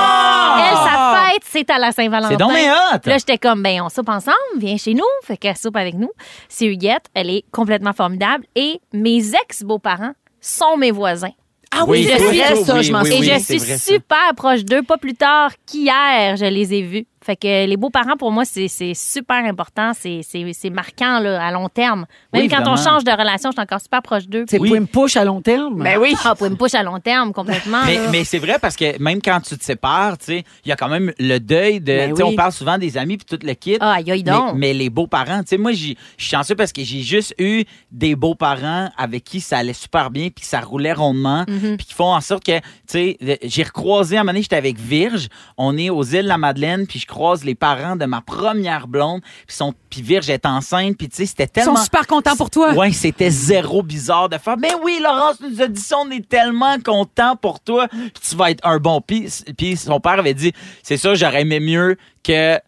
[SPEAKER 6] elle. Elle sa fête c'est à la Saint-Valentin.
[SPEAKER 3] Ah! C'est donc bien hot!
[SPEAKER 6] Là j'étais comme ben on soupe ensemble, viens chez nous, fait qu'elle soupe avec nous. C'est Huguette, elle est complètement formidable et mes ex beaux-parents sont mes voisins.
[SPEAKER 5] Ah
[SPEAKER 3] Oui,
[SPEAKER 6] je
[SPEAKER 3] oui,
[SPEAKER 6] suis-
[SPEAKER 3] oui,
[SPEAKER 5] ça, je m'en
[SPEAKER 3] oui,
[SPEAKER 6] Et
[SPEAKER 3] oui,
[SPEAKER 6] je
[SPEAKER 3] c'est
[SPEAKER 6] suis
[SPEAKER 3] vrai, ça.
[SPEAKER 6] super proche d'eux, pas plus tard qu'hier, je les ai vus. Fait que les beaux-parents, pour moi, c'est c'est super important, c'est- c'est c'est marquant là, à long terme. Même
[SPEAKER 3] Oui,
[SPEAKER 6] quand
[SPEAKER 3] évidemment.
[SPEAKER 6] on change de relation, je suis encore super proche d'eux.
[SPEAKER 4] C'est
[SPEAKER 3] Oui.
[SPEAKER 4] pour une push à long terme.
[SPEAKER 5] Ben oui.
[SPEAKER 6] Ah, pour une push à long terme, complètement.
[SPEAKER 3] Mais,
[SPEAKER 6] là.
[SPEAKER 3] mais c'est vrai parce que même quand tu te sépares, tu sais, il y a quand même le deuil de.
[SPEAKER 5] Ben
[SPEAKER 3] tu sais,
[SPEAKER 5] oui.
[SPEAKER 3] On parle souvent des amis puis tout le kit.
[SPEAKER 6] Ah, aïe, aïe donc.
[SPEAKER 3] Mais, mais les beaux-parents, tu sais, moi, j'y- je suis chanceux parce que j'ai juste eu des beaux-parents avec qui ça allait super bien puis que ça roulait rondement
[SPEAKER 5] Mm-hmm.
[SPEAKER 3] puis qui font en sorte que, tu sais, le- j'ai recroisé à un moment donné, j'étais avec Virge. On est aux îles de la Madeleine puis je croise les parents de ma première blonde puis sont puis Virge est enceinte puis tu sais, c'était
[SPEAKER 5] Ils sont
[SPEAKER 3] tellement.
[SPEAKER 5] super contents pour toi.
[SPEAKER 3] Ouais, c'était zéro bizarre de faire. Mais oui, Laurence nous a dit ça, on est tellement content pour toi, puis tu vas être un bon pis. Puis son père avait dit, c'est ça, j'aurais aimé mieux que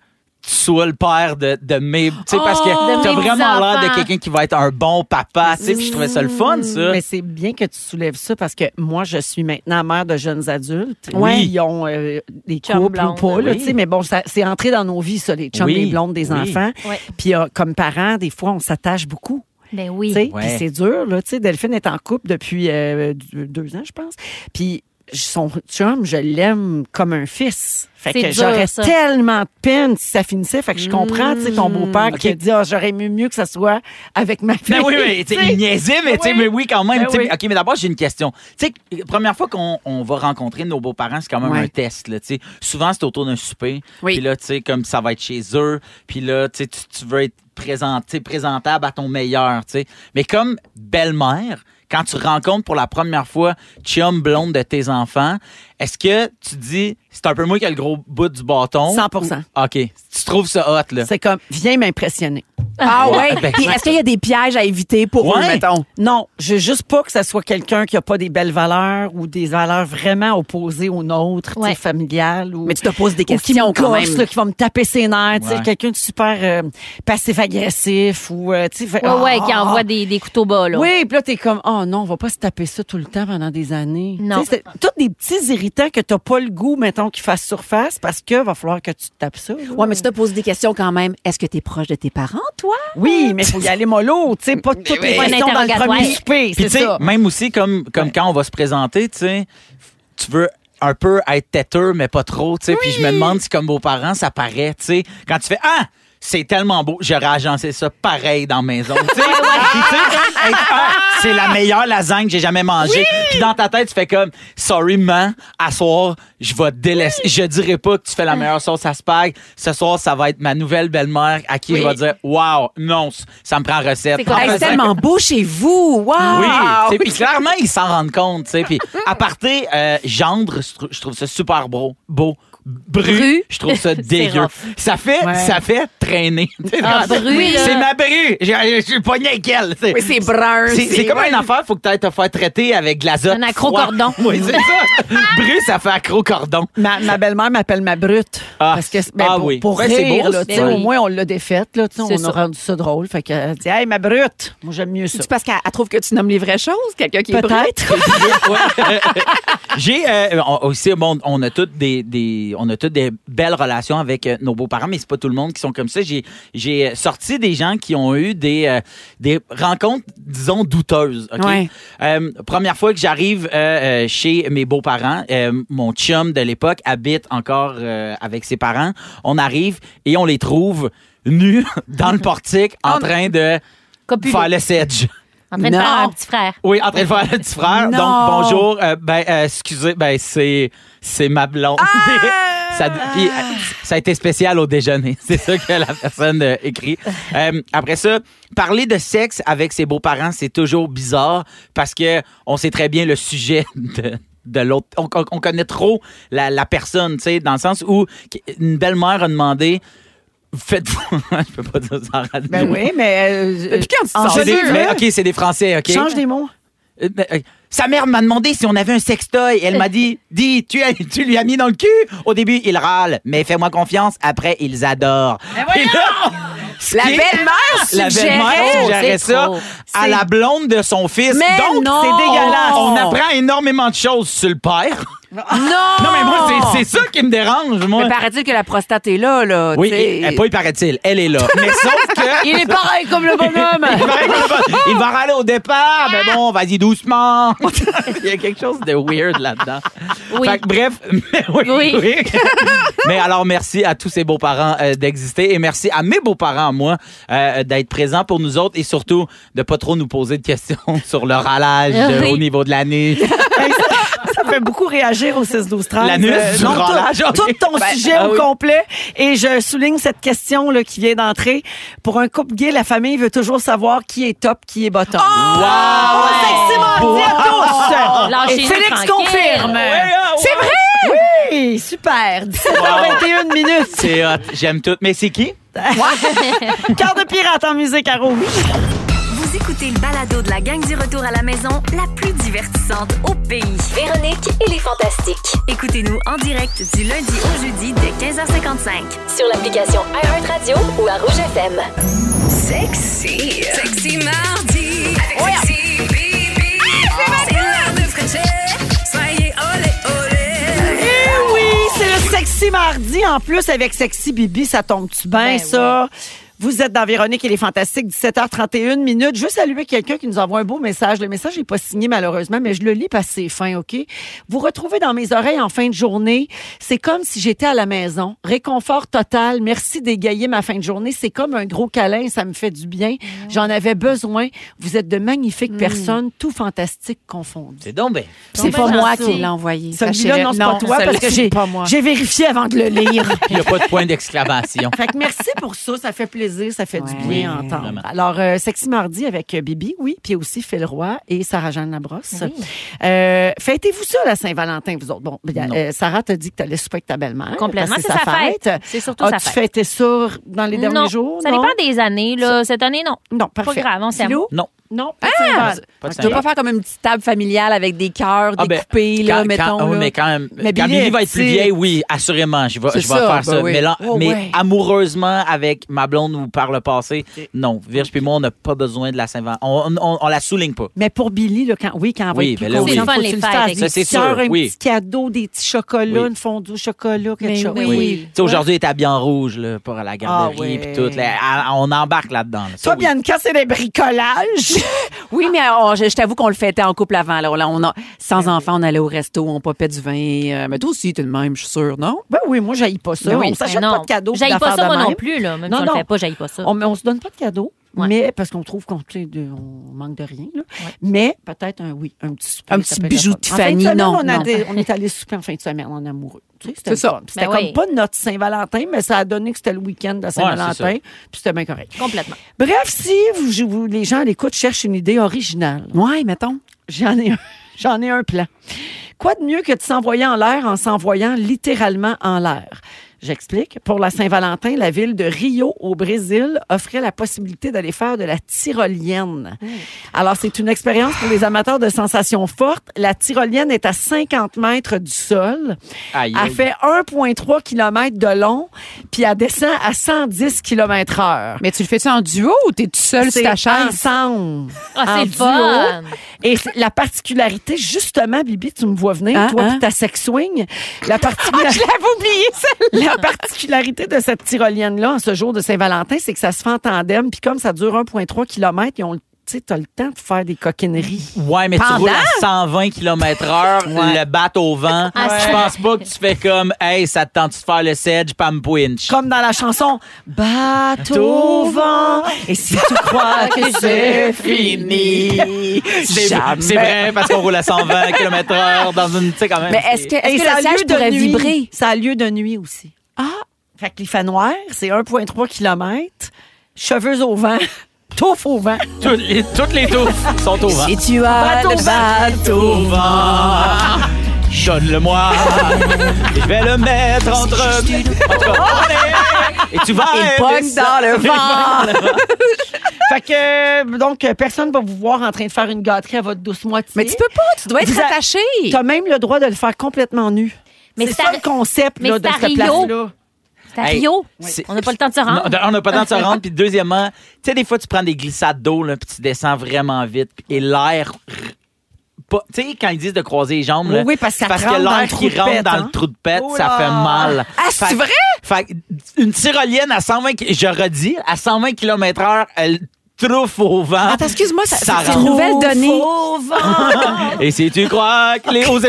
[SPEAKER 3] tu sois le père de, de mes. Tu sais, parce
[SPEAKER 6] Oh, de
[SPEAKER 3] que t'as
[SPEAKER 6] mes
[SPEAKER 3] vraiment l'air de
[SPEAKER 6] petits-enfants.
[SPEAKER 3] quelqu'un qui va être un bon papa, tu sais, puis je trouvais ça le fun, ça.
[SPEAKER 4] Mais c'est bien que tu soulèves ça parce que moi, je suis maintenant mère de jeunes adultes.
[SPEAKER 3] Oui.
[SPEAKER 4] Ils ont euh, des
[SPEAKER 6] Chum
[SPEAKER 4] couples
[SPEAKER 6] blonde,
[SPEAKER 4] ou pas, là,
[SPEAKER 3] oui.
[SPEAKER 4] tu sais, mais bon, ça- c'est entré dans nos vies, ça, les chums,
[SPEAKER 3] Oui,
[SPEAKER 4] les blondes des
[SPEAKER 3] oui.
[SPEAKER 4] enfants.
[SPEAKER 6] Ouais.
[SPEAKER 4] Puis euh, comme parents, des fois, on s'attache beaucoup.
[SPEAKER 6] Ben
[SPEAKER 4] tu
[SPEAKER 6] oui.
[SPEAKER 4] sais.
[SPEAKER 3] Ouais.
[SPEAKER 4] Puis c'est dur, là, tu sais. Delphine est en couple depuis euh, deux deux ans, je pense. Puis son chum, je l'aime comme un fils. Fait
[SPEAKER 6] C'est
[SPEAKER 4] que
[SPEAKER 6] dur,
[SPEAKER 4] j'aurais
[SPEAKER 6] ça.
[SPEAKER 4] tellement de peine si ça finissait. Fait que je comprends, tu sais, ton beau-père qui
[SPEAKER 3] Mm. Ok.
[SPEAKER 4] a dit, Ah, j'aurais aimé mieux que ça soit avec ma fille.
[SPEAKER 3] Ben oui,
[SPEAKER 4] <laughs>
[SPEAKER 3] oui, tu sais, il niaisait, mais, tu sais,
[SPEAKER 4] Oui.
[SPEAKER 3] mais oui, quand même.
[SPEAKER 4] Ben
[SPEAKER 3] tu sais,
[SPEAKER 4] oui.
[SPEAKER 3] mais- OK, mais d'abord, j'ai une question. Tu sais, première fois qu'on on va rencontrer nos beaux-parents, c'est quand même
[SPEAKER 4] Ouais.
[SPEAKER 3] un test. Là, tu sais. Souvent, c'est autour d'un souper.
[SPEAKER 5] Oui.
[SPEAKER 3] Puis là, tu sais, comme ça va être chez eux. Puis là, tu sais, tu tu veux être présent- tu sais, présentable à ton meilleur. tu sais. Mais comme belle-mère, quand tu rencontres pour la première fois chum blonde de tes enfants, est-ce que tu dis, c'est un peu moi qui ai le gros bout du bâton?
[SPEAKER 4] 100
[SPEAKER 3] OK. Tu trouves ça hot, là?
[SPEAKER 4] C'est comme, viens m'impressionner.
[SPEAKER 5] Ah ouais.
[SPEAKER 3] Ben,
[SPEAKER 5] Puis est-ce qu'il y a des pièges à éviter pour
[SPEAKER 3] Ouais.
[SPEAKER 5] eux, mettons?
[SPEAKER 4] Non, je veux juste pas que ça soit quelqu'un qui a pas des belles valeurs ou des valeurs vraiment opposées aux nôtres, tu sais,
[SPEAKER 6] Ouais.
[SPEAKER 4] familiales ou.
[SPEAKER 5] Mais tu te poses des
[SPEAKER 4] ou qui
[SPEAKER 5] questions
[SPEAKER 4] me
[SPEAKER 5] quand
[SPEAKER 4] gosse,
[SPEAKER 5] même.
[SPEAKER 4] là, qui va me taper ses nerfs, tu sais,
[SPEAKER 3] Ouais.
[SPEAKER 4] quelqu'un de super euh, passif-agressif ou, euh, tu sais, fait-
[SPEAKER 6] Ouais, ouais, qui
[SPEAKER 4] Ah!
[SPEAKER 6] envoie des, des couteaux bas, là.
[SPEAKER 4] Oui, puis là, t'es comme, oh non, on va pas se taper ça tout le temps pendant des années.
[SPEAKER 6] Non.
[SPEAKER 4] Tu sais, c'est tous des petits irritants que t'as pas le goût, mettons, qu'ils fassent surface parce que va falloir que tu te tapes ça. là.
[SPEAKER 5] Ouais, mais tu te poses des questions quand même. Est-ce que tu es proche de tes parents, toi?
[SPEAKER 4] Oui, mais faut y aller mollo, tu sais, pas toutes les
[SPEAKER 6] oui.
[SPEAKER 4] questions dans le premier
[SPEAKER 6] Interrogatoire.
[SPEAKER 4] souper,
[SPEAKER 3] Puis
[SPEAKER 4] c'est
[SPEAKER 3] tu sais,
[SPEAKER 4] ça.
[SPEAKER 3] même aussi comme, comme quand on va se présenter, tu sais, tu veux un peu être têteux, mais pas trop, tu sais. Puis je me demande si comme beaux-parents, ça paraît, tu sais, quand tu fais ah. C'est tellement beau, j'aurais agencé ça pareil dans la maison. tu sais. Puis tu sais, hey, ah, c'est la meilleure lasagne que j'ai jamais mangée. Puis dans ta tête, tu fais comme sorry man, à soir, je vais te délaisser. Je dirais pas que tu fais la meilleure sauce à spag. Ce soir, ça va être ma nouvelle belle-mère à qui je vais dire wow, non, ça me prend recette.
[SPEAKER 6] C'est quoi?
[SPEAKER 3] En
[SPEAKER 5] Hey,
[SPEAKER 6] Ah,
[SPEAKER 5] c'est
[SPEAKER 6] ben,
[SPEAKER 3] faisant-
[SPEAKER 5] tellement beau chez vous. Wow!
[SPEAKER 3] oui, tu sais, puis clairement, ils s'en rendent compte, tu sais. Puis à parté, euh, gendre, je trou- je trouve ça super beau. beau. Bru,
[SPEAKER 6] Bru.
[SPEAKER 3] je trouve ça
[SPEAKER 6] <laughs> C'est
[SPEAKER 3] dégueu.
[SPEAKER 6] rough.
[SPEAKER 3] ça, fait,
[SPEAKER 4] Ouais.
[SPEAKER 3] ça fait traîner.
[SPEAKER 6] Ah,
[SPEAKER 3] <laughs>
[SPEAKER 6] Bru, là.
[SPEAKER 3] c'est ma bru. J'ai- Je suis pogné avec elle. tu sais.
[SPEAKER 5] Oui, c'est brun.
[SPEAKER 3] C'est- C'est comme une affaire, faut que tu te faire traiter avec de l'azote.
[SPEAKER 6] Un
[SPEAKER 3] froid.
[SPEAKER 6] accrocordon.
[SPEAKER 3] Oui, c'est
[SPEAKER 6] <laughs>
[SPEAKER 3] ça. Bru, ça fait accrocordon.
[SPEAKER 4] Ma, ma belle-mère m'appelle ma brute.
[SPEAKER 3] Ah,
[SPEAKER 4] parce que ben,
[SPEAKER 3] ah
[SPEAKER 4] pour,
[SPEAKER 3] oui.
[SPEAKER 4] pour
[SPEAKER 3] Ben, c'est
[SPEAKER 4] rire,
[SPEAKER 3] beau,
[SPEAKER 4] là,
[SPEAKER 3] ça.
[SPEAKER 4] tu sais,
[SPEAKER 6] Ben
[SPEAKER 4] au
[SPEAKER 6] oui.
[SPEAKER 4] moins on l'a défaite. Là, tu sais, on
[SPEAKER 6] C'est
[SPEAKER 4] a
[SPEAKER 6] ça.
[SPEAKER 4] rendu ça drôle. Fait qu'elle dit Hey, ma brute! Moi, j'aime mieux ça.
[SPEAKER 5] C'est parce qu'elle elle trouve que tu nommes les vraies choses, quelqu'un qui est brun.
[SPEAKER 4] Peut-être.
[SPEAKER 3] Ouais. <laughs> J'ai euh, on- aussi bon, on a toutes des, des- on a toutes des belles relations avec euh, nos beaux-parents, mais c'est pas tout le monde qui sont comme ça. J'ai j'ai euh, sorti des gens qui ont eu des euh, des rencontres disons douteuses. ok?
[SPEAKER 5] Ouais.
[SPEAKER 3] Euh, première fois que j'arrive euh, euh, chez mes beaux-parents, euh, mon chum de l'époque habite encore euh, avec ses parents. On arrive et on les trouve nus <laughs> dans le portique en train de
[SPEAKER 6] Copulé.
[SPEAKER 3] faire le sedge.
[SPEAKER 6] En train de faire
[SPEAKER 5] Non.
[SPEAKER 6] un petit frère.
[SPEAKER 3] Oui, en train de faire le petit frère.
[SPEAKER 5] Non.
[SPEAKER 4] Ah!
[SPEAKER 3] Donc, bonjour. Euh, ben, euh, excusez, ben, c'est, c'est ma blonde. <laughs> Ça, puis, euh, ça a été spécial au déjeuner. <laughs> C'est ça que la personne euh, écrit. Euh, après ça, parler de sexe avec ses beaux-parents, c'est toujours bizarre parce que on sait très bien le sujet <laughs> de de l'autre. On, on- on connaît trop la, la personne, tu sais, dans le sens où une belle-mère a demandé Faites-vous. <laughs> Je peux pas dire ça en radio.
[SPEAKER 4] Ben oui, mais.
[SPEAKER 5] Puis quand tu
[SPEAKER 4] en
[SPEAKER 5] sors,
[SPEAKER 3] C'est
[SPEAKER 4] jeu,
[SPEAKER 3] des-
[SPEAKER 4] hein?
[SPEAKER 3] mais, OK, c'est des Français, OK?
[SPEAKER 4] Change des mots.
[SPEAKER 3] Euh, ben, euh, Sa mère m'a demandé si on avait un sextoy. Elle m'a dit, dis, tu, as- tu lui as mis dans le cul. Au début, il râle, mais fais-moi confiance. Après, ils adorent. Et
[SPEAKER 5] <laughs>
[SPEAKER 3] là, ce
[SPEAKER 5] La
[SPEAKER 3] qui est-
[SPEAKER 5] belle-mère
[SPEAKER 3] la belle-mère
[SPEAKER 5] suggérait. Oh,
[SPEAKER 3] suggérait
[SPEAKER 6] c'est
[SPEAKER 3] ça
[SPEAKER 6] trop.
[SPEAKER 3] à la blonde de son fils.
[SPEAKER 5] Mais
[SPEAKER 3] Donc,
[SPEAKER 5] non!
[SPEAKER 3] c'est dégueulasse. On apprend énormément de choses sur le père.
[SPEAKER 5] Non!
[SPEAKER 3] Non, mais moi, c'est- c'est ça qui me dérange, moi.
[SPEAKER 5] Mais paraît-il que la prostate est là, là.
[SPEAKER 3] Oui,
[SPEAKER 5] tu sais.
[SPEAKER 3] et- et pas il paraît-il, elle est là. Mais sauf que.
[SPEAKER 5] Il est pareil comme le
[SPEAKER 3] Il
[SPEAKER 5] bonhomme.
[SPEAKER 3] paraît qu'on a pas- Il va râler au départ, mais bon, vas-y doucement. Il y a quelque chose de weird là-dedans.
[SPEAKER 6] Oui.
[SPEAKER 3] Fait que bref, <laughs> mais oui,
[SPEAKER 6] Oui.
[SPEAKER 3] oui. mais alors, merci à tous ces beaux-parents euh, d'exister et merci à mes beaux-parents, moi, euh, d'être présents pour nous autres et surtout de pas trop nous poser de questions <laughs> sur le ralage euh,
[SPEAKER 6] Oui.
[SPEAKER 3] au niveau de l'année.
[SPEAKER 4] Ça fait beaucoup réagir au 6 12 13
[SPEAKER 3] L'anus du
[SPEAKER 4] non,
[SPEAKER 3] branlage,
[SPEAKER 4] tout,
[SPEAKER 3] ok.
[SPEAKER 4] tout ton
[SPEAKER 3] Ben,
[SPEAKER 4] sujet
[SPEAKER 3] ah
[SPEAKER 4] au
[SPEAKER 3] oui.
[SPEAKER 4] complet. Et je souligne cette question là, qui vient d'entrer. Pour un couple gay, la famille veut toujours savoir qui est top, qui est bottom.
[SPEAKER 6] Oh,
[SPEAKER 4] Ah,
[SPEAKER 3] Wow!
[SPEAKER 4] Simon, dis à tous!
[SPEAKER 6] Lâchez-nous
[SPEAKER 4] Et Félix
[SPEAKER 6] tranquille.
[SPEAKER 4] confirme.
[SPEAKER 3] C'est vrai!
[SPEAKER 4] Oui, super. 17h21 minutes.
[SPEAKER 3] C'est hot. J'aime tout. Mais c'est qui?
[SPEAKER 4] Cœur de pirate en musique à rouge.
[SPEAKER 1] Vous écoutez le balado de la gang du retour à la maison, la plus divertissante au pays.
[SPEAKER 2] Véronique et les Fantastiques.
[SPEAKER 1] Écoutez-nous en direct du lundi au jeudi dès 15h55.
[SPEAKER 2] Sur l'application iHeartRadio ou à Rouge FM.
[SPEAKER 8] Sexy. Sexy mardi. Avec Sexy Bibi.
[SPEAKER 2] Ah,
[SPEAKER 8] C'est l'heure de Frencher. Soyez olé olé.
[SPEAKER 4] Eh oui, c'est le sexy mardi. En plus, avec Sexy Bibi, ça tombe-tu bien,
[SPEAKER 6] Ben
[SPEAKER 4] ça? Vous êtes dans Véronique et les Fantastiques, 17h31 minutes. Je veux saluer quelqu'un qui nous envoie un beau message. Le message n'est pas signé, malheureusement, mais je le lis parce que c'est fin, OK? Vous retrouvez dans mes oreilles en fin de journée. C'est comme si j'étais à la maison. Réconfort total. Merci d'égayer ma fin de journée. C'est comme un gros câlin. Ça me fait du bien. J'en avais besoin. Vous êtes de magnifiques personnes, tout fantastique confondu.
[SPEAKER 3] C'est donc ben.
[SPEAKER 5] C'est
[SPEAKER 6] pas moi qui l'ai
[SPEAKER 5] envoyé.
[SPEAKER 4] Celui-là, non, c'est pas toi, parce que j'ai, j'ai vérifié avant de le
[SPEAKER 6] <laughs>
[SPEAKER 4] lire.
[SPEAKER 3] Il n'y a pas de point d'exclamation.
[SPEAKER 4] fait que merci pour ça, ça fait plaisir, ça fait du
[SPEAKER 5] Ouais.
[SPEAKER 4] bien à
[SPEAKER 3] Oui,
[SPEAKER 4] entendre.
[SPEAKER 3] vraiment.
[SPEAKER 4] Alors, euh, Sexy Mardi avec euh, Bibi, oui, puis aussi Phil Roy et Sarah-Jeanne Labrosse. Euh, fêtez-vous ça, la Saint-Valentin, vous autres. Bon, bien,
[SPEAKER 3] Non.
[SPEAKER 4] euh, Sarah t'a dit que t'allais souper avec ta belle-mère.
[SPEAKER 6] Complètement,
[SPEAKER 4] parce que
[SPEAKER 6] c'est sa fête. C'est surtout sa
[SPEAKER 4] As-tu
[SPEAKER 6] fête.
[SPEAKER 4] fêté ça dans les derniers
[SPEAKER 6] non,
[SPEAKER 4] jours?
[SPEAKER 6] ça
[SPEAKER 4] non?
[SPEAKER 6] dépend des années. Là. Cette année, non.
[SPEAKER 4] Non, parfait.
[SPEAKER 6] grave, on s'aime. Ah!
[SPEAKER 4] Philou?
[SPEAKER 3] Non.
[SPEAKER 4] Non, pas de Saint-Val.
[SPEAKER 3] Pas de
[SPEAKER 5] Tu dois
[SPEAKER 3] Saint-Jean.
[SPEAKER 5] pas faire comme une petite table familiale avec des cœurs
[SPEAKER 3] Ah, ben,
[SPEAKER 5] découpés, là,
[SPEAKER 3] quand-
[SPEAKER 5] mettons.
[SPEAKER 3] quand- oui,
[SPEAKER 5] là.
[SPEAKER 3] mais quand, même,
[SPEAKER 5] Mais
[SPEAKER 3] quand
[SPEAKER 5] Billy
[SPEAKER 3] Billy
[SPEAKER 5] est
[SPEAKER 3] va être plus
[SPEAKER 5] petit.
[SPEAKER 3] vieille, oui, assurément, je vais,
[SPEAKER 5] C'est
[SPEAKER 3] je vais
[SPEAKER 5] ça,
[SPEAKER 3] faire
[SPEAKER 5] ben
[SPEAKER 3] ça.
[SPEAKER 5] oui.
[SPEAKER 3] Mais, là,
[SPEAKER 5] Oh,
[SPEAKER 3] mais
[SPEAKER 5] ouais.
[SPEAKER 3] amoureusement, avec ma blonde ou par le passé, non. Virge puis moi, on n'a pas besoin de la Saint-Valentin. On, on, on la souligne pas.
[SPEAKER 4] Mais pour Billy, là, quand, oui, quand on va
[SPEAKER 3] Oui,
[SPEAKER 4] être plus
[SPEAKER 3] ben là,
[SPEAKER 4] conscient, faut
[SPEAKER 3] oui.
[SPEAKER 6] C'est
[SPEAKER 4] que tu le
[SPEAKER 6] le fun, les fêtes,
[SPEAKER 4] fasses.
[SPEAKER 6] avec Ça,
[SPEAKER 3] c'est
[SPEAKER 4] Une petite
[SPEAKER 3] sûr,
[SPEAKER 4] heure, un
[SPEAKER 3] oui.
[SPEAKER 4] petit cadeau, des petits chocolats,
[SPEAKER 3] Oui.
[SPEAKER 4] une fondue au chocolat, quelque
[SPEAKER 5] Mais
[SPEAKER 4] chose.
[SPEAKER 5] oui.
[SPEAKER 3] Tu sais, Aujourd'hui, elle est habillée en rouge là, pour aller à la garderie.
[SPEAKER 4] Ah, ouais.
[SPEAKER 3] puis tout, là, à- on embarque là-dedans. là. Ça,
[SPEAKER 4] Toi,
[SPEAKER 3] oui.
[SPEAKER 4] Bianca, c'est des bricolages.
[SPEAKER 5] <laughs> Oui, mais oh, je, je t'avoue qu'on le fêtait en couple avant. Là. On, on a- sans enfant, on allait au resto, on popait du vin. euh, mais toi aussi, t'es le même, je suis sûre, non?
[SPEAKER 4] ben oui, moi, j'aille pas ça.
[SPEAKER 5] Ben oui.
[SPEAKER 4] On s'achète
[SPEAKER 6] Ben non.
[SPEAKER 4] pas de cadeaux.
[SPEAKER 6] J'haïs
[SPEAKER 4] puis
[SPEAKER 6] pas ça,
[SPEAKER 4] d'affaires
[SPEAKER 6] moi
[SPEAKER 4] de
[SPEAKER 6] non
[SPEAKER 4] même.
[SPEAKER 6] plus. Là. Même
[SPEAKER 4] Non,
[SPEAKER 6] si on
[SPEAKER 4] non.
[SPEAKER 6] le fait pas, j'aille pas ça.
[SPEAKER 4] On, mais on se donne pas de cadeaux.
[SPEAKER 6] Ouais.
[SPEAKER 4] Mais parce qu'on trouve qu'on tu sais, de- on manque de rien. Là. Mais peut-être un oui, un petit souper.
[SPEAKER 5] Un
[SPEAKER 4] ça
[SPEAKER 5] petit
[SPEAKER 4] peut être
[SPEAKER 5] bijou
[SPEAKER 4] le fun.
[SPEAKER 5] de
[SPEAKER 4] En fin
[SPEAKER 5] Tiffany,
[SPEAKER 4] semaine,
[SPEAKER 5] non,
[SPEAKER 4] On, a
[SPEAKER 6] <laughs>
[SPEAKER 5] non.
[SPEAKER 4] des- on est allé souper en fin de semaine en amoureux. Tu sais, C'était
[SPEAKER 5] C'est ça.
[SPEAKER 4] le fun. C'était
[SPEAKER 6] Ben
[SPEAKER 4] comme
[SPEAKER 6] oui.
[SPEAKER 4] pas notre Saint-Valentin, mais ça a donné que c'était le week-end de Saint-Valentin.
[SPEAKER 3] ça.
[SPEAKER 4] puis c'était bien correct.
[SPEAKER 6] Complètement.
[SPEAKER 4] Bref, si vous, je- vous- les gens à l'écoute cherchent une idée originale,
[SPEAKER 5] Ouais, mettons.
[SPEAKER 4] j'en ai un. <laughs> J'en ai un plan. Quoi de mieux que de s'envoyer en l'air en s'envoyant littéralement en l'air? J'explique. Pour la Saint-Valentin, la ville de Rio, au Brésil, offrait la possibilité d'aller faire de la tyrolienne.
[SPEAKER 9] Mmh.
[SPEAKER 4] Alors, c'est une expérience pour les amateurs de sensations fortes. La tyrolienne est à 50 mètres du sol.
[SPEAKER 3] Aïe,
[SPEAKER 4] Elle
[SPEAKER 3] aïe.
[SPEAKER 4] fait 1,3 km de long, puis elle descend à 110 km heure.
[SPEAKER 9] Mais tu le fais-tu en duo ou t'es tout seul sur
[SPEAKER 4] C'est
[SPEAKER 9] ta chaise?
[SPEAKER 4] ensemble.
[SPEAKER 6] Ah, c'est
[SPEAKER 4] en
[SPEAKER 6] le fun!
[SPEAKER 4] duo. Et c'est- la particularité, justement, Bibi, tu me vois venir,
[SPEAKER 5] Hein,
[SPEAKER 4] toi
[SPEAKER 5] hein?
[SPEAKER 4] puis ta sex swing. <laughs> La, particularité, la particularité de cette tyrolienne-là, en ce jour de Saint-Valentin, c'est que ça se fait en tandem. Puis comme ça dure 1,3 km, ils ont le tu sais, as le temps de faire des coquineries.
[SPEAKER 3] Ouais, mais tu
[SPEAKER 4] Pendant?
[SPEAKER 3] roules à 120 km h le bat au vent.
[SPEAKER 6] Ah,
[SPEAKER 3] Je
[SPEAKER 6] ouais.
[SPEAKER 3] pense pas que tu fais comme, hey, ça te tente de faire le sedge, pam winch.
[SPEAKER 4] Comme dans la chanson Bateau vent, <laughs> et si tu crois <laughs> que c'est fini,
[SPEAKER 3] C'est c'est vrai, parce qu'on roule à 120 km h dans une, tu sais, quand même.
[SPEAKER 5] Mais est-ce que, est-ce
[SPEAKER 4] Et
[SPEAKER 5] que
[SPEAKER 4] ça a
[SPEAKER 5] le siège
[SPEAKER 4] lieu de
[SPEAKER 5] pourrait
[SPEAKER 4] nuit.
[SPEAKER 5] vibrer?
[SPEAKER 4] Ça a lieu de nuit aussi.
[SPEAKER 5] Ah!
[SPEAKER 4] Fait que les fait noir, c'est 1,3 km, cheveux au vent, <laughs> touffe au vent.
[SPEAKER 3] Toutes les, toutes les touffes sont au vent.
[SPEAKER 5] Si tu as le bateau.
[SPEAKER 3] vent. Donne-le-moi. Je vais le mettre entre. En tout cas, on est- Et tu vas.
[SPEAKER 5] Il
[SPEAKER 3] aimer
[SPEAKER 5] pogne
[SPEAKER 3] ça.
[SPEAKER 5] dans le
[SPEAKER 3] Il
[SPEAKER 5] vent.
[SPEAKER 3] pogne dans le vent.
[SPEAKER 4] Fait que, euh, donc, euh, personne ne va vous voir en train de faire une gâterie à votre douce moitié.
[SPEAKER 5] Mais tu peux pas, tu dois être
[SPEAKER 4] Vous a-
[SPEAKER 5] attaché.
[SPEAKER 4] T'as même le droit de le faire complètement nu.
[SPEAKER 6] Mais
[SPEAKER 4] c'est
[SPEAKER 6] c'est
[SPEAKER 4] ça
[SPEAKER 6] à-
[SPEAKER 4] le concept
[SPEAKER 6] mais
[SPEAKER 4] là,
[SPEAKER 6] c'est
[SPEAKER 4] de
[SPEAKER 6] à
[SPEAKER 4] cette
[SPEAKER 6] Rio.
[SPEAKER 4] place-là.
[SPEAKER 6] C'est à
[SPEAKER 3] Hey,
[SPEAKER 6] Rio.
[SPEAKER 3] c'est-
[SPEAKER 6] On n'a pas le temps de se rendre.
[SPEAKER 3] Non, on n'a pas le temps de se rendre. Puis deuxièmement, tu sais, des fois, tu prends des glissades d'eau, là, puis tu descends vraiment vite. puis- Et l'air. pas- Tu sais, quand ils disent de croiser les jambes, là,
[SPEAKER 4] Oui, oui, parce que ça te
[SPEAKER 3] que
[SPEAKER 4] rentre dans
[SPEAKER 3] l'air
[SPEAKER 4] le
[SPEAKER 3] qui
[SPEAKER 4] trou de
[SPEAKER 3] rentre
[SPEAKER 4] pète,
[SPEAKER 3] dans
[SPEAKER 4] hein.
[SPEAKER 3] le trou de pète,
[SPEAKER 4] Oh
[SPEAKER 3] ça
[SPEAKER 4] là!
[SPEAKER 3] fait mal.
[SPEAKER 5] Ah, c'est
[SPEAKER 3] Fait-
[SPEAKER 5] vrai?
[SPEAKER 3] Fait que une tyrolienne à 120, ki- je redis, à 120 km/h, elle trouffe au vent.
[SPEAKER 5] Attends, excuse-moi, ça-
[SPEAKER 3] Ça
[SPEAKER 5] c'est une
[SPEAKER 3] rentre.
[SPEAKER 5] nouvelle donnée.
[SPEAKER 3] Et si tu crois que les hauts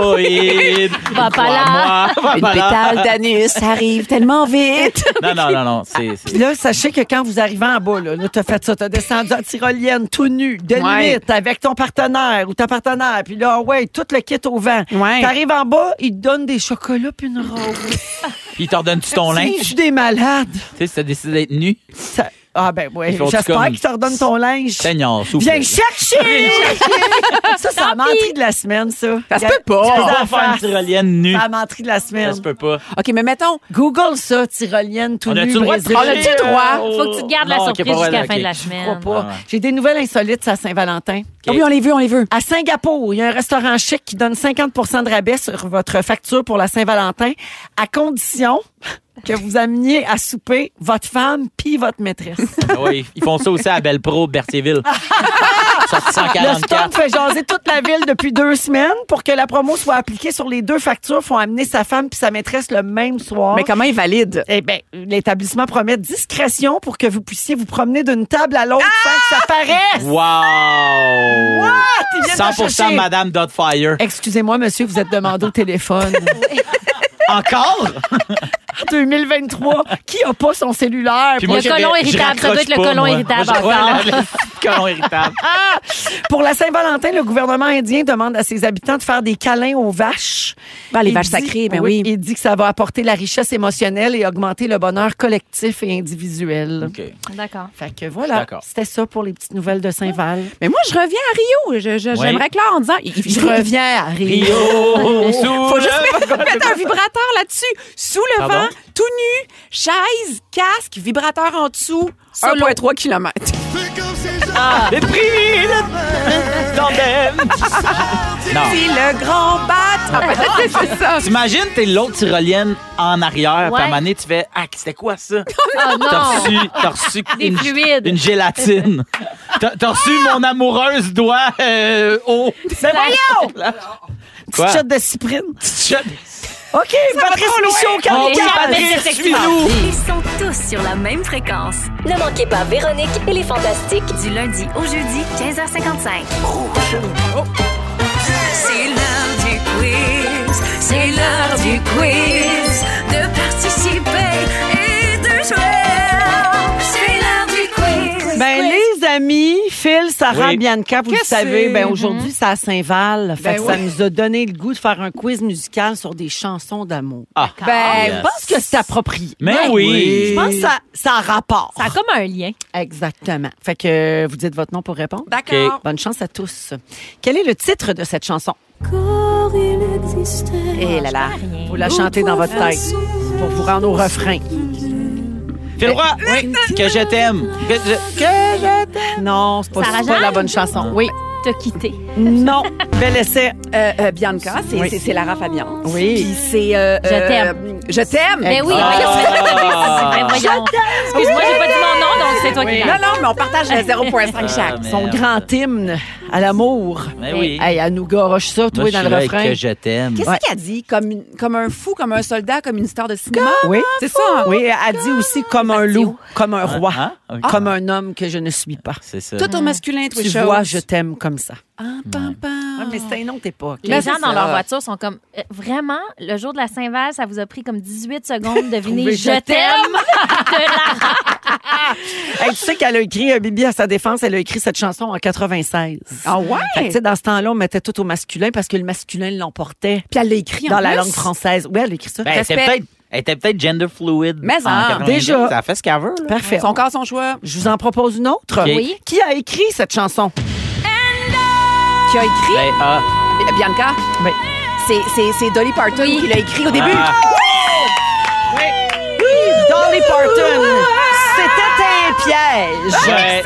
[SPEAKER 3] hémorroïdes.
[SPEAKER 6] Va pas là.
[SPEAKER 3] crois-moi, va
[SPEAKER 5] Une
[SPEAKER 3] pas là.
[SPEAKER 5] pétale d'anus arrive tellement vite.
[SPEAKER 3] Non, non, non, non. C'est, c'est-
[SPEAKER 4] Puis là, sachez que quand vous arrivez en bas, là, là t'as fait ça, t'as descendu en tyrolienne, tout nu, de
[SPEAKER 9] Ouais.
[SPEAKER 4] nuit, avec ton partenaire ou ta partenaire, puis là, ouais, tout le kit au vent.
[SPEAKER 9] Ouais.
[SPEAKER 4] T'arrives en bas, ils te donnent des chocolats puis une robe.
[SPEAKER 3] Puis ils t'ordonnent-tu ton linge?
[SPEAKER 4] Je
[SPEAKER 3] Tu
[SPEAKER 4] suis des malades.
[SPEAKER 3] sais, si t'as décidé d'être nu,
[SPEAKER 4] Ça- Ah ben oui,
[SPEAKER 3] Ils font-tu
[SPEAKER 4] j'espère
[SPEAKER 3] comme-
[SPEAKER 4] qu'ils te redonnent ton linge.
[SPEAKER 3] Seigneur, souffle.
[SPEAKER 4] Viens chercher! <laughs> ça, c'est la menterie de la semaine, ça.
[SPEAKER 5] Ça se peut pas.
[SPEAKER 3] Tu peux
[SPEAKER 4] Dans
[SPEAKER 3] pas
[SPEAKER 4] la
[SPEAKER 3] faire une
[SPEAKER 4] face. Ah,
[SPEAKER 3] tyrolienne nue.
[SPEAKER 4] C'est la menterie de la
[SPEAKER 3] Ça
[SPEAKER 4] semaine.
[SPEAKER 3] se peut pas.
[SPEAKER 5] <laughs> OK, mais mettons,
[SPEAKER 4] Google ça, tyrolienne, tout
[SPEAKER 3] On
[SPEAKER 4] nu,
[SPEAKER 3] a-tu le droit de
[SPEAKER 4] Brésil.
[SPEAKER 3] tricher,
[SPEAKER 5] On a-tu le droit?
[SPEAKER 3] euh,
[SPEAKER 6] Faut que tu te gardes la
[SPEAKER 3] non, ok,
[SPEAKER 6] surprise
[SPEAKER 3] pas vrai,
[SPEAKER 6] jusqu'à la fin
[SPEAKER 3] ok.
[SPEAKER 6] de la
[SPEAKER 4] Je
[SPEAKER 6] semaine.
[SPEAKER 4] crois pas.
[SPEAKER 3] Ah ouais.
[SPEAKER 4] J'ai des nouvelles insolites à Saint-Valentin.
[SPEAKER 5] Ah oui, on les veut, on les veut.
[SPEAKER 4] À Singapour, il y a un restaurant chic qui donne 50 de rabais sur votre facture pour la Saint-Valentin, à condition que vous ameniez à souper votre femme puis votre maîtresse.
[SPEAKER 3] Ah oui, ils font ça aussi à Belle Pro, Berthierville. Sortie
[SPEAKER 4] Le stunt
[SPEAKER 3] 144.
[SPEAKER 4] fait jaser toute la ville depuis deux semaines pour que la promo soit appliquée sur les deux factures. Faut amener sa femme puis sa maîtresse le même soir.
[SPEAKER 5] Mais comment ils valident?
[SPEAKER 4] Eh bien, l'établissement promet discrétion pour que vous puissiez vous promener d'une table à l'autre
[SPEAKER 5] Ah!
[SPEAKER 4] sans que ça paraisse.
[SPEAKER 3] Wow!
[SPEAKER 4] Ah, t'es bien de
[SPEAKER 3] 100%
[SPEAKER 4] chercher.
[SPEAKER 3] Madame Dotfire.
[SPEAKER 4] Excusez-moi, monsieur, vous êtes demandé au
[SPEAKER 5] <laughs>
[SPEAKER 4] téléphone.
[SPEAKER 3] Encore?
[SPEAKER 4] 2023, qui a pas son cellulaire?
[SPEAKER 3] Puis
[SPEAKER 6] Le
[SPEAKER 3] je-
[SPEAKER 6] colon
[SPEAKER 3] je
[SPEAKER 6] irritable, ça
[SPEAKER 3] raccroche
[SPEAKER 6] doit être le
[SPEAKER 3] pas,
[SPEAKER 6] colon
[SPEAKER 3] moi.
[SPEAKER 6] irritable
[SPEAKER 3] Moi, je-
[SPEAKER 6] encore.
[SPEAKER 3] Ouais, le- le colon
[SPEAKER 6] <laughs>
[SPEAKER 3] irritable.
[SPEAKER 4] <laughs> Pour la Saint-Valentin, le gouvernement indien demande à ses habitants de faire des câlins aux vaches.
[SPEAKER 5] Ben, les
[SPEAKER 4] Il
[SPEAKER 5] vaches
[SPEAKER 4] dit-
[SPEAKER 5] sacrées, ben oui.
[SPEAKER 4] Il dit que ça va apporter la richesse émotionnelle et augmenter le bonheur collectif et individuel.
[SPEAKER 3] OK.
[SPEAKER 6] D'accord.
[SPEAKER 4] Fait que voilà,
[SPEAKER 3] D'accord.
[SPEAKER 4] c'était ça pour les petites nouvelles de Saint-Val.
[SPEAKER 5] Mais moi, je reviens à Rio. Je- je-
[SPEAKER 3] Oui.
[SPEAKER 5] J'aimerais que là, en disant. il- il-
[SPEAKER 4] Je reviens à Rio.
[SPEAKER 3] Rio,
[SPEAKER 5] Faut juste
[SPEAKER 4] <laughs>
[SPEAKER 5] mettre, mettre un vibrateur là-dessus. Sous le
[SPEAKER 3] Pardon?
[SPEAKER 5] vent, tout nu, chaise, casque, vibrateur en dessous. 1,3 km.
[SPEAKER 3] Non.
[SPEAKER 5] C'est le grand bat. c'est ça.
[SPEAKER 3] T'imagines, t'es l'autre tyrolienne en arrière, puis à un
[SPEAKER 6] Ouais.
[SPEAKER 3] moment donné, tu fais Ah, c'était quoi
[SPEAKER 4] <laughs>
[SPEAKER 3] ça?
[SPEAKER 6] Oh
[SPEAKER 3] T'as
[SPEAKER 6] non!
[SPEAKER 3] reçu, t'as reçu
[SPEAKER 6] Des
[SPEAKER 3] une,
[SPEAKER 6] fluides.
[SPEAKER 4] <laughs>
[SPEAKER 3] une gélatine. T'as t'as reçu mon amoureuse doigt euh, haut.
[SPEAKER 4] Ben voyons!
[SPEAKER 3] Quoi?
[SPEAKER 4] Petite shot de cyprine.
[SPEAKER 3] Chut.
[SPEAKER 4] OK, Patrice Michaud,
[SPEAKER 3] On
[SPEAKER 4] Carole Casse.
[SPEAKER 3] s'appelle, suis-nous.
[SPEAKER 1] Ils sont tous sur la même fréquence.
[SPEAKER 2] Ne manquez pas Véronique et les Fantastiques.
[SPEAKER 1] Du lundi au jeudi, 15h55.
[SPEAKER 8] C'est l'heure du quiz, c'est l'heure du quiz, de participer et de jouer. C'est l'heure du quiz.
[SPEAKER 4] Ben, les amis, Phil, Sarah,
[SPEAKER 3] Oui.
[SPEAKER 4] Bianca, vous le
[SPEAKER 9] Qu'est-ce
[SPEAKER 4] savez,
[SPEAKER 9] c'est?
[SPEAKER 4] ben, aujourd'hui, c'est à Saint-Val. Fait
[SPEAKER 9] Ben
[SPEAKER 4] que
[SPEAKER 9] oui.
[SPEAKER 4] Ça nous a donné le goût de faire un quiz musical sur des chansons d'amour.
[SPEAKER 3] Ah,
[SPEAKER 5] Ben,
[SPEAKER 4] Je pense que c'est approprié.
[SPEAKER 3] Mais oui.
[SPEAKER 4] Je pense que ça, ça a rapport.
[SPEAKER 6] Ça a comme un lien.
[SPEAKER 4] Exactement. Fait que euh, vous dites votre nom pour répondre.
[SPEAKER 5] D'accord.
[SPEAKER 3] Ok.
[SPEAKER 4] Bonne chance à tous. Quel est le titre de cette chanson?
[SPEAKER 5] Eh là là.
[SPEAKER 4] Vous la chantez dans votre tête pour vous rendre au refrain.
[SPEAKER 3] Fais le roi, oui, que je t'aime. Que je-
[SPEAKER 4] Non, c'est pas,
[SPEAKER 6] Sarah
[SPEAKER 4] c'est pas la
[SPEAKER 6] Jeanne?
[SPEAKER 4] bonne chanson. Oui.
[SPEAKER 6] T'as quitté.
[SPEAKER 4] Non. Bel essai.
[SPEAKER 5] Euh, euh, Bianca, c'est
[SPEAKER 4] Oui.
[SPEAKER 5] c'est- c'est Lara Fabian.
[SPEAKER 4] Oui.
[SPEAKER 5] Puis c'est. euh,
[SPEAKER 6] Je
[SPEAKER 5] euh,
[SPEAKER 6] t'aime.
[SPEAKER 5] Je t'aime.
[SPEAKER 6] Ben oui,
[SPEAKER 3] Ah.
[SPEAKER 6] voyons. <laughs> Ben voyons. Excuse-moi, j'ai pas dit mon nom, donc c'est toi qui
[SPEAKER 5] Non,
[SPEAKER 6] l'as.
[SPEAKER 5] non, mais on partage le
[SPEAKER 3] <laughs>
[SPEAKER 5] 0,5
[SPEAKER 3] Ah,
[SPEAKER 5] chaque.
[SPEAKER 3] mais-
[SPEAKER 4] Son grand hymne à l'amour.
[SPEAKER 3] Mais Ben oui.
[SPEAKER 4] Hey, elle nous garoche ça,
[SPEAKER 3] Moi,
[SPEAKER 4] toi,
[SPEAKER 3] je
[SPEAKER 4] dans
[SPEAKER 3] suis
[SPEAKER 4] le
[SPEAKER 3] là avec
[SPEAKER 4] refrain.
[SPEAKER 3] que je t'aime.
[SPEAKER 5] Qu'est-ce qu'elle a dit? Comme, une- comme un fou, comme un soldat, comme une star de cinéma?
[SPEAKER 4] Oui.
[SPEAKER 5] C'est ça, Ah. hein?
[SPEAKER 4] Oui, elle dit aussi comme un loup, comme un roi,
[SPEAKER 3] Hein? Ok.
[SPEAKER 4] comme un homme que je ne suis pas.
[SPEAKER 3] C'est ça.
[SPEAKER 5] Tout au masculin,
[SPEAKER 4] Tu vois, je t'aime comme ça. mais
[SPEAKER 5] t'aime.
[SPEAKER 4] c'était une autre époque.
[SPEAKER 6] Les
[SPEAKER 5] Ben,
[SPEAKER 6] gens
[SPEAKER 5] c'est
[SPEAKER 6] dans
[SPEAKER 5] ça.
[SPEAKER 6] leur voiture sont comme euh, vraiment le jour de la Saint-Val, ça vous a pris comme 18 secondes de deviner
[SPEAKER 4] Trouver
[SPEAKER 6] je
[SPEAKER 4] je
[SPEAKER 6] t'aime.
[SPEAKER 4] Hey, tu sais qu'elle a écrit, euh, Bibi, à sa défense, elle a écrit cette chanson en 96.
[SPEAKER 5] Ah ouais?
[SPEAKER 4] Fait que, tu sais, dans ce temps-là, on mettait tout au masculin parce que le masculin l'emportait
[SPEAKER 5] Puis elle l'a écrit en
[SPEAKER 4] dans la
[SPEAKER 5] plus.
[SPEAKER 4] langue française. Oui, elle a écrit ça.
[SPEAKER 3] Ben, elle était
[SPEAKER 5] respect.
[SPEAKER 3] peut-être elle était peut-être gender fluid.
[SPEAKER 5] Mais
[SPEAKER 3] en
[SPEAKER 5] ah,
[SPEAKER 3] 90.
[SPEAKER 4] déjà.
[SPEAKER 3] Ça fait ce qu'elle veut. là.
[SPEAKER 4] Parfait.
[SPEAKER 5] Son corps, son choix.
[SPEAKER 4] Je vous en propose une autre.
[SPEAKER 3] Ok.
[SPEAKER 6] Oui.
[SPEAKER 4] Qui a écrit cette chanson?
[SPEAKER 5] Qui a écrit
[SPEAKER 3] Ben, ah,
[SPEAKER 5] Euh, Bianca?
[SPEAKER 4] Oui.
[SPEAKER 5] C'est- C'est c'est Dolly Parton qui l'a écrit au début.
[SPEAKER 3] ah.
[SPEAKER 4] Dolly Parton. C'était un piège.
[SPEAKER 3] Ouais.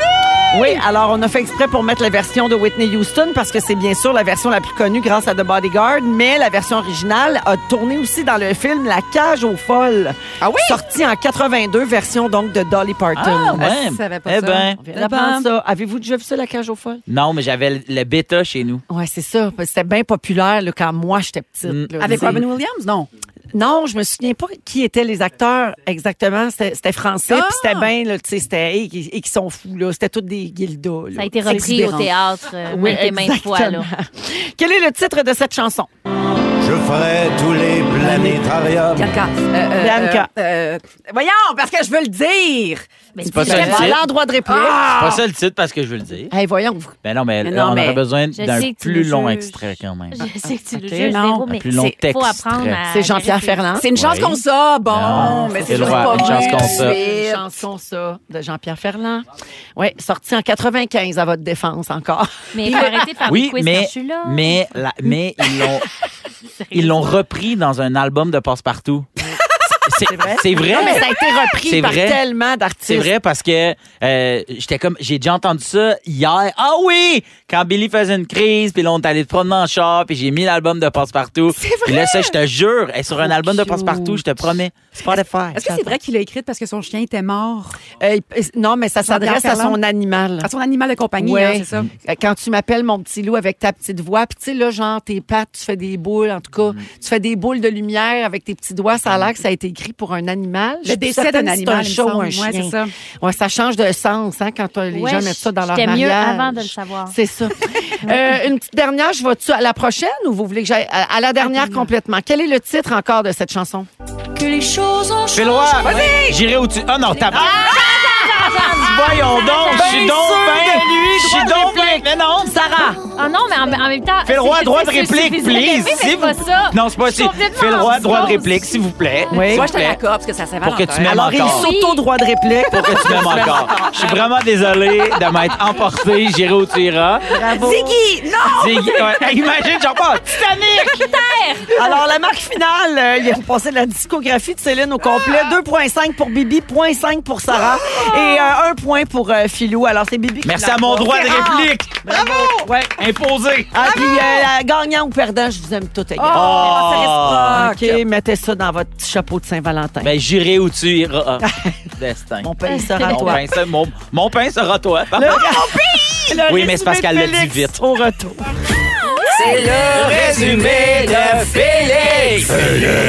[SPEAKER 4] Oui, alors on a fait exprès pour mettre la version de Whitney Houston parce que c'est bien sûr la version la plus connue grâce à The Bodyguard, mais la version originale a tourné aussi dans le film La cage aux folles.
[SPEAKER 5] Ah oui?
[SPEAKER 4] Sorti en 82, version donc de Dolly Parton.
[SPEAKER 3] Ah, ouais.
[SPEAKER 5] Ah, je savais pas
[SPEAKER 3] eh
[SPEAKER 5] ça.
[SPEAKER 3] ben,
[SPEAKER 4] On vient d'apprendre ça. Avez-vous déjà vu ça, La cage aux folles?
[SPEAKER 3] non, mais j'avais le, le bêta chez nous.
[SPEAKER 4] Oui, c'est ça. parce que C'était bien populaire là, quand moi, j'étais petite.
[SPEAKER 3] Mm.
[SPEAKER 4] là.
[SPEAKER 5] Avec
[SPEAKER 4] C'est-
[SPEAKER 5] Robin Williams? Non.
[SPEAKER 4] Non, je me souviens pas qui étaient les acteurs exactement. C'était c'était français,
[SPEAKER 5] Ah!
[SPEAKER 4] puis c'était bien, là, tu sais, c'était... Et, qui- et qui sont fous, là. C'était tous des guildas, là.
[SPEAKER 6] Ça a été repris au
[SPEAKER 5] exubérant.
[SPEAKER 6] théâtre euh, maintes et maintes fois. Là.
[SPEAKER 4] exactement. Quel est le titre de cette chanson?
[SPEAKER 10] Je ferai tous les planétariums.
[SPEAKER 5] Bianca. Euh, euh,
[SPEAKER 4] Bianca.
[SPEAKER 5] euh, euh, voyons, parce que je veux le dire.
[SPEAKER 6] Ben,
[SPEAKER 3] pas
[SPEAKER 6] dis-
[SPEAKER 3] ça,
[SPEAKER 4] Vraiment,
[SPEAKER 3] le titre. Ah!
[SPEAKER 4] l'endroit de réplique.
[SPEAKER 3] Pas ça le titre parce que je veux le dire.
[SPEAKER 4] Hey, voyons. vous-
[SPEAKER 3] Ben non, mais,
[SPEAKER 5] Mais
[SPEAKER 3] là,
[SPEAKER 5] non,
[SPEAKER 3] on
[SPEAKER 5] mais
[SPEAKER 3] aurait besoin
[SPEAKER 6] je
[SPEAKER 3] d'un
[SPEAKER 6] sais que tu
[SPEAKER 3] plus
[SPEAKER 6] le
[SPEAKER 3] long
[SPEAKER 6] juges.
[SPEAKER 3] extras quand même.
[SPEAKER 6] Je sais que tu le
[SPEAKER 4] Ok,
[SPEAKER 6] juges,
[SPEAKER 4] non.
[SPEAKER 6] zéro,
[SPEAKER 3] Un
[SPEAKER 6] mais
[SPEAKER 3] plus long
[SPEAKER 6] c'est- faut
[SPEAKER 3] texte.
[SPEAKER 6] apprendre à...
[SPEAKER 4] C'est Jean-Pierre
[SPEAKER 6] vérifier.
[SPEAKER 4] Ferland.
[SPEAKER 5] C'est une chance
[SPEAKER 3] Oui.
[SPEAKER 5] qu'on ça, bon,
[SPEAKER 3] Non,
[SPEAKER 5] mais
[SPEAKER 3] c'est
[SPEAKER 5] c'est juste
[SPEAKER 3] le droit,
[SPEAKER 5] pas
[SPEAKER 3] une chance
[SPEAKER 5] vrai.
[SPEAKER 3] qu'on ça.
[SPEAKER 4] Une chanson, ça, de Jean-Pierre Ferland. Oui, sorti en 95 à votre défense encore.
[SPEAKER 6] Mais il faut arrêter de faire des
[SPEAKER 3] Oui,
[SPEAKER 6] quiz quand
[SPEAKER 3] mais,
[SPEAKER 6] je suis là.
[SPEAKER 3] mais, la- mais ils l'ont, ils l'ont repris dans un album de passe-partout. C'est, c'est vrai.
[SPEAKER 4] Non, mais ça a été repris
[SPEAKER 3] C'est
[SPEAKER 4] par
[SPEAKER 3] vrai.
[SPEAKER 4] tellement d'artistes.
[SPEAKER 3] C'est vrai parce que euh, j'étais comme j'ai déjà entendu ça hier. Ah oui, quand Billy faisait une crise, puis là on est allé te promener en char, puis j'ai mis l'album de passe-partout. C'est vrai. Puis là ça je te jure, est sur un album de passe-partout, je te promets. C'est pas de faire.
[SPEAKER 5] Est-ce que c'est vrai qu'il l'a écrite parce que son chien était mort?
[SPEAKER 4] Euh, il- non, mais ça s'adresse à son
[SPEAKER 5] Ferland.
[SPEAKER 4] animal.
[SPEAKER 5] À son animal de compagnie,
[SPEAKER 4] Ouais.
[SPEAKER 5] hein, c'est ça?
[SPEAKER 4] Euh, Quand tu m'appelles mon petit loup avec ta petite voix, puis tu sais, là, genre, tes pattes, tu fais des boules, en tout cas, tu fais des boules de lumière avec tes petits doigts, ça a l'air que ça a été écrit pour un animal. Je
[SPEAKER 5] Le
[SPEAKER 4] suis
[SPEAKER 5] décès
[SPEAKER 4] certaine
[SPEAKER 5] d'un
[SPEAKER 4] que c'est
[SPEAKER 5] animal,
[SPEAKER 4] un chat ou un chien.
[SPEAKER 5] Oui, c'est ça.
[SPEAKER 4] Ouais, ça change de sens hein, quand euh, les
[SPEAKER 6] Ouais,
[SPEAKER 4] gens mettent ça dans leur
[SPEAKER 6] J'étais
[SPEAKER 4] mariage.
[SPEAKER 6] mieux avant de le savoir.
[SPEAKER 4] C'est
[SPEAKER 5] <laughs>
[SPEAKER 4] ça. Euh, une petite dernière, je vais-tu à la prochaine ou vous voulez que j'aille à, à la dernière complètement? Quel est le titre encore de cette chanson?
[SPEAKER 8] Que les choses ont
[SPEAKER 3] Fais le roi. J'irai où tu. Ah non, t'as. Voyons donc, je suis donc ben- je suis donc ben- Mais non,
[SPEAKER 4] Sarah!
[SPEAKER 6] Ah non, mais en, en même temps...
[SPEAKER 3] fais le roi
[SPEAKER 6] c'est-
[SPEAKER 3] droit de
[SPEAKER 6] c'est- c'est-
[SPEAKER 3] réplique,
[SPEAKER 6] c'est-
[SPEAKER 3] please.
[SPEAKER 6] Mais
[SPEAKER 3] s'il
[SPEAKER 6] c'est pas
[SPEAKER 3] vous-
[SPEAKER 6] ça.
[SPEAKER 3] Non, c'est pas
[SPEAKER 6] Je suis
[SPEAKER 3] si.
[SPEAKER 6] complètement
[SPEAKER 3] Fais le roi droit de
[SPEAKER 6] heureuse.
[SPEAKER 3] réplique, s'il vous plaît.
[SPEAKER 4] Oui.
[SPEAKER 5] Moi,
[SPEAKER 3] S'il
[SPEAKER 5] je
[SPEAKER 3] vous
[SPEAKER 5] te
[SPEAKER 3] plaît.
[SPEAKER 5] l'accorde parce que ça s'avère
[SPEAKER 3] Pour que tu m'aimes
[SPEAKER 4] Alors, il
[SPEAKER 3] encore.
[SPEAKER 4] saute au droit de réplique.
[SPEAKER 3] pour que tu m'aimes encore. Je suis vraiment désolée de m'être emportée. J'irai où tu iras.
[SPEAKER 5] <laughs> Ziggy! Non!
[SPEAKER 3] Oh, C'est- ouais, hey, imagine, j'en parle. Titanic!
[SPEAKER 4] Alors, la marque finale, euh, il a passé la discographie de Céline au complet. 2,5 pour Bibi, 0,5 pour Sarah et 1 point pour euh, Philou. Alors, c'est Bibi qui
[SPEAKER 3] Merci à
[SPEAKER 4] l'emporte.
[SPEAKER 3] mon droit de réplique.
[SPEAKER 4] Bravo! Ouais.
[SPEAKER 3] Imposé.
[SPEAKER 4] Ah, puis, euh, gagnant ou perdant, je vous aime tout également.
[SPEAKER 3] Oh!
[SPEAKER 4] Ah, OK, mettez ça dans votre petit chapeau de Saint-Valentin.
[SPEAKER 3] Ben, j'irai où tu iras. Destin.
[SPEAKER 4] Mon pays sera à
[SPEAKER 3] Mon
[SPEAKER 4] toi.
[SPEAKER 3] pain, c'est- mon, mon pain sera toi. Pardon.
[SPEAKER 4] <laughs> Le
[SPEAKER 3] Oui, mais c'est parce
[SPEAKER 4] résumé
[SPEAKER 3] qu'elle
[SPEAKER 4] de
[SPEAKER 3] l'a dit
[SPEAKER 4] Félix euh,
[SPEAKER 3] vite.
[SPEAKER 4] Au retour.
[SPEAKER 8] C'est le
[SPEAKER 3] Résumé de Félix.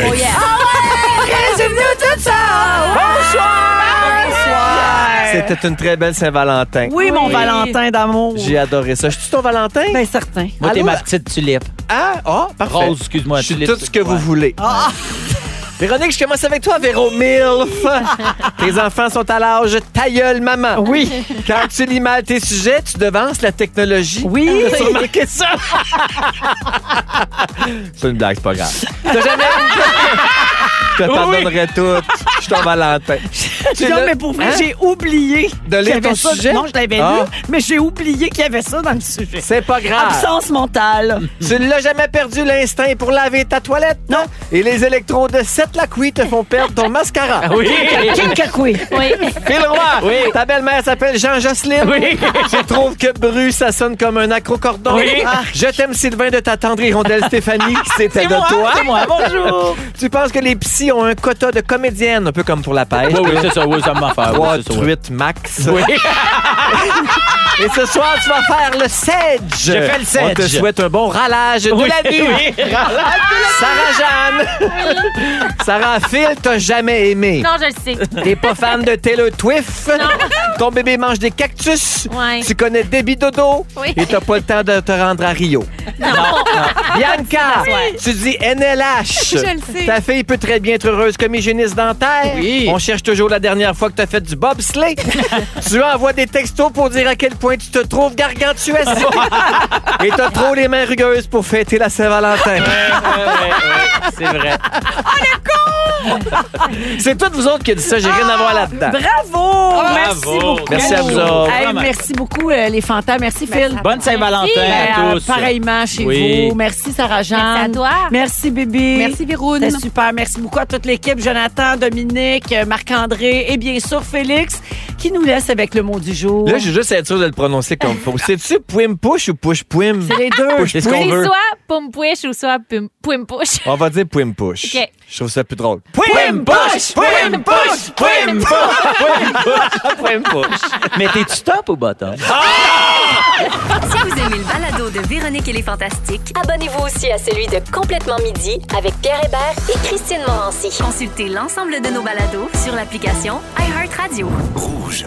[SPEAKER 3] Oh,
[SPEAKER 10] C'était une très belle
[SPEAKER 3] Ben,
[SPEAKER 10] Saint-Valentin.
[SPEAKER 4] Oui, mon Valentin d'amour.
[SPEAKER 10] J'ai adoré ça. Je suis ton Valentin?
[SPEAKER 4] Ben, certain.
[SPEAKER 3] Moi, t'es
[SPEAKER 10] Allô?
[SPEAKER 3] ma petite tulipe.
[SPEAKER 10] Ah, ah, parfait.
[SPEAKER 3] Rose, excuse-moi.
[SPEAKER 10] Je suis
[SPEAKER 3] tulipe,
[SPEAKER 10] tout ce que
[SPEAKER 3] ouais.
[SPEAKER 10] vous voulez.
[SPEAKER 4] Ah.
[SPEAKER 10] Véronique, je commence avec toi,
[SPEAKER 4] <laughs>
[SPEAKER 10] Véro Milf. Tes enfants sont à l'âge ta gueule, maman. Oui. Quand tu lis mal tes sujets, tu devances la technologie.
[SPEAKER 4] Oui.
[SPEAKER 10] T'as remarqué <laughs> ça? C'est une blague, c'est pas grave. T'as jamais... Je t'en
[SPEAKER 3] Oui.
[SPEAKER 10] donnerai toutes. Je suis ton Valentin.
[SPEAKER 4] <laughs>
[SPEAKER 10] Tu
[SPEAKER 4] Non,
[SPEAKER 10] l'as-
[SPEAKER 4] mais pour vrai,
[SPEAKER 10] Hein?
[SPEAKER 4] j'ai oublié.
[SPEAKER 10] De lire
[SPEAKER 4] qu'il y avait
[SPEAKER 10] ton
[SPEAKER 4] ça.
[SPEAKER 10] sujet?
[SPEAKER 4] Non, je l'avais
[SPEAKER 10] Ah.
[SPEAKER 4] lu, mais j'ai oublié qu'il y avait ça dans le sujet.
[SPEAKER 10] C'est pas grave.
[SPEAKER 4] Absence mentale.
[SPEAKER 10] Tu l'as jamais perdu l'instinct pour laver ta toilette? Non. Et les électrons de 7 lacouille te font perdre ton mascara.
[SPEAKER 3] Oui.
[SPEAKER 4] Kinkakoui.
[SPEAKER 6] Oui.
[SPEAKER 10] Phil Roy,
[SPEAKER 3] Ah Oui.
[SPEAKER 10] ta belle-mère s'appelle Jean-Jocelyne.
[SPEAKER 3] Oui.
[SPEAKER 10] Je trouve que Bru, ça sonne comme un accrocordon.
[SPEAKER 3] Oui. Ah,
[SPEAKER 10] Ah, Je t'aime, Sylvain, de ta tendre hirondelle Stéphanie. C'était
[SPEAKER 3] C'est
[SPEAKER 10] de
[SPEAKER 3] moi,
[SPEAKER 10] toi.
[SPEAKER 3] c'est moi. Bonjour.
[SPEAKER 10] Tu penses que les psys ont un quota de comédiennes, un peu comme pour la pêche.
[SPEAKER 3] Oui, oui, c'est ça, oui, ça m'a fait.
[SPEAKER 10] Trois
[SPEAKER 3] oui, c'est ça, oui.
[SPEAKER 10] truites max.
[SPEAKER 3] Oui.
[SPEAKER 10] Et ce soir, tu vas faire le sedge. Je
[SPEAKER 3] fais le sedge.
[SPEAKER 10] On te souhaite un bon ralage de
[SPEAKER 3] Oui,
[SPEAKER 10] la vie.
[SPEAKER 3] oui.
[SPEAKER 10] Sarah Jeanne. Sarah Phil, t'as jamais aimé.
[SPEAKER 6] Non, je le
[SPEAKER 3] <laughs>
[SPEAKER 6] sais.
[SPEAKER 10] T'es pas fan de Taylor Twiff. Ton bébé mange des cactus.
[SPEAKER 6] Ouais.
[SPEAKER 10] Tu connais Debbie Dodo.
[SPEAKER 6] Oui.
[SPEAKER 10] Et t'as pas le temps de te rendre à Rio.
[SPEAKER 9] <laughs>
[SPEAKER 10] Bianca, tu dis NLH.
[SPEAKER 9] Je le sais.
[SPEAKER 10] Ta fille peut très bien être heureuse comme hygiéniste dentaire.
[SPEAKER 3] Oui.
[SPEAKER 10] On cherche toujours la dernière fois que t'as fait
[SPEAKER 9] <laughs>
[SPEAKER 10] du bobsleigh. tu envoies des textos pour dire à quel point tu te trouves gargantuesque.
[SPEAKER 9] <laughs>
[SPEAKER 10] Et t'as trop les mains rugueuses pour fêter la Saint-Valentin.
[SPEAKER 9] <laughs>
[SPEAKER 3] C'est vrai.
[SPEAKER 10] C'est toutes vous autres qui dites ça. J'ai
[SPEAKER 9] Ah,
[SPEAKER 10] rien à voir là-dedans.
[SPEAKER 4] Bravo!
[SPEAKER 3] Merci beaucoup.
[SPEAKER 10] Merci à vous autres.
[SPEAKER 3] Hey,
[SPEAKER 11] Hey, merci beaucoup, euh, les fantas. Merci, Phil.
[SPEAKER 3] Bonne Saint-Valentin à
[SPEAKER 11] Euh,
[SPEAKER 3] tous.
[SPEAKER 11] pareillement chez
[SPEAKER 3] Oui.
[SPEAKER 11] vous. Merci, Sarah-Jeanne.
[SPEAKER 3] Um,
[SPEAKER 6] Merci à toi.
[SPEAKER 4] Merci, bébé.
[SPEAKER 9] Merci, Véroune.
[SPEAKER 4] C'était super. Merci beaucoup à toute l'équipe. Jonathan, Dominique, euh, Marc-André et bien sûr Félix qui nous laisse avec le mot du jour.
[SPEAKER 10] Là, je veux juste être sûr de le prononcer comme faut. C'est-tu Pouim Push ou Push Pouim?
[SPEAKER 4] les deux.
[SPEAKER 10] Push
[SPEAKER 6] C'est
[SPEAKER 10] qu'on veut.
[SPEAKER 6] soit poum push ou soit poum poum push.
[SPEAKER 10] On va dire Pouim Push.
[SPEAKER 6] OK.
[SPEAKER 10] Je trouve ça plus drôle.
[SPEAKER 3] Pouim push, pouim push, pouim
[SPEAKER 10] push, pouim push.
[SPEAKER 3] Mais t'es-tu top ou bottom?
[SPEAKER 1] Si vous aimez le balado de Véronique et les Fantastiques,
[SPEAKER 2] Abonnez-vous aussi à celui de Complètement Midi avec Pierre Hébert et Christine Morancy.
[SPEAKER 1] consultez l'ensemble de nos balados sur l'application iHeartRadio.
[SPEAKER 8] Rouge.